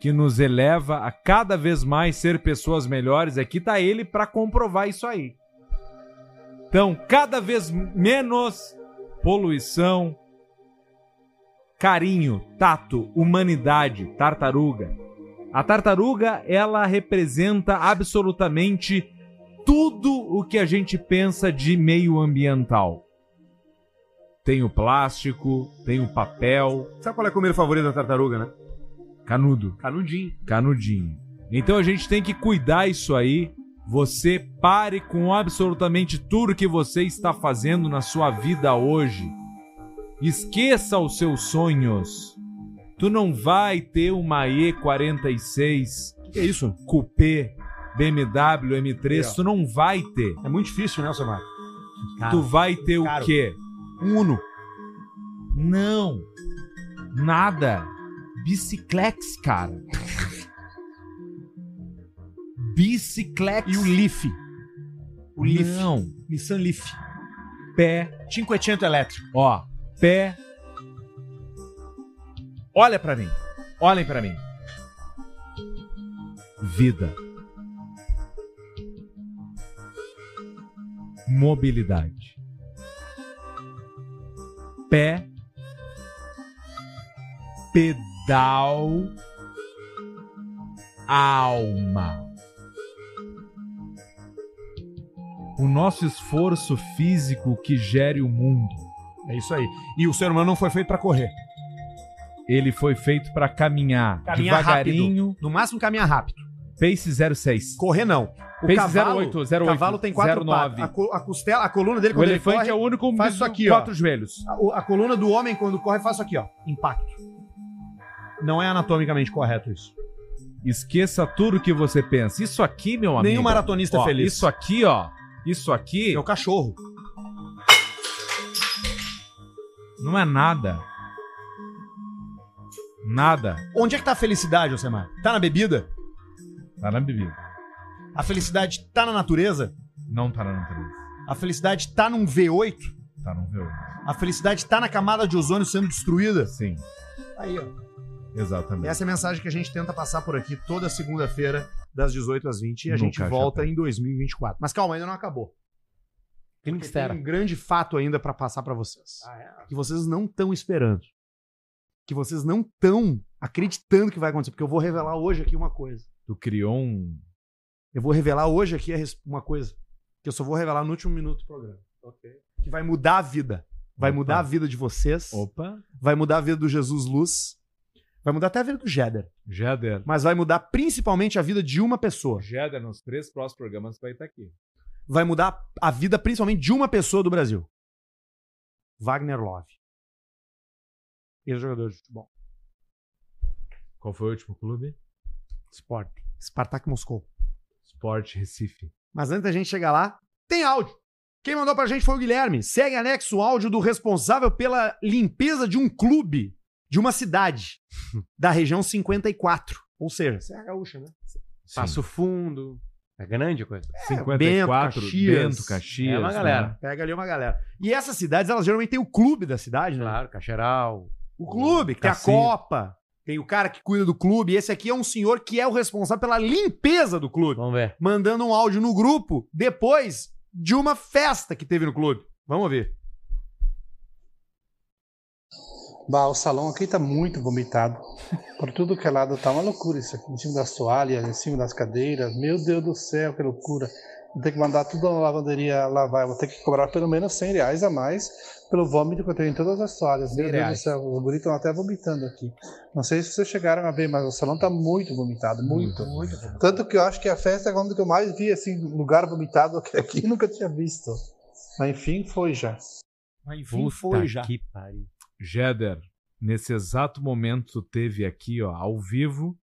que nos eleva a cada vez mais ser pessoas melhores. Aqui tá ele para comprovar isso aí. Então, cada vez menos poluição, carinho, tato, humanidade, tartaruga. A tartaruga, ela representa absolutamente tudo o que a gente pensa de meio ambiental. Tem o plástico, tem o papel,
Sabe qual é a comida favorita da tartaruga, né?
canudo.
Canudinho.
Canudinho. Então a gente tem que cuidar isso aí. Você pare com absolutamente tudo que você está fazendo na sua vida hoje. Esqueça os seus sonhos. Tu não vai ter uma E46
Que é isso?
Coupé BMW M3,
Aí, ó.
tu não vai ter.
É muito difícil, né, Samar?
tu vai ter
caro. Um
o quê?
Uno.
Não. Nada. Biciclex, cara. Biciclex.
E o Leaf. O Leaf.
Não.
Nissan Leaf.
pé.
500 elétrico.
Ó, pé. Olha pra mim. Olhem pra mim. Vida. Mobilidade. Pé. Pedal. Alma. O nosso esforço físico que gere o mundo.
É isso aí. E o ser humano não foi feito pra correr.
Ele foi feito pra caminhar,
Caminhar
devagarinho.
rápido. No máximo, caminhar rápido.
Pace 06.
Correr não. O
Pace
cavalo,
08,
o
08,
cavalo tem quatro
09.
patas. A, co- a costela, a coluna dele
O
quando ele
elefante
corre,
é o único com
faz isso aqui, ó.
quatro joelhos.
A, o- a coluna do homem quando corre faz isso aqui, ó. Impacto. Não é anatomicamente correto isso.
Esqueça tudo que você pensa. Isso aqui, meu amigo.
Nenhum maratonista é
ó,
feliz.
Isso aqui, ó. Isso aqui. É o
cachorro.
Não é nada. Nada.
Onde é que tá a felicidade, Alcemar? Tá na bebida?
Tá na bebida.
A felicidade tá na natureza?
Não tá na natureza.
A felicidade tá num V8?
Tá, não viu?
A felicidade tá na camada de ozônio sendo destruída?
Sim.
Aí, ó.
Exatamente.
Essa é a mensagem que a gente tenta passar por aqui toda segunda-feira, das 18 às 20, e a
No
gente
Caixa
volta em 2024. Mas calma, ainda não acabou. Porque
Clinkstera.
Tem um grande fato ainda pra passar pra vocês.
Ah,
Que vocês não estão esperando. Que vocês não estão acreditando que vai acontecer. Porque eu vou revelar hoje aqui uma coisa.
Tu criou um.
Eu vou revelar hoje aqui a res- uma coisa. Que eu só vou revelar no último minuto do programa. Que vai mudar a vida. Vai mudar a vida de vocês.
Opa.
Vai mudar a vida do Jesus Luz. Vai mudar até a vida do Jeder.
Jader.
Mas vai mudar principalmente a vida de uma pessoa.
Jader, nos três próximos programas vai estar aqui.
Vai mudar a vida principalmente de uma pessoa do Brasil. Wagner Love. Ex-jogador de futebol.
Qual foi o último clube?
Sport. Spartak Moscou.
Sport Recife.
Mas antes da gente chegar lá, tem áudio. Quem mandou pra gente foi o Guilherme. Segue anexo o áudio do responsável pela limpeza de um clube de uma cidade da região 54. Ou seja, Serra Gaúcha, né?
Passo fundo. É grande a coisa.
54, Bento, Caxias,
É uma galera.
né?
Pega ali uma galera. E essas cidades, elas geralmente têm o clube da cidade, né? Claro, Caxeral. O clube, que tem a
Cassino.
Copa. Tem o cara que cuida do clube. E esse aqui é um senhor que é o responsável pela limpeza do clube.
Vamos ver.
Mandando um áudio no grupo depois de uma festa que teve no clube. Vamos ver.
Bah, o salão aqui tá muito vomitado. Por tudo que é lado tá uma loucura isso aqui. Em cima das toalhas, em cima das cadeiras. Meu Deus do céu, que loucura. Vou ter que mandar tudo na lavanderia lavar. Vou ter que cobrar pelo menos 100 reais a mais pelo vômito que eu tenho em todas as toalhas. Meu
100
Deus do
reais.
céu, os guris estão até vomitando aqui. Não sei se vocês chegaram a ver, mas o salão tá muito vomitado, muito.
muito
Tanto que eu acho que a festa é quando que eu mais vi, assim, lugar vomitado que aqui [laughs] eu nunca tinha visto. Mas enfim, foi já.
Mas enfim,
Puta
Tá
foi já.
que pariu. Jeder, nesse exato momento tu teve aqui, ó, ao vivo,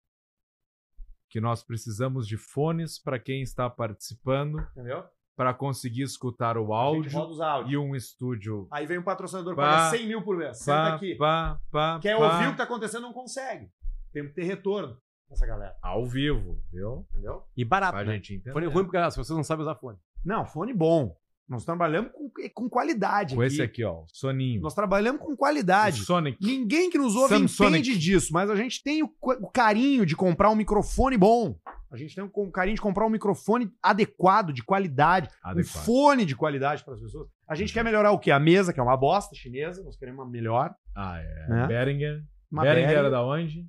que nós precisamos de fones para quem está participando,
Entendeu?
para conseguir escutar o
roda
áudio
os áudios.
e um estúdio.
Aí vem um patrocinador que
Pá,
paga 100 mil por mês. Senta
Pá,
aqui.
pá, pá,
Quer
pá,
ouvir o que tá acontecendo, não consegue. Tem que ter retorno dessa galera.
Ao vivo, viu?
Entendeu?
E barato.
Pra
né?
gente entender.
Fone ruim, porque se vocês não sabem usar fone.
Não, fone bom. Nós trabalhamos com, com qualidade
Com esse aqui, ó, o Soninho.
Nós trabalhamos com qualidade.
O Sonic.
Ninguém que nos ouve
Samsonic.
entende disso, mas a gente tem o, cu- o carinho de comprar um microfone bom. A gente tem o com- carinho de comprar um microfone adequado, de qualidade. Um
Adequado.
fone de qualidade para as pessoas. A gente quer melhorar o quê? A mesa, que é uma bosta chinesa, nós queremos uma melhor.
Ah, é.
Né?
Beringer.
Uma
Beringer,
Behringer.
era da onde?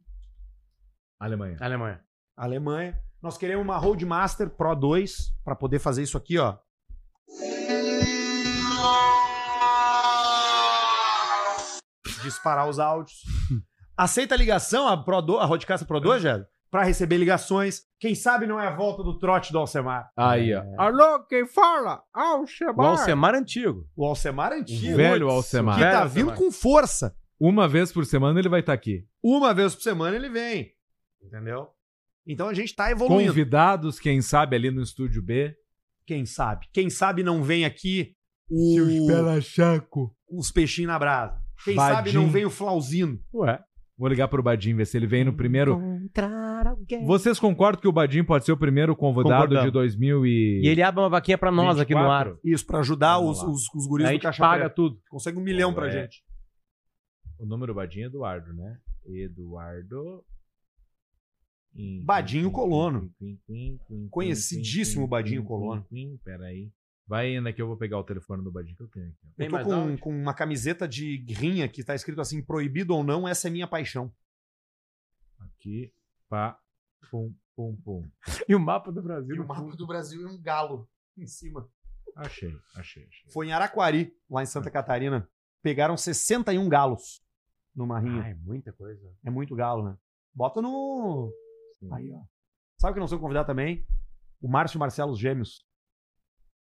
Alemanha.
Alemanha.
Alemanha. Nós queremos uma Roadmaster Pro 2 para poder fazer isso aqui, ó. Disparar
[laughs]
os áudios. Aceita a ligação, a, Pro 2, a Roadcaster Pro 2, Jé? Para receber ligações. Quem sabe não é a volta do trote do Alcemar.
Aí, ó.
Alô, quem fala?
O
Alcemar.
Alcemar é antigo.
O Alcemar é antigo.
O velho Alcemar.
Que tá
Velho
vindo
Alcemar.
com força.
Uma vez por semana ele vai estar aqui.
Uma vez por semana ele vem. Entendeu? Então a gente tá evoluindo.
Convidados, quem sabe, ali no estúdio B.
Quem sabe? Quem sabe não vem aqui o...
pela-chaco.
os peixinhos na brasa. Quem
Vadim.
sabe não vem o Flauzino.
Ué.
Vou ligar pro Badinho, ver se ele vem no
Hum.
primeiro.
Encontrar alguém.
Vocês concordam que o Badinho pode ser o primeiro convidado
Concordamos.
de 2000 e...
E ele abre uma vaquinha pra nós aqui no
24?
Aro.
Isso, pra ajudar
Vamos
os,
lá.
os, os guris
Aí
do
a gente
Caixa
paga
Preta.
tudo.
Consegue um milhão pra
É.
gente.
O número do Badinho é Eduardo, né? Eduardo... Em-
Badinho Colono.
Quim, quim, quim,
Conhecidíssimo
quim, quim,
Badinho
quim,
Colono.
quim, quim. Peraí. Vai indo aqui, eu vou pegar o telefone do Badinho que eu tenho aqui. ó.
Eu tô com, com uma camiseta de grinha que tá escrito assim, proibido ou não, essa é minha paixão.
Aqui, pá, pum, pum, pum.
E o mapa do Brasil.
E o mapa do Brasil é um galo em cima.
Achei, achei, achei.
Foi em Araquari, lá em Santa Catarina. Pegaram 61 galos numa rinha.
Ah, é muita coisa.
É muito galo, né? Bota no. Aí, ó. Sabe o que nós vamos convidar também? O Márcio Marcelo Gêmeos.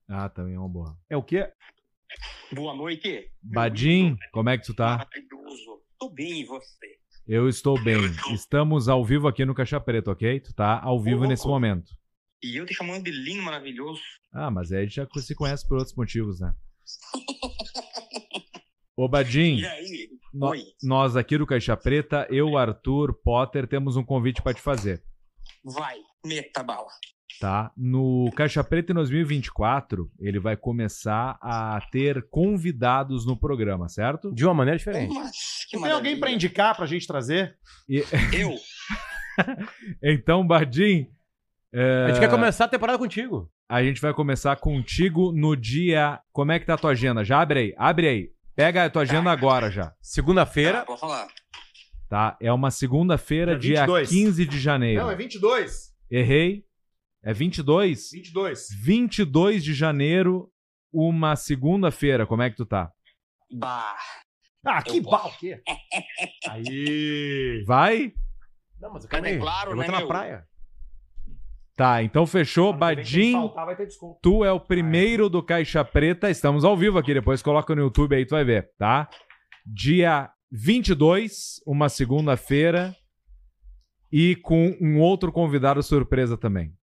Ah, também é uma boa.
É o quê?
Boa noite.
Badinho, como é que tu tá?
Maravilhoso. Tô bem, e você?
Eu estou bem. Estamos ao vivo aqui no Caixa Preto, ok? Tu tá ao vivo nesse momento.
E eu te chamando de lindo, maravilhoso.
Ah, mas aí a gente já se conhece por outros motivos, né? Ô, Badinho,
E aí?
no-
Oi.
nós aqui do Caixa Preta, eu, Arthur, Potter, temos um convite pra te fazer.
Vai, meta bala.
tá? No Caixa Preta em 2024, ele vai começar a ter convidados no programa, certo?
De uma maneira diferente.
Tem alguém pra indicar pra gente trazer?
Eu?
então, Badim. é,
A gente quer começar a temporada contigo.
a gente vai começar contigo no dia. Como é que tá a tua agenda? Já abre aí, abre aí. Pega a tua agenda agora já.
Segunda-feira.
Vou falar.
Tá? É uma segunda-feira,
Dia
dia
22.
15 de janeiro.
Não, é 22.
Errei. É 22?
22.
22 de janeiro, uma segunda-feira. Como é que tu tá?
Bah.
Ah, que
Eu
bal o quê?
Aí. Vai?
Não, mas o
cara é claro, né,
na
meu?
praia.
Tá, então fechou. Badim,
vai ter desconto.
tu é o primeiro do Caixa Preta. Estamos ao vivo aqui, depois coloca no YouTube aí, tu vai ver, tá? Dia 22, uma segunda-feira. E com um outro convidado surpresa também.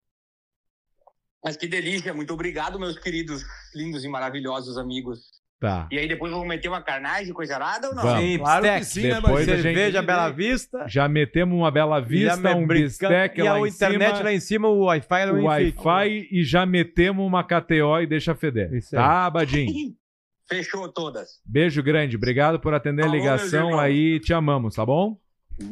Mas que delícia. Muito obrigado, meus queridos, lindos e maravilhosos amigos.
Tá.
E aí depois vamos meter uma carnagem, coisa arada ou não?
Vamos.
Sim,
Claro
bistec.
que sim, né,
Depois a
Marcelo?
Cerveja
gente-
Bela Vista.
Já metemos uma bela vista,
já
um
brincando-
bistec
e a
lá em
internet
cima,
lá em cima, o Wi-Fi lá
Então,
o
em cima.
Wi-Fi e já metemos uma KTO e deixa feder.
Isso aí.
tá, Badim?
[laughs] Fechou todas.
Beijo grande. Obrigado por atender a
Falou, meu
ligação
irmão.
aí. Te amamos, tá bom?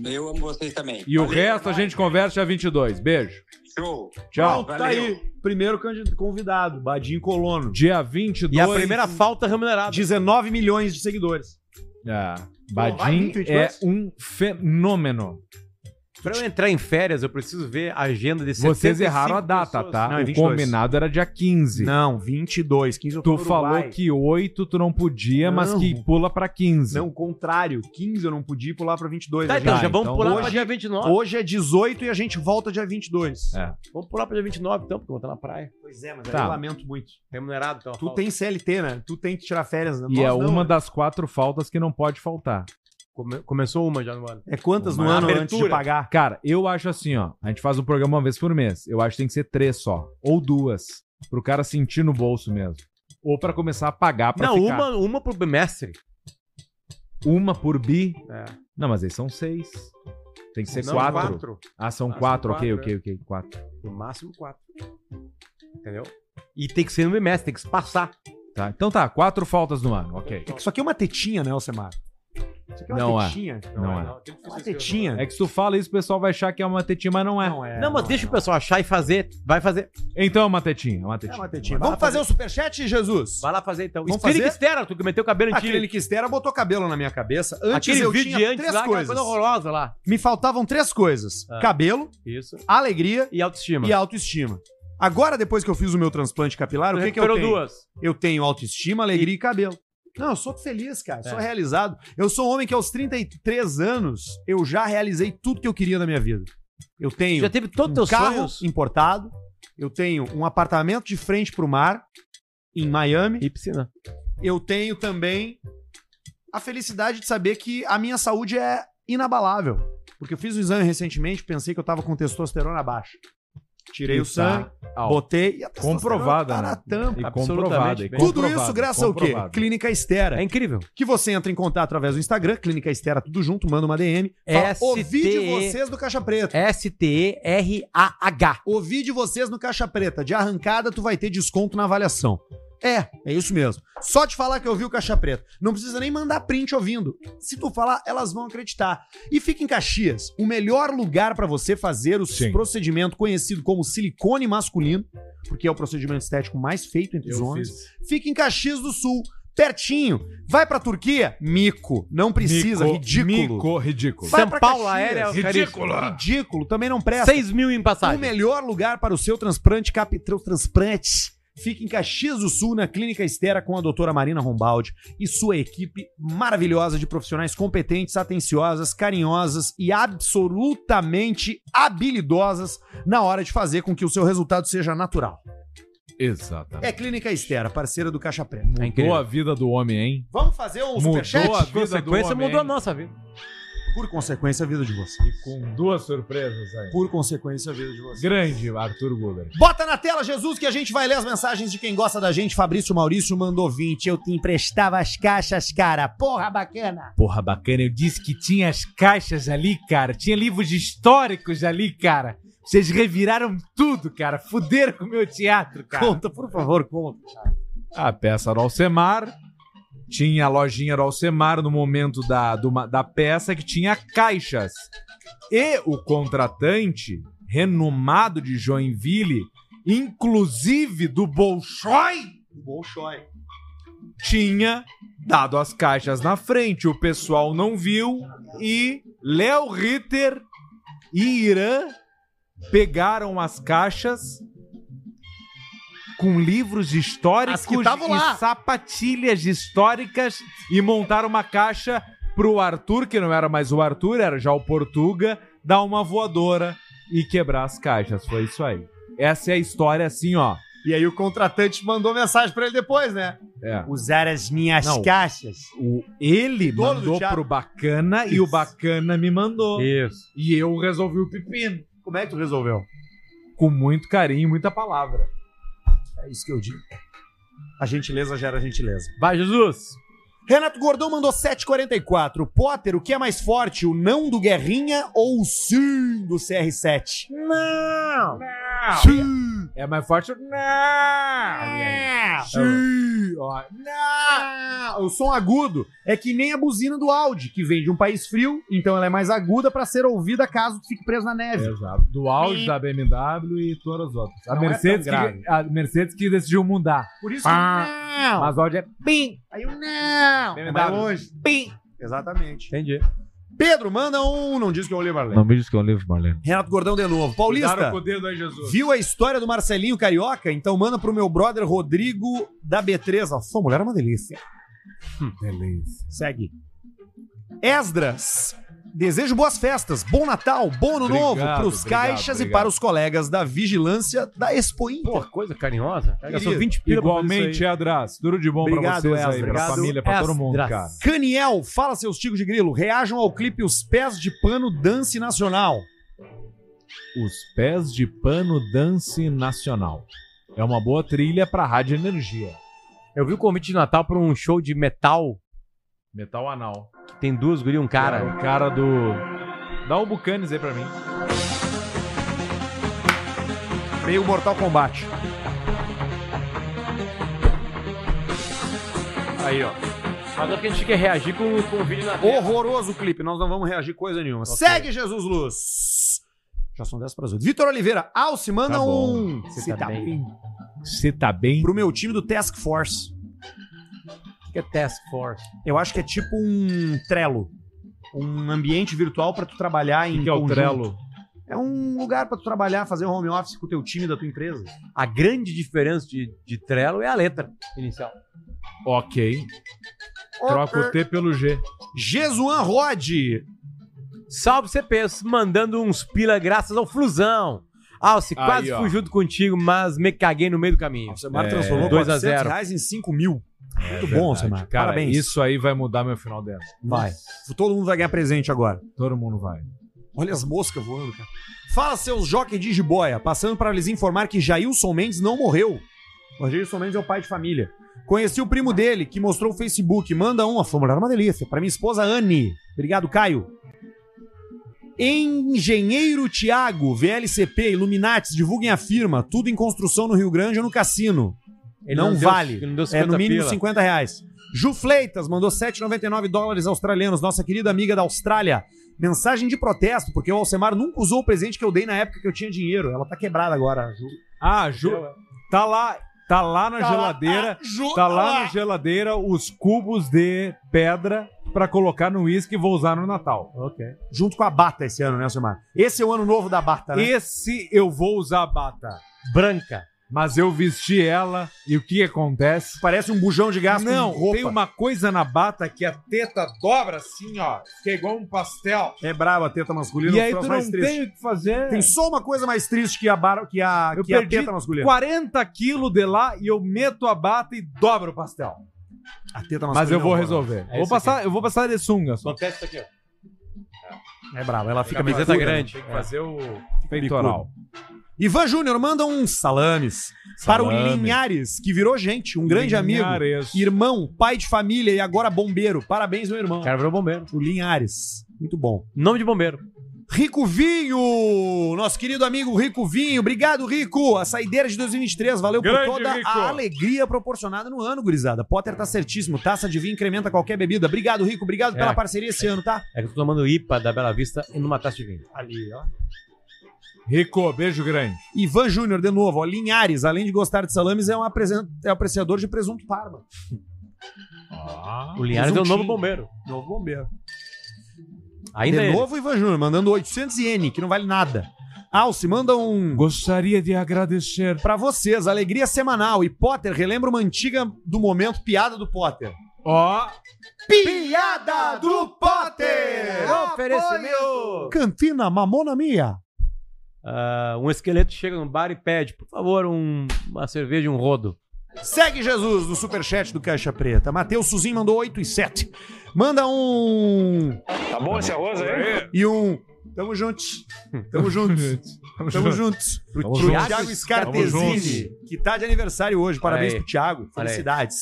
Eu amo vocês também.
E o
Valeu,
resto a
nós.
gente conversa dia 22. Beijo.
Show.
Tchau.
Tá aí. Primeiro candid- convidado, Badinho Colono.
Dia 22.
E a primeira falta remunerada.
19 milhões de seguidores.
Ah,
Vai,
Badim
22.
é um fenômeno.
Pra eu entrar em férias, eu preciso ver a agenda de
Vocês
75
erraram a data,
pessoas.
tá?
Não, é
o
22.
combinado era dia 15.
Não, 22. 15 eu
tu
tô no
falou
Uruguai.
que 8 tu não podia, mas
Não.
que pula pra 15.
Não, o contrário. 15 eu não podia pular pra 22.
Tá,
A
então
gente-
já vamos
então
pular pra
hoje-
dia 29.
Hoje é 18 e a gente volta dia 22.
É.
Vamos pular pra dia 29, então, porque eu vou estar na praia.
Pois é, mas
Tá.
eu lamento muito.
Remunerado, então. a
Tu
falta.
tem CLT, né? Tu tem que tirar férias. Né?
E
Nós
é
não,
uma
né?
das quatro faltas que não pode faltar.
Come- Começou uma já no ano.
É quantas no
Uma
ano antes de
abertura.
pagar?
Cara, eu acho assim, ó. A gente faz um programa uma vez por mês. Eu acho que tem que ser três só. Ou duas. Pro cara sentir no bolso mesmo. Ou pra começar a pagar pra
Não,
ficar.
uma, uma pro bimestre.
Uma por bi.
É.
Não, mas aí são seis. Tem que ser
Não,
quatro. Ah, são
Ah, são
quatro, ok,
quatro,
é.
ok, ok. Quatro.
No máximo quatro. Entendeu? E tem que ser no bimestre, tem que se passar.
Tá. Então tá, quatro faltas no ano, ok.
É que isso aqui é uma tetinha, né, Alcemar? Isso aqui é uma
Não é.
tetinha.
Não, é.
É uma tetinha.
É que se tu fala isso, o pessoal vai achar que é uma tetinha, mas não é.
é.
não, mas deixa o pessoal achar e fazer. Vai fazer.
Então é uma tetinha, é uma
É
tetinha.
uma tetinha. Vamos fazer o superchat, Jesus?
Vai lá fazer então.
Vamos
Espírito
fazer?
Estera, tu que meteu o cabelo em
Ah,
A
ti. Aquele,
Clínica Estera botou cabelo na minha cabeça. Antes eu
vídeo
tinha
de antes
três
lá, aquela
coisas.
coisa horrorosa lá.
Me faltavam três coisas.
Ah.
Cabelo,
Isso.
alegria
E autoestima.
e autoestima. Agora, depois que eu fiz o meu transplante capilar, o que, que eu
Recuperou
tenho?
duas.
Eu tenho autoestima, alegria e cabelo. Não, eu sou feliz, cara. Sou
É.
realizado. Eu sou um homem que aos 33 anos, eu já realizei tudo que eu queria na minha vida. Eu tenho
Já teve todos
um
os teus
carro
sonhos.
importado, eu tenho um apartamento de frente pro mar em Miami,
E piscina.
eu tenho também a felicidade de saber que a minha saúde é inabalável. Porque eu fiz um exame recentemente, pensei que eu tava com testosterona baixa. Tirei
E
o sangue, Botei e a
Comprovada, né?
testosterona tá na tampa.
E comprovada,
Absolutamente.
e
Tudo
comprovada,
isso graças ao
comprovada.
quê? Clínica Estera. É
incrível.
Que você entra em contato através do Instagram, Clínica Estera, tudo junto, manda uma DM. Fala,
STE.
Ouvi de vocês do Caixa Preta.
S-T-E-R-A-H.
Ouvi de vocês no Caixa Preta. De arrancada, tu vai ter desconto na avaliação. É, é isso mesmo. Só te falar que eu ouvi o Caixa Preta. Não precisa nem mandar print ouvindo. Se tu falar, elas vão acreditar. E fica em Caxias, o melhor lugar pra você fazer o procedimento conhecido como silicone masculino, porque é o procedimento estético mais feito entre os
Eu
homens.
fiz.
Fica em Caxias do Sul, pertinho. Vai pra Turquia? Mico. Não precisa,
Mico,
ridículo.
mico, ridículo.
Vai
São
pra
Paulo
Caxias.
aérea,
ridículo.
caríssimo.
Ridículo, também não presta.
6 mil em passagem.
O melhor lugar para o seu transplante, capitrão transplante, fica em Caxias do Sul, na Clínica Estera, com a doutora Marina Rombaldi e sua equipe maravilhosa de profissionais competentes, atenciosas, carinhosas e absolutamente habilidosas na hora de fazer com que o seu resultado seja natural.
Exatamente.
É Clínica Estera, parceira do Caixa Preta.
Mudou a vida do homem, hein?
Vamos fazer um
É Mudou
superchat?
a vida do homem, hein?
nossa vida.
Por consequência, a vida de você.
Com duas surpresas aí.
Por consequência, a vida de você.
Grande, Arthur Guller.
Bota na tela, Jesus, que a gente vai ler as mensagens de quem gosta da gente. Fabrício Maurício mandou 20. Eu te emprestava as caixas, cara. Porra, bacana.
Porra, bacana. Eu disse que tinha as caixas ali, cara. Tinha livros históricos ali, cara. Vocês reviraram tudo, cara. Fuderam com o meu teatro, cara.
Conta, por favor, conta.
A peça do Alcemar. Tinha a lojinha do Alcemar no momento da, do ma- da peça que tinha caixas. E o contratante, renomado de Joinville, inclusive do Bolshoi,
Bolshoi.
tinha dado as caixas na frente, o pessoal não viu e Léo Ritter e Irã pegaram as caixas com livros históricos
As que estavam lá.
e sapatilhas históricas e montaram uma caixa pro Arthur, que não era mais o Arthur, era já o Portuga, dar uma voadora e quebrar as caixas. Foi isso aí. Essa é a história assim, ó.
E aí o contratante mandou mensagem pra ele depois, né?
É.
Usar as minhas
Não.
caixas.
O, ele
dono do
mandou
teatro.
pro Bacana e o Bacana me mandou.
Isso.
E eu resolvi o pepino.
Como é que tu resolveu?
Com muito carinho e muita palavra.
É isso que eu digo. A gentileza gera gentileza.
Vai, Jesus.
Renato Gordão mandou 7,44. Potter, o que é mais forte, o não do Guerrinha ou o sim do CR7?
Não.
Sim. É mais forte. Não!
Ah, É. Sim! Ó, não! O som agudo é que nem a buzina do Audi, que vem de um país frio, então ela é mais aguda pra ser ouvida caso tu fique preso na neve.
Exato. Do Audi da BMW e todas as outras. A
Não é
Mercedes,
tão grave.
que, a Mercedes que decidiu Ah, mudar.
Por isso que não!
Mas Audi é pim!
Aí o não!
BMW.
É mais longe.
Pim!
Exatamente.
Entendi.
Pedro, manda um. Não diz que eu li, Marlene.
me diz que é um livro, Marlene.
Renato Gordão de novo.
Cuidado
Paulista,
com o dedo aí, Jesus.
viu a história do Marcelinho Carioca? Então manda pro meu brother Rodrigo da B3. Ó, sua mulher é uma delícia.
Beleza.
Segue. Esdras. Desejo boas festas, bom Natal, bom ano novo
Obrigado,
para os
obrigado,
caixas e
obrigado.
para os colegas da vigilância da Expo Inter.
Pô, coisa carinhosa. Pega só
Querido,
20 pila pra fazer
Igualmente,
isso aí.
Adras. Tudo de bom pra
Obrigado,
vocês aí,
Ezra.
pra
Obrigado,
família, pra todo mundo,
Esdras.
cara.
Caniel, fala seus tigos de grilo, reajam ao clipe Os Pés de Pano Dance Nacional.
Os Pés de Pano Dance Nacional. É uma boa trilha pra Rádio Energia.
Eu vi o convite de Natal pra um show de metal
Metal Anal.
que tem duas gurias e um cara.
O cara do. Dá o Bucanes aí pra mim.
Meio Mortal Kombat.
Aí, ó. Mas é que a gente quer reagir com com o vídeo na tela.
Horroroso o clipe, nós não vamos reagir coisa nenhuma. Segue Jesus Luz. Já são 10 para as 8. Vitor Oliveira, Alce, manda
Tá bom.
um.
Você tá bem?
Você tá bem?
Pro meu time do Task Force.
que é Task Force.
Eu acho que é tipo um Trello. Um ambiente virtual pra tu trabalhar em
que é o
conjunto.
Trello?
É um lugar pra tu trabalhar, fazer home office com o teu time da tua empresa.
A grande diferença de, de Trello é a letra inicial.
Ok. Troca o T pelo G.
Jesuan Rod.
É,
Salve CPs, mandando uns pila graças ao Flusão. Alce,
Aí,
quase
ó.
fui junto contigo, mas me caguei no meio do caminho.
Nossa, o Mar
É,
transformou
2 a
400
0.
reais em 5 mil. Muito
Verdade.
bom, Samar.
Cara,
Parabéns.
isso aí vai mudar meu final dela.
Vai. Todo mundo vai ganhar presente agora.
Todo mundo vai.
Olha as moscas voando, cara. Fala, seus jockey de jiboia. Passando para lhes informar que Jailson Mendes não morreu. O Jailson Mendes é o pai de família. Conheci o primo dele, que mostrou o Facebook. Manda uma. Foi uma delícia. Para minha esposa, Anne. Obrigado, Caio. Engenheiro Tiago, VLCP, Illuminates, divulguem a firma. Tudo em construção no Rio Grande ou no cassino.
Ele
não,
não deu-
vale.
ele não deu
é
50
no mínimo
pila.
50 reais. Ju Fleitas mandou 7,99 dólares australianos. Nossa querida amiga da Austrália. Mensagem de protesto, porque o Alcemar nunca usou o presente que eu dei na época que eu tinha dinheiro. Ela tá quebrada agora, Ju.
Ah, Ju, tá lá, tá lá na
Tá lá,
geladeira,
ah, Ju,
tá
tá
lá
lá.
na geladeira os cubos de pedra pra colocar no uísque e vou usar no Natal.
Ok. Junto com a Bata esse ano, né, Alcemar? Esse é o ano novo da Bata, né?
Esse eu vou usar a bata
branca,
mas eu vesti ela e o que acontece?
Parece um bujão de gás com
Não,
roupa.
tem uma coisa na bata que a teta dobra assim, ó, que é igual um pastel.
É brava a teta masculina,
E
um
aí
troço
tu não
mais triste.
tem o que fazer.
Tem só uma coisa mais triste que a, bar... que a...
Eu
Que a
perdi
teta masculina.
40 quilos de lá e eu meto a bata e dobro o pastel.
A teta masculina.
Mas eu vou
é um
resolver.
horror. É
vou
isso aqui.
passar, eu vou passar de sunga só.
Acontece isso aqui, ó.
É brava, ela fica
Camiseta
bicuda,
grande.
né?
Tem
que fazer o
peitoral. Ivan Júnior manda uns salames, para o
Salame.
Linhares, que virou gente, um grande
Linhares.
amigo, irmão, pai de família e agora bombeiro. Parabéns, meu irmão.
cara virou bombeiro.
O Linhares. Muito bom.
Nome de bombeiro.
Rico Vinho, nosso querido amigo Rico Vinho. Obrigado, Rico. A saideira de 2023. Valeu
Grande,
por toda
Rico.
a alegria proporcionada no ano, gurizada. Potter tá certíssimo. Taça de vinho incrementa qualquer bebida. Obrigado, Rico. Obrigado pela
É.
parceria esse ano, tá?
É que eu tô tomando IPA da Bela Vista e numa taça de vinho.
Ali, ó.
Rico, beijo grande.
Ivan Júnior, de novo, ó, Linhares, além de gostar de salames, é um, apresen- é um apreciador de presunto parma.
Ah.
O Linhares é o novo
Presuntinho.
bombeiro.
Novo bombeiro.
Ainda é
de
ele.
novo, Ivan Júnior, mandando 800 iene, que não vale nada. Alce, manda um...
Gostaria de agradecer.
Pra vocês, alegria semanal. E Potter, relembra uma antiga do momento, piada do Potter.
Ó,
Piada do Potter!
Oferecimento.
Cantina Mamona Mia.
Ah, um esqueleto chega no bar e pede, por favor, um- uma cerveja e um rodo.
Segue Jesus no superchat do Caixa Preta. Matheus Suzin mandou 8 e 7. Manda um.
Tá bom esse arroz aí?
E um. Tamo juntos. Tamo juntos. Tamo juntos. Pro,
Tamo
pro
juntos.
Thiago
Tamo
Scartesini,
juntos.
que tá de aniversário hoje. Parabéns
aí.
pro Thiago.
Olha aí.
Felicidades.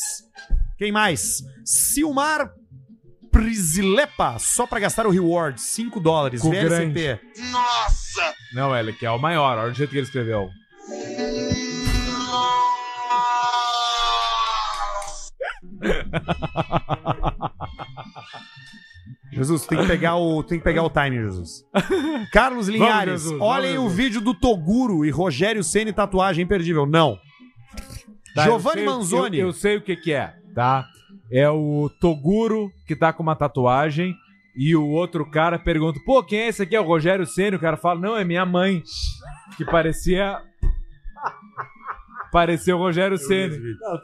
Quem mais? Silmar Prisilepa, só pra gastar o reward, 5 dólares,
Com
VLCP.
Nossa!
Não, ele que é o maior, olha o jeito que ele escreveu.
Jesus, tem que pegar o, tem que pegar o time,
[laughs]
Jesus. Carlos Linhares,
Jesus, vamos,
olhem o
Jesus.
vídeo do Toguro e Rogério Ceni tatuagem imperdível. Não.
Tá, eu
Giovanni
sei-
Manzoni.
Eu, eu sei o que que é, tá? É o Toguro que tá com uma tatuagem e o outro cara pergunta, pô, quem é esse aqui? É o Rogério Ceni? O cara fala, não, é minha mãe. Que parecia... Parecia o Rogério Ceni.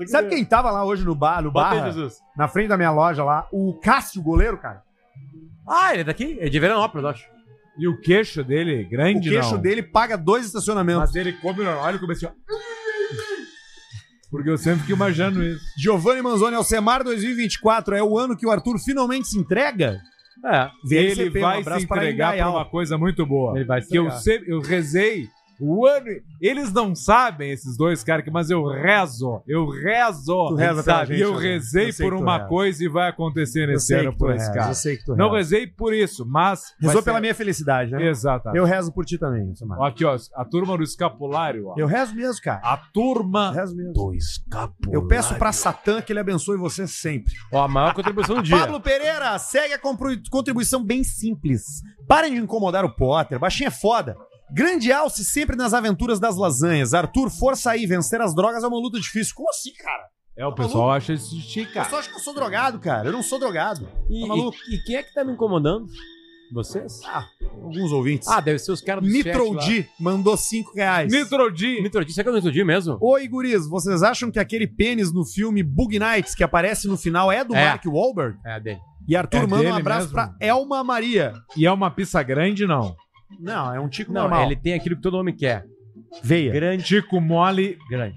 Sabe quem tava lá hoje no bar, no
Bota aí,
bar,
Jesus.
na frente da minha loja lá? O Cássio, goleiro, cara.
Ah, ele é daqui? É de Veranópolis, eu acho.
E o queixo dele,
O
grande
queixo
não.
dele paga dois estacionamentos.
Mas ele come normal, olha como assim, ó. Porque eu sempre fico imaginando isso.
Giovanni Manzoni, Alcemar 2024 é o ano que o Arthur finalmente se entrega?
É.
VLCP,
ele vai
um
se
abraço para
entregar pra
Indaial.
uma coisa muito boa.
Ele vai se
que eu,
entregar.
sempre, eu rezei o ano. Eles não sabem, esses dois caras, que- mas eu rezo. Eu rezo.
Tu reza
Eles
pela
sabem.
gente,
E eu
Rogério.
rezei
Eu sei
por
que tu
uma
reza.
coisa e vai acontecer
Eu
nesse
sei
ano
que tu
por esse
reza,
cara.
eu sei que tu
não
reza.
rezei por isso, mas. é-
Rezou
vai
pela
ser-
minha felicidade, né?
Exatamente.
Eu rezo por ti também, Alcemar.
Ó, Aqui, ó, a turma do escapulário, ó.
Eu rezo mesmo, cara.
A turma
Rezo mesmo.
do escapulário.
Eu peço pra Satã que ele abençoe você sempre.
Ó, a maior contribuição do dia.
Pablo Pereira, segue a compru- contribuição bem simples. Parem de incomodar o Potter, baixinha é foda. Grande alce sempre nas aventuras das lasanhas. Arthur, força aí, vencer as drogas é uma luta difícil. Como assim, cara?
É, o pessoal acha isso chique,
Eu
cara.
só acho que eu sou drogado, cara. Eu não sou drogado.
E,
Tá maluco?
e- e quem é que tá me incomodando? Vocês?
Ah, alguns ouvintes.
Ah, deve ser os caras do chat
Nitrodi mandou 5 reais.
lá.
Nitrodi.
Nitrodi, será que é o Nitrodi mesmo?
Oi, guris, vocês acham que aquele pênis no filme Bug Nights que aparece no final é do
É.
Mark Wahlberg?
É, dele.
E Arthur
É
manda um
dele
abraço
mesmo?
pra Elma Maria.
E é uma pizza grande, não?
Não, é um tico
Não,
normal.
ele tem aquilo que todo homem quer.
Veia.
Grande.
Tico mole. é,
Grande.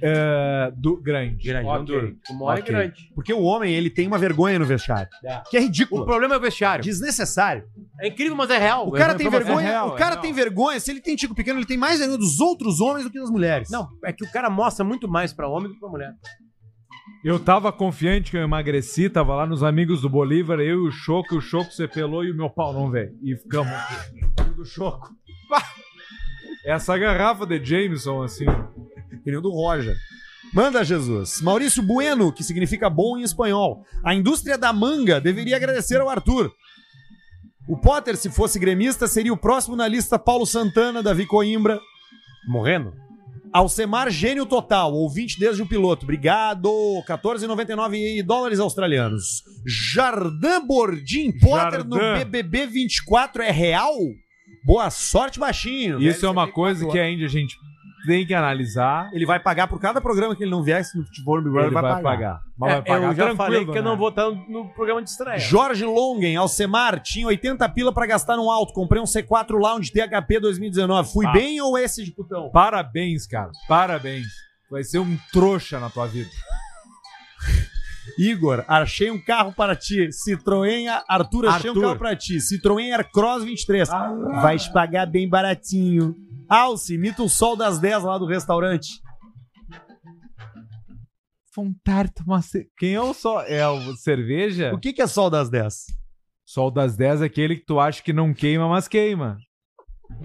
do, grande.
Grande, não duro. O mole é
Ok.
grande.
Porque o homem, ele tem uma vergonha no vestiário.
É.
Que é ridículo.
O problema é o vestiário.
Desnecessário.
É incrível, mas é real.
O cara
É
tem
informação.
vergonha,
É real,
o
é
cara
real.
tem vergonha, se ele tem tico pequeno, ele tem mais vergonha dos outros homens do que das mulheres.
Não, é que o cara mostra muito mais pra homem do que pra mulher.
Eu tava confiante que eu emagreci, tava lá nos amigos do Bolívar, eu e o Choco, e o Choco se pelou e o meu pau não veio. E ficamos [laughs] aqui. do Choco. Essa garrafa de Jameson, assim.
Que nem o do Roger. Manda, Jesus. Maurício Bueno, que significa bom em espanhol. A indústria da manga deveria agradecer ao Arthur. O Potter, se fosse gremista, seria o próximo na lista Paulo Santana, Davi Coimbra. Morrendo. Alcemar Gênio Total, ouvinte desde o piloto. Obrigado. 14,99 dólares australianos. Jardim Bordim Potter no
Jardim.
BBB 24 é real? Boa sorte, baixinho.
Isso é uma coisa que ainda a gente tem que analisar.
Ele vai pagar por cada programa que ele não vier, se não for Big Brother,
Tá. Ele vai pagar. Mas vai
É,
pagar
eu já
tranquilo,
falei que eu
né?
não vou estar no programa de estreia.
Jorge Longen, Alcemar, tinha 80 pila pra gastar no alto. Comprei um C4 Lounge THP 2019. Fui
Ah.
bem ou esse de putão?
Parabéns, cara. Parabéns. Tu Vai ser um trouxa na tua vida.
[laughs] Igor, achei um carro para ti. Citroën, Arthur, achei um
Arthur. Ah.
carro para ti. Citroën Aircross 23. Vai te pagar bem baratinho. Alce, imita o sol das 10 lá do restaurante.
Vontade de tomar um ce- Quem é o sol? É o cerveja?
O que, que é sol das 10?
Sol das 10 é aquele que tu acha que não queima, mas queima.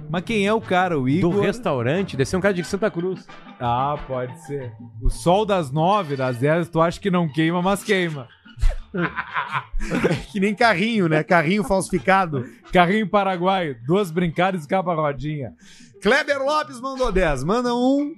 Mas quem é o cara? O
Do
Igor?
restaurante, deve ser um cara de Santa Cruz.
Ah, pode ser. O sol das 9, das 10, tu acha que não queima, mas queima.
que nem carrinho, né?
[laughs]
Carrinho falsificado.
Carrinho paraguaio, duas brincadas e escapa a rodinha.
Kleber Lopes mandou 10. Manda um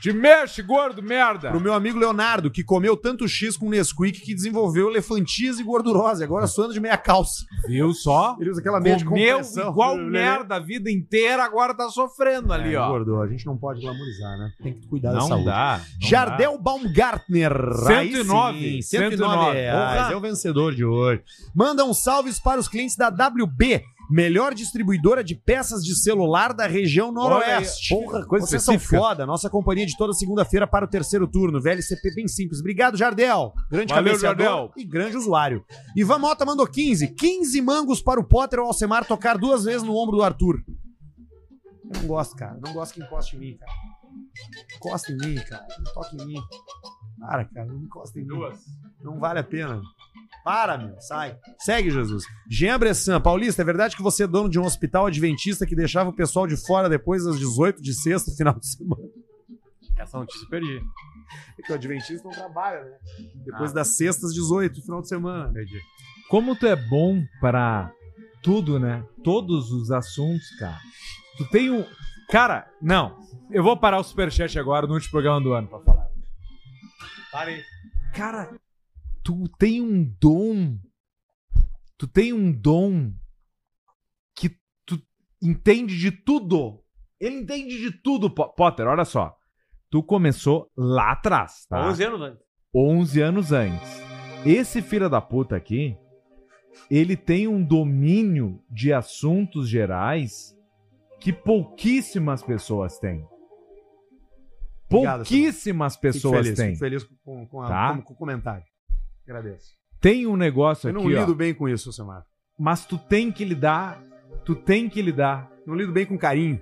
Te mexe, gordo, merda!
Pro meu amigo Leonardo, que comeu tanto X com Nesquik que desenvolveu elefantise gordurosa e agora suando de meia calça.
Viu só?
Ele usa aquela meia de
Comeu
compressão. [laughs] É,
igual
Lelê.
merda a vida inteira, agora tá sofrendo ali,
É,
ó.
engordou. A gente não pode glamorizar, né? Tem que cuidar da
Não
saúde.
dá. não
Jardel Baumgartner. aí
109,
sim, 109. reais.
Porra.
É o vencedor de hoje. Mandam salves para os clientes da WB, melhor distribuidora de peças de celular da região noroeste.
Olha aí, porra, coisa
Vocês
específica.
são foda. Nossa companhia de toda segunda-feira para o terceiro turno. VLCP bem simples. Obrigado, Jardel. Grande
Valeu,
cabeceador
Jardel.
e grande usuário. Ivan Mota mandou 15. 15 mangos para o Potter ou Alcemar tocar duas vezes no ombro do Arthur. Eu não gosto, cara. Não gosto que encoste em mim, cara. Encosta em mim, cara. Não toque em mim. Para, cara. Não encosta em mim. Não vale a pena. Para, meu. Sai. Segue, Jesus. Jean Bressan. Paulista, é verdade que você é dono de um hospital adventista que deixava o pessoal de fora depois das 18 de sexta, final de semana? [laughs]
Essa notícia eu perdi.
É que o adventista não trabalha, né? Depois
Ah.
das sextas, 18, final de semana. Entendi.
dá. Como tu é bom pra tudo, né? Todos os assuntos, cara. Tu tem um. Cara, não. Eu vou parar o superchat agora no último programa do ano pra falar.
Parei.
Cara, tu tem um dom. Tu tem um dom que tu entende de tudo. Ele entende de tudo, Po- Potter. Olha só. Tu começou lá atrás, tá?
11 anos antes.
11 anos antes. Esse filho da puta aqui, ele tem um domínio de assuntos gerais que pouquíssimas pessoas têm.
Obrigado,
Pouquíssimas
Fico
pessoas
feliz,
têm.
fico feliz com, com a-
Tá?
com- com o comentário. Agradeço.
Tem um negócio
Eu não
aqui, ó,
lido bem com isso, Samar.
mas tu tem que lidar, tu tem que lidar.
Não lido bem com carinho.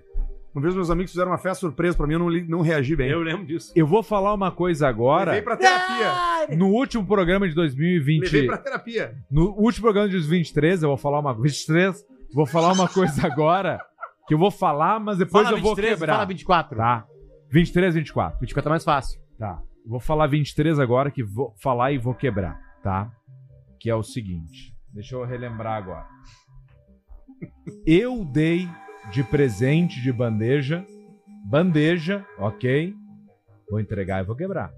Uma vez meus amigos fizeram uma festa surpresa pra mim, eu não, li- não reagi bem.
Eu lembro disso.
Eu vou falar uma coisa agora.
Levei pra terapia.
No último programa de 2020,
Levei pra terapia.
no último programa de 23, eu vou falar uma 23, vou falar uma coisa agora que eu vou falar, mas depois
Fala
eu vou
23,
quebrar.
fala 24.
Tá. 23, 24.
24 é mais fácil.
Tá. Vou falar 23 agora, que vou falar e vou quebrar, tá? Que é o seguinte. Deixa eu relembrar agora. Eu dei de presente de bandeja. Bandeja, ok. Vou entregar e vou quebrar.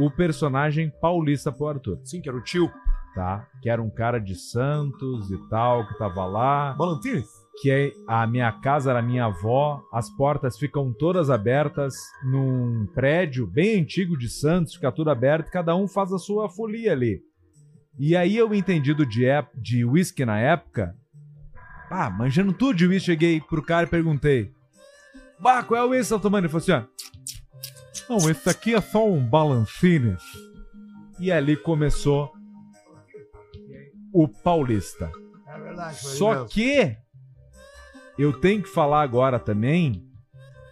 O personagem paulista pro Arthur,
Sim, que era o tio.
tá? Que era um cara de Santos e tal, que tava lá
Volunteers.
que é a minha casa era minha avó, as portas ficam todas abertas num prédio bem antigo de Santos, fica tudo aberto, cada um faz a sua folia ali. E aí eu entendido de, ép- de whisky na época, pá, manjando tudo de whisky, cheguei pro cara e perguntei, Bah, qual é o esse, Altomano? Ele falou assim, ó. Não, esse aqui é só um balancines. E ali começou o Paulista.
É verdade, foi
Só que eu tenho que falar agora também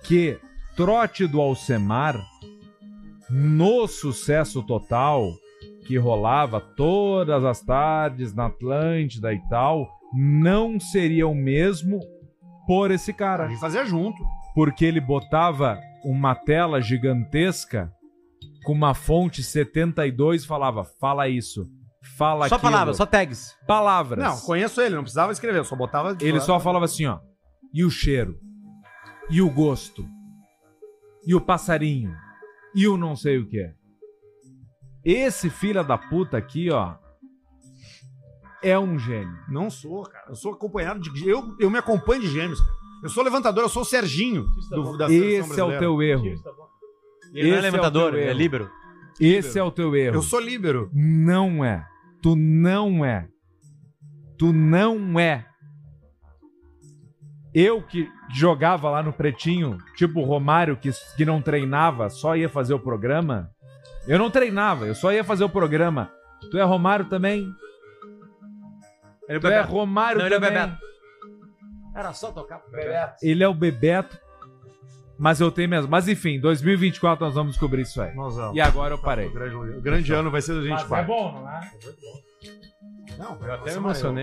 que trote do Alcemar no sucesso total que rolava todas as tardes na Atlântida e tal, não seria o mesmo por esse cara.
Ele fazia junto.
Porque ele botava uma tela gigantesca com uma fonte 72 e falava: fala isso, fala
Só
aquilo."
palavras, só tags.
Palavras.
Não, conheço ele, não precisava escrever, eu só botava.
Ele só falava assim, ó. E o cheiro. E o gosto. E o passarinho. E o não sei o que. Esse filho da puta aqui, ó. É um gênio.
Não sou, cara. Eu sou acompanhado de. Eu, eu me acompanho de gêmeos, cara. Eu sou levantador, eu sou o Serginho. do- da seleção
Esse é o
brasileira.
teu erro.
Ele não é
Esse
levantador,
o teu
ele é
erro.
líbero.
Esse é o teu erro.
Eu sou líbero.
Não é. Tu não é. Tu não é. Eu que jogava lá no pretinho, tipo o Romário que, que não treinava, só ia fazer o programa. Eu não treinava, eu só ia fazer o programa. Tu é Romário também?
Ele é o
tu é
Bebeto.
Romário
Não, ele é o
também?
Bebeto. Era só tocar pro Bebeto.
Ele é o Bebeto. Mas eu tenho mesmo. Mas enfim, 2024 nós vamos descobrir isso aí.
Nós vamos.
E agora eu parei.
O grande ano vai ser do gente
Mas é bom, não é?
Não,
eu até
Nossa,
me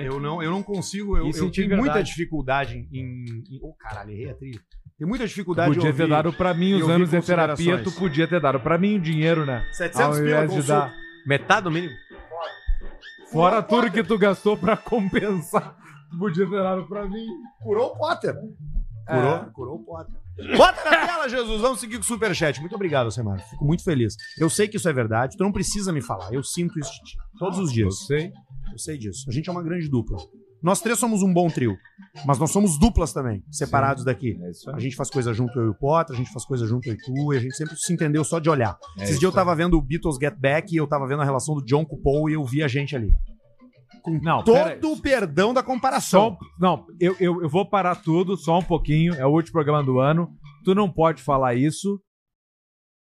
emocionei.
Eu, eu não, eu não consigo. Eu,
E
eu
senti
tenho
verdade.
muita dificuldade em. em Ô, caralho, errei a trilha. Tem muita dificuldade
Tu podia
em
ter
ouvir-
dado pra mim
em
os
ouvir
anos de terapia, tu
considerações.
podia ter dado pra mim o dinheiro, né?
700
Ao
pila,
invés de
consul-
dar.
Metade do mínimo.
Fora tudo que tu gastou pra compensar, tu podia ter dado pra mim.
Curou o Potter. Curou,
É.
curou o Potter. Bota na tela, Jesus. Vamos seguir com o Superchat. Muito obrigado, Semar. Fico muito feliz. Eu sei que isso é verdade. Tu não precisa me falar. Eu sinto isso de ti. Todos os dias. Eu
sei.
Eu sei disso. A gente é uma grande dupla. Nós três somos um bom trio. Mas nós somos duplas também, separados daqui. a gente faz coisa junto eu e o Potter, a gente faz coisa junto eu e tu, e a gente sempre se entendeu só de olhar.
É
Esses
isso
dias eu tava vendo o Beatles Get Back e eu tava vendo a relação do John com o Paul e eu vi a gente ali. Com
Não, pera-
todo o perdão da comparação.
Só um- não, eu, eu, eu vou parar tudo, só um pouquinho. É o último programa do ano. Tu não pode falar isso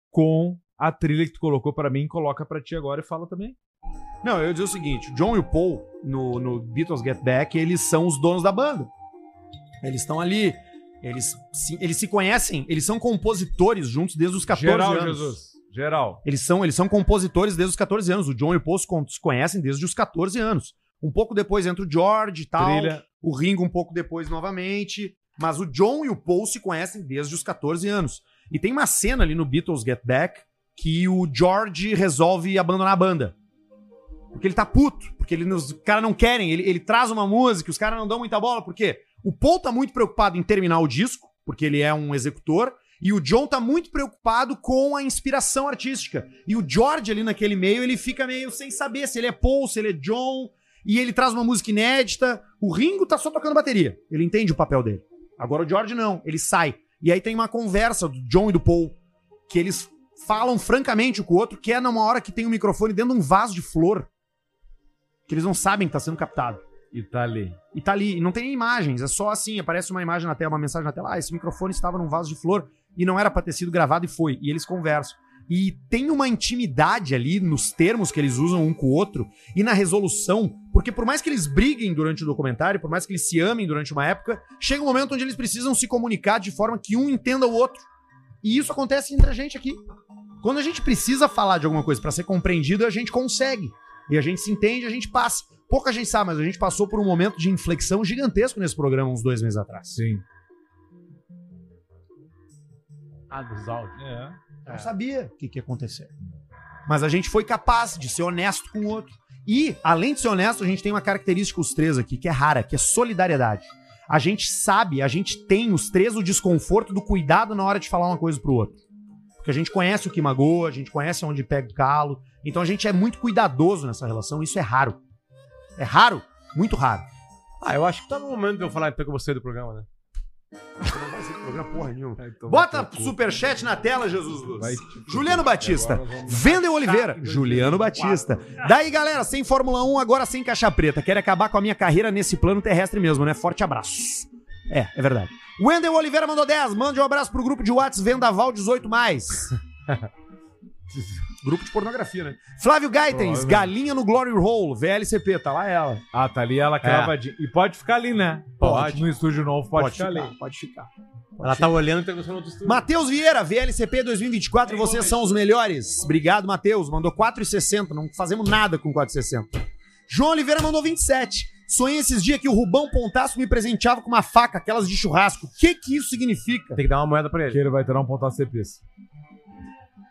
com a trilha que tu colocou pra mim, coloca pra ti agora e fala também.
um- Não, eu ia dizer o seguinte: o John e o Paul, no, no Beatles Get Back, eles são os donos da banda. Eles estão ali. Eles se, eles se conhecem, eles são compositores juntos desde os 14
Geral,
anos.
Jesus. Geral.
Eles são, eles são compositores desde os 14 anos. O John e o Paul se con- se conhecem desde os 14 anos. Um pouco depois entra o George e tal.
Trilha.
O Ringo um pouco depois novamente. Mas o John e o Paul se conhecem desde os 14 anos. E tem uma cena ali no Beatles Get Back que o George resolve abandonar a banda. Porque ele tá puto, porque ele, os caras não querem, ele, ele traz uma música, os caras não dão muita bola, por quê? O Paul tá muito preocupado em terminar o disco, porque ele é um executor, e o John tá muito preocupado com a inspiração artística. E o George ali naquele meio, ele fica meio sem saber se ele é Paul, se ele é John, e ele traz uma música inédita. O Ringo tá só tocando bateria, ele entende o papel dele. Agora o George não, ele sai. E aí tem uma conversa do John e do Paul, que eles falam francamente um com o outro, que é numa hora que tem um microfone dentro de um vaso de flor que eles não sabem que tá sendo captado.
E tá ali.
E tá ali, e não tem nem imagens, é só assim, aparece uma imagem na tela, uma mensagem na tela, ah, esse microfone estava num vaso de flor e não era pra ter sido gravado e foi, e eles conversam. E tem uma intimidade ali nos termos que eles usam um com o outro e na resolução, porque por mais que eles briguem durante o documentário, por mais que eles se amem durante uma época, chega um momento onde eles precisam se comunicar de forma que um entenda o outro. E isso acontece entre a gente aqui. Quando a gente precisa falar de alguma coisa pra ser compreendido, a gente consegue. E a gente se entende, a gente passa. Pouca gente sabe, mas a gente passou por um momento de inflexão gigantesco nesse programa uns dois meses atrás.
Sim.
Ah, dos áudios.
É.
Eu não sabia o que, que ia acontecer. Mas a gente foi capaz de ser honesto com o outro. E, além de ser honesto, a gente tem uma característica, os três aqui, que é rara, que é solidariedade. A gente sabe, a gente tem os três o desconforto do cuidado na hora de falar uma coisa pro outro. Porque a gente conhece o que magoa, a gente conhece onde pega o calo. Então a gente é muito cuidadoso nessa relação, isso é raro. É raro, muito raro.
Ah, eu acho que tá no momento de eu falar então que eu gostei do programa, né?
programa porra nenhuma. Bota superchat na tela, Jesus Luz. Juliano Batista.
Agora nós
Wendel Oliveira. Juliano Batista. Daí, galera, sem Fórmula 1, agora sem caixa preta. Quero acabar com a minha carreira nesse plano terrestre mesmo, né? Forte abraço.
É, é verdade.
Wendel Oliveira mandou 10. Mande um abraço pro grupo de Whats Vendaval 18. [laughs] grupo de pornografia, né? Flávio Gaitens,
Provavelmente.
galinha no Glory Hole, VLCP, tá lá ela.
Ah, tá ali ela cravadinha. E pode ficar ali, né?
É. Pode.
No estúdio novo pode,
Pode
ficar,
ficar,
ali.
Pode ficar.
Ela tá olhando e tá gostando do estúdio.
Matheus Vieira, VLCP 2024, vocês são os melhores. Obrigado, Matheus. Mandou 4,60. Não fazemos nada com 4,60. João Oliveira mandou 27. Sonhei esses dias que o Rubão Pontaço me presenteava com uma faca, aquelas de churrasco. O que que isso significa?
Tem que dar uma moeda pra ele.
Que ele vai ter um ponto a CPs.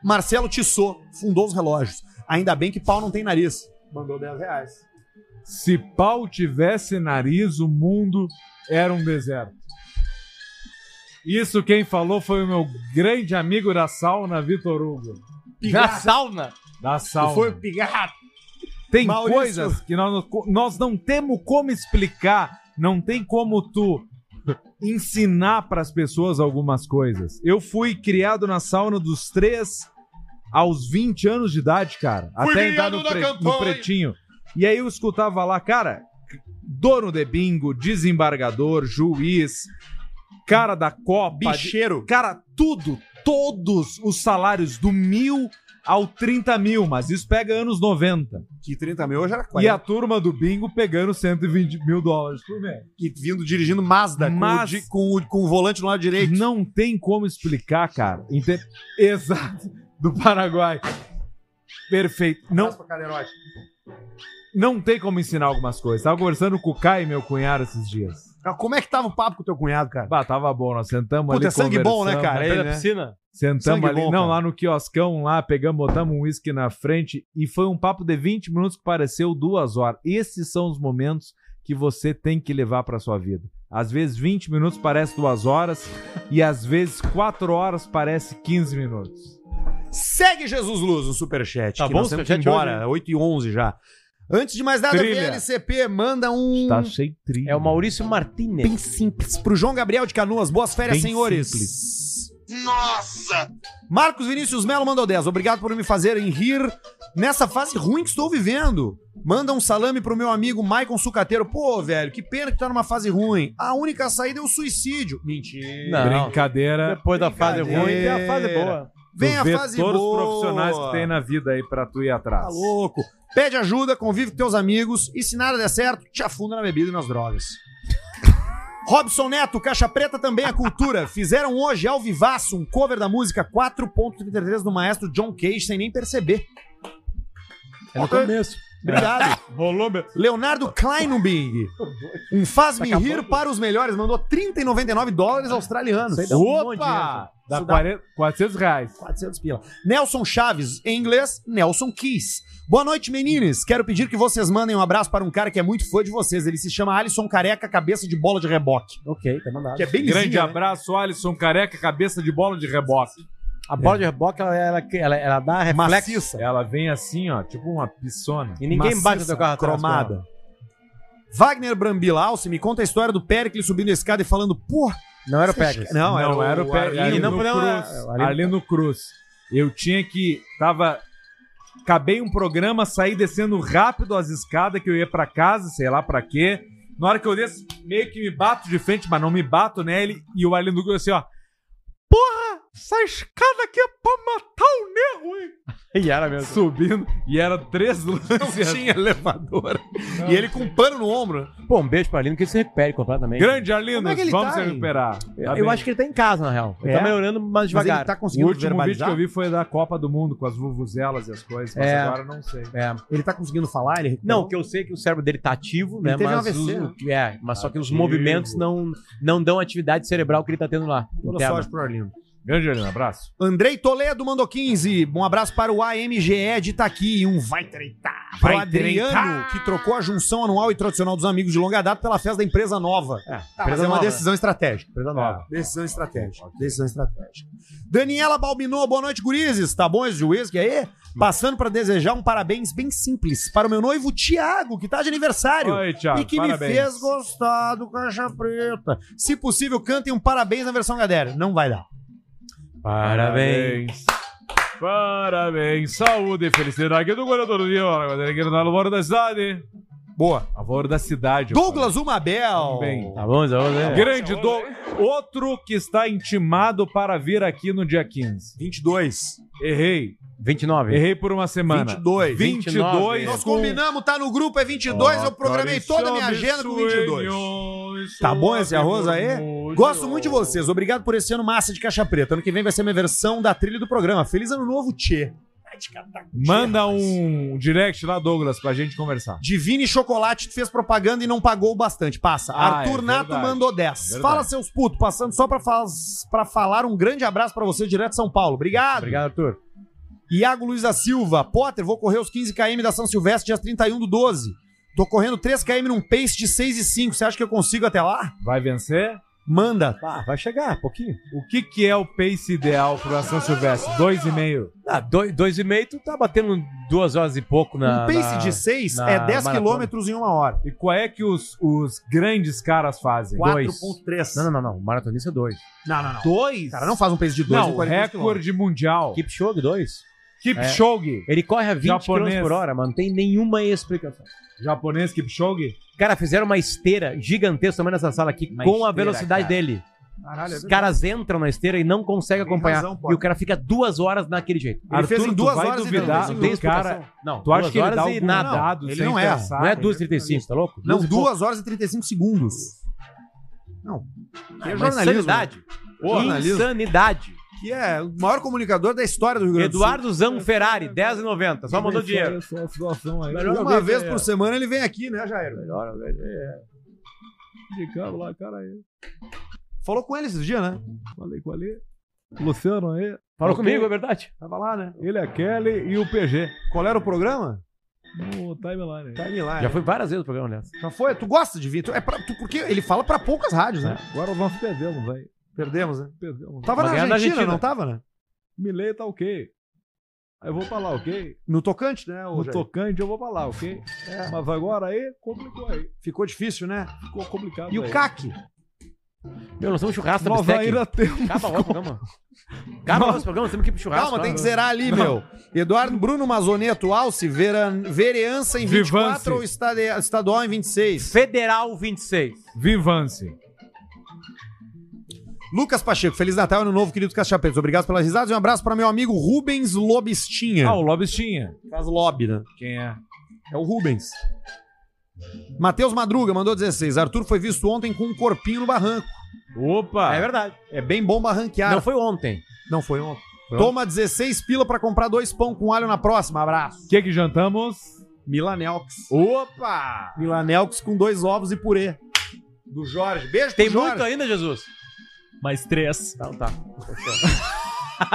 Marcelo Tissot fundou os relógios. Ainda bem que pau não tem nariz.
Mandou 10 reais.
Se pau tivesse nariz, o mundo era um deserto. Isso quem falou foi o meu grande amigo da sauna, Vitor Hugo.
Na sauna?
Da sauna.
Foi o pigarro.
Tem
Maurício.
coisas que nós, nós não temos como explicar, não tem como tu ensinar pras pessoas algumas coisas. Eu fui criado na sauna dos três aos 20 anos de idade, cara,
Fui
até entrar
criado
no,
na
pre-
campanha.
no pretinho. E aí eu escutava lá, cara, dono de bingo, desembargador, juiz, cara da Copa,
Bicheiro.
de- cara, tudo, todos os salários do mil ao 30 mil, mas isso pega anos 90.
Que 30 mil hoje era
E a
40.
turma do bingo pegando 120 mil dólares por mês.
E vindo dirigindo Mazda com o
Mas-
di- com, o, com o volante no lado direito.
Não tem como explicar, cara. Ente- Exato. Do Paraguai. Perfeito. Não, não tem como ensinar algumas coisas. Tava conversando com o Caio, meu cunhado, esses dias.
Ah, Como é que tava o papo com teu cunhado, cara?
Bah, tava bom, nós sentamos
Puta,
ali.
é sangue bom, né,
conversamos.
cara?
Ele,
Ele,
na
né?
piscina.
Sentamos
Sangue
ali.
bom,
não,
cara.
lá no quioscão, lá, pegamos, botamos um uísque na frente e foi um papo de 20 minutos que pareceu duas horas. Esses são os momentos que você tem que levar pra sua vida. Às vezes 20 minutos parece duas horas e às vezes quatro horas parece 15 minutos.
Segue Jesus Luz no Superchat.
Tá
que
bom
nós
o
temos que ir
superchat
embora.
hoje,
8 e 11 já. Antes de mais nada,
Trilha.
VLCP manda um.
Tá cheio de trilha.
É o Maurício Martinez.
Bem simples. Pro João Gabriel de Canoas, boas férias,
Bem
senhores.
Nossa!
Marcos Vinícius Melo mandou 10. Obrigado por me fazerem rir nessa fase ruim que estou vivendo. Manda um salame pro meu amigo Maicon Sucateiro. Pô, velho, que pena que tá numa fase ruim. A única saída é o suicídio. Mentira.
Não.
Brincadeira.
Depois da fase ruim, tem a fase
Brincadeira.
boa.
Vem
Tu
a
vê
fase
todos
boa.
os profissionais que tem na vida aí pra tu ir
Tá
atrás.
louco. Pede ajuda, convive com teus amigos e se nada der certo, te afunda na bebida e nas drogas. [laughs] Robson Neto, Caixa Preta também é cultura. Fizeram hoje ao vivaço um cover da música 4.33 do maestro John Cage sem nem perceber.
É no
Ok.
começo.
Obrigado.
[laughs] Rolou, meu.
Leonardo Kleinubing. Um faz-me
Daqui a
rir
pouco-
para os melhores. Mandou 30,99 dólares australianos.
Isso aí dá um monte de
Opa!
Dá
Isso
40, 400 reais.
400 pila. Nelson Chaves, em inglês, Nelson Keys. Boa noite, meninos. Quero pedir que vocês mandem um abraço para um cara que é muito fã de vocês. Ele se chama Alisson Careca Cabeça de Bola de Reboque.
Ok, tá mandado.
Que é bem
Grande
lisinho, né?
abraço, Alisson Careca, cabeça de bola de reboque.
A bola de reboque, ela, ela, ela, ela dá reflexo.
Maciça.
Ela vem assim, ó, tipo uma piscona.
E ninguém
Maciça,
bate no teu carro atrás
cromada.
com ela.
Wagner Brambilauce me conta a história do Péricles subindo a escada e falando, pô,
Não era o
Vocês-
Pérez.
Não,
Não,
era,
era, o Pe-
Arlindo
Arlindo
não podemos-
Cruz.
é, o Arlindo-
Arlindo Cruz. Eu tinha que. Tava. Acabei um programa, saí descendo rápido as escadas que eu ia pra casa, sei lá pra quê. Na hora que eu desço, meio que me bato de frente, mas não me bato nele. E o Arlindo Cruz
[laughs]
assim, ó. Porra, essa escada aqui é pra matar o nego, hein?
E era mesmo.
Subindo. E era três lances. assim,
elevador. e ele com um pano no ombro.
Pô, um beijo pra Lino, que ele se recupere completamente.
Grande Arlindo,
Como é que ele
vamos
tá,
se
hein?
recuperar.
Eu, eu acho que ele tá em casa, na real. Ele
É?
tá melhorando mais
Mas
devagar.
ele tá
o
conseguindo
último vídeo que
verbalizar?
eu vi foi da Copa do Mundo, com as vuvuzelas e as coisas, mas
É.
agora eu não sei.
É.
Ele tá conseguindo falar? Ele
Não,
recuperou?
o que eu sei é que o cérebro dele tá ativo, né?
Ele teve um
mas
AVC,
os- é, mas só que os
Ativo.
movimentos não, não dão atividade cerebral que ele tá tendo lá.
Boa
interna.
sorte pro Arlindo.
Grande Arlindo, abraço.
Andrei Toledo mandou 15. Um abraço para o AMGE de Itaqui e um vai treitar. Pro
Vai
Adriano,
treitar.
que trocou a junção anual e tradicional dos amigos de longa data pela festa da empresa nova.
É,
Tá, mas
empresa
é uma
nova.
né?
decisão estratégica.
Empresa
É, Decisão estratégica. Decisão estratégica. Daniela Balbinô, boa noite, gurizes. Tá bom esse juiz que aí? Passando para desejar um parabéns bem simples para o meu noivo Tiago, que tá de aniversário.
Oi, Thiago,
E que
parabéns.
me fez gostar do Caixa Preta. Se possível, cantem um parabéns na versão Gadera. Não vai dar.
Parabéns.
Parabéns, saúde e felicidade do Guarda do Rio, da cidade.
Boa.
A favor da cidade. eu
Douglas Umabel.
Também.
Tá bom, tá bom, né?
Grande Doug. Outro que está intimado para vir aqui no dia 15.
22.
Errei.
29.
Errei por uma semana.
22.
22.
Nós combinamos, tá no grupo, é 22. eu programei toda a minha agenda com 22. Tá bom esse arroz aí? Gosto muito de vocês. Obrigado por esse ano massa de caixa preta. Ano que vem vai ser minha versão da trilha do programa. Feliz ano novo, Tchê.
Manda um direct lá, Douglas, pra gente conversar.
Divine Chocolate fez propaganda e não pagou o bastante. Passa.
Ah,
Arthur
é
Nato
verdade.
mandou 10.
Verdade.
Fala, seus putos. Passando só pra, faz... pra falar um grande abraço pra você direto de São Paulo. Obrigado.
Obrigado, Arthur.
Iago Luiz da Silva. Potter, vou correr os 15 km da São Silvestre dia 31 do 12. Tô correndo 3 km num pace de 6 e 5. Você acha que eu consigo até lá?
Vai vencer?
Manda.
Ah, vai chegar, pouquinho.
O que, que é o pace ideal pro São Silvestre? 2,5.
Ah, dois, dois e meio, tu tá batendo duas horas e pouco né? na.
um pace
na-
de 6
na
é 10
maratona.
km em uma hora.
E qual é que os, os grandes caras fazem?
Dois.
4.3.
Não, não, não, não. Maratonista é dois.
Não, não, não.
Dois?
Cara, não faz um pace de 2
Não, recorde mundial.
Kipchoge, dois.
Kipchoge.
Ele corre a 20
Japonês.
km por hora, mano. Não tem nenhuma explicação.
Japonês Kipchoge?
Cara, fizeram uma esteira gigantesca também nessa sala aqui,
Uma
com a
esteira,
velocidade
cara.
dele.
Caralho, é
Os caras entram na esteira e não conseguem
Tem
acompanhar.
razão, pô. Ah,
e o cara fica duas horas naquele jeito.
Ele fez em duas
tu vai
horas e
duvidar
dez
do
minutos.
cara.
Não,
Tu acha que ele
horas
dá
e
algum
nada.
dado
ele
sem
não erra.
pensar?
Não é 2,35, tá louco?
Não,
Duas e
2 horas e 35 segundos. Não. Que
pouco.
é
Mas
jornalismo. né?
Insanidade.
Pô, jornalismo.
Insanidade.
Que é o maior comunicador da história do Rio Grande do
Eduardo Zango Ferrari, 10,90. Só mandou dinheiro.
Sul.
Melhor né?
Uma
alguém
vez
que-
é.
por semana ele vem aqui, né, Jair?
Melhor, velho. É.
Indicando lá, cara aí.
Falou com ele esses dias, né?
Falei com ali. Luciano aí.
Falou comigo, é verdade.
Tava lá, né?
Ele, a Kelly e o PG.
Qual era o programa?
No timeline. aí.
Time lá. né?
Já fui várias vezes no programa, aliás.
Já foi? Tu gosta de vir? Tu, é pra, tu, porque ele fala pra poucas rádios, né?
Agora nós perdemos, velho.
Perdemos, né?
Perdemos.
Tava
Mas
na
ganharam
Argentina,
da Argentina.
não tava, né?
Tá. Milei tá ok. Aí eu vou pra lá, ok?
No tocante, né? ô
No
Jair?
tocante eu vou pra lá, ok?
É.
Mas agora aí, complicou aí.
Ficou difícil, né?
Ficou complicado
E o tá
aí.
CAC?
Meu, nós somos churrasco,
Nós
bistec.
ainda temos...
Acaba logo o programa. Acaba logo o programa, temos que ir pro churrasco.
Calma, tem que
ser.
zerar ali, meu. Eduardo Bruno Mazoneto Alce, veran... vereança em 24
Vivance.
ou estade... estadual em 26?
Federal 26.
Vivance.
Lucas Pacheco, Feliz Natal, Ano Novo, queridos Cachapetos. Obrigado pelas risadas e um abraço para meu amigo Rubens Lobistinha.
Ah, o Lobis tinha.
Faz lobby, né?
Quem é?
É o Rubens. Matheus Madruga mandou 16. Arthur foi visto ontem com um corpinho no barranco.
Opa!
É verdade.
É bem bom barranquear.
Não foi ontem.
Não foi ontem. Toma 16 pila para comprar dois pão com alho na próxima. Abraço.
O que que jantamos?
Milanelx.
Opa!
Milanelx com dois ovos e purê. Do Jorge. Beijo pro
Tem
Jorge.
muito ainda, Jesus?
Mais três.
Então tá.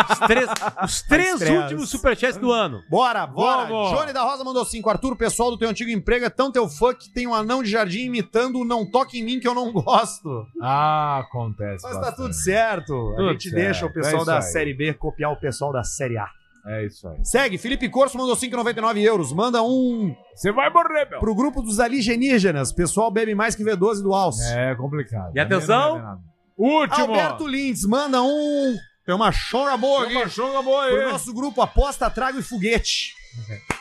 Os três, os três
três.
últimos superchats do ano.
Bora, bora.
Vamos.
Johnny da Rosa mandou 5. Arthur, o pessoal do teu antigo emprego é tão teu fã que tem um anão de jardim imitando o Não Toque em Mim que eu não gosto.
Ah, acontece.
Mas tá
bastante.
tudo certo.
Tudo
a gente
certo.
deixa o
É
pessoal
isso
da
aí.
Série B copiar o pessoal da Série A.
É isso aí.
Segue, Felipe Corso mandou 5,99 euros. Manda um
Você vai morrer, meu.
pro grupo dos alienígenas. Pessoal bebe mais que V12 do Alce.
É complicado.
E atenção?
Também não é nada. Último.
Alberto Lindes manda um. Tem uma chora boa aqui.
Uma chunga boa aí.
Pro nosso grupo Aposta, Trago e Foguete.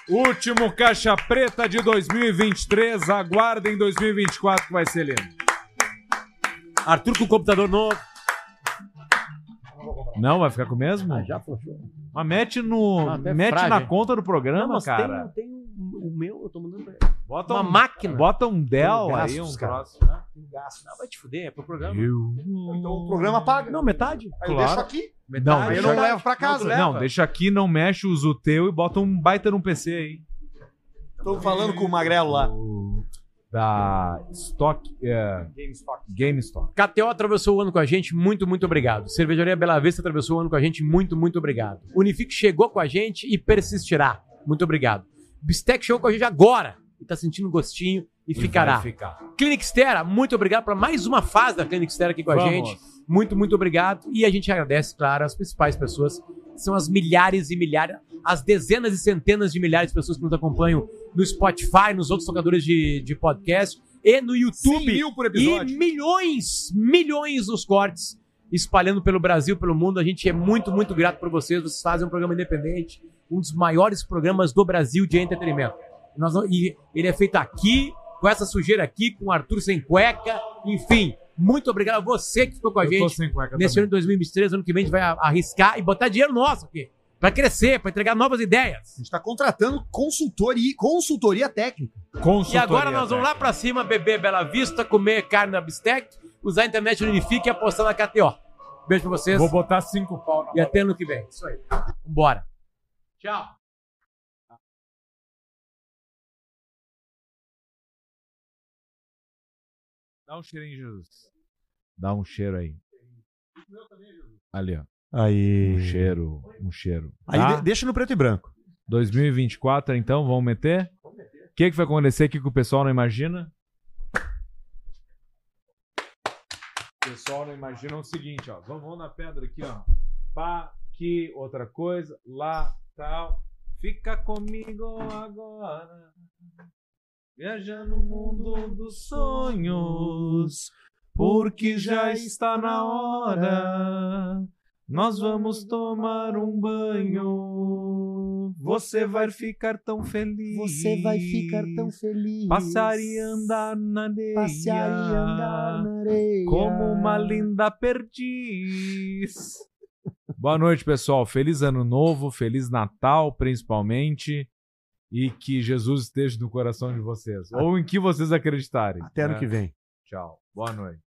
Último Caixa Preta de 2023. Aguardem 2024 que vai ser lindo.
Arthur com o computador novo.
Não, vai ficar com o mesmo?
Ah, já fechou.
Mas mete no.
Ah, até
mete
frágil,
na
hein?
conta do programa, cara.
tem, tem o o meu, eu tô mandando pra ele.
Bota
Uma
um-
máquina.
Bota um Dell
gastos,
aí, um
cara.
troço.
Não, vai te fuder, é pro programa.
Eu-
Então o programa paga.
Não, metade.
Aí eu
claro.
deixo aqui.
Não,
Aí eu
deixa-
não levo pra casa. né,
leva.
Não, deixa aqui, não mexe, usa o teu e bota um baita num PC aí.
Tô falando com o Magrelo lá.
O- Da Stock. É,
GameStop.
GameStop.
KTO atravessou o ano com a gente, muito, muito obrigado. Cervejaria Bela Vista atravessou o ano com a gente, muito, muito obrigado. Unifique chegou com a gente e persistirá, muito obrigado. Bistec chegou com a gente agora e tá sentindo gostinho e, ficará.
vai Ficar.
Clinic Stera, muito obrigado para mais uma fase da Clinic Stera aqui com a
Vamos.
gente. Muito, muito obrigado. E a gente agradece, claro, as principais pessoas, que são as milhares e milhares, as dezenas e centenas de milhares de pessoas que nos acompanham no Spotify, nos outros tocadores de, de podcast e no YouTube.
100 mil por
E
episódio.
milhões, milhões nos cortes espalhando pelo Brasil, pelo mundo. A gente é muito, muito grato por vocês. Vocês fazem um programa independente, um dos maiores programas do Brasil de entretenimento. Nós não- e ele é feito aqui, com essa sujeira aqui, com o Arthur sem cueca, enfim. Muito obrigado a você que ficou com a
Eu
gente.
tô sem cueca
nesse
também.
ano de 2023, ano que vem a gente vai a- arriscar e botar dinheiro nosso aqui. Pra crescer, pra entregar novas ideias. A gente
tá contratando consultoria, consultoria técnica.
E agora nós vamos lá pra cima beber Bela Vista, comer carne na bistec, usar a internet no Unifique e apostar na KTO. Beijo pra vocês.
Vou um botar cinco pau na
E até ano que vem. Isso aí. Vambora. Tchau.
Dá um cheirinho, Jesus. Dá um cheiro aí. Ali, ó.
Aí.
Um cheiro, um cheiro.
Aí de- deixa no preto e branco.
2024, então, vamos meter? O que, que vai acontecer aqui que o pessoal não imagina? O pessoal não imagina o seguinte, ó. Vamos, vamos na pedra aqui, ó. Pá, aqui, outra coisa, lá, tal. Fica comigo agora. Viaja no mundo dos sonhos, porque já está na hora. Nós vamos tomar um banho. Você vai ficar tão feliz.
Você vai ficar tão
feliz. Passar e andar na areia. Passear e andar na areia. Como uma linda perdiz. Boa noite, pessoal. Feliz ano novo, feliz Natal, principalmente. E que Jesus esteja no coração de vocês. Ou em que vocês acreditarem.
Até ano
né?
que vem.
Tchau. Boa noite.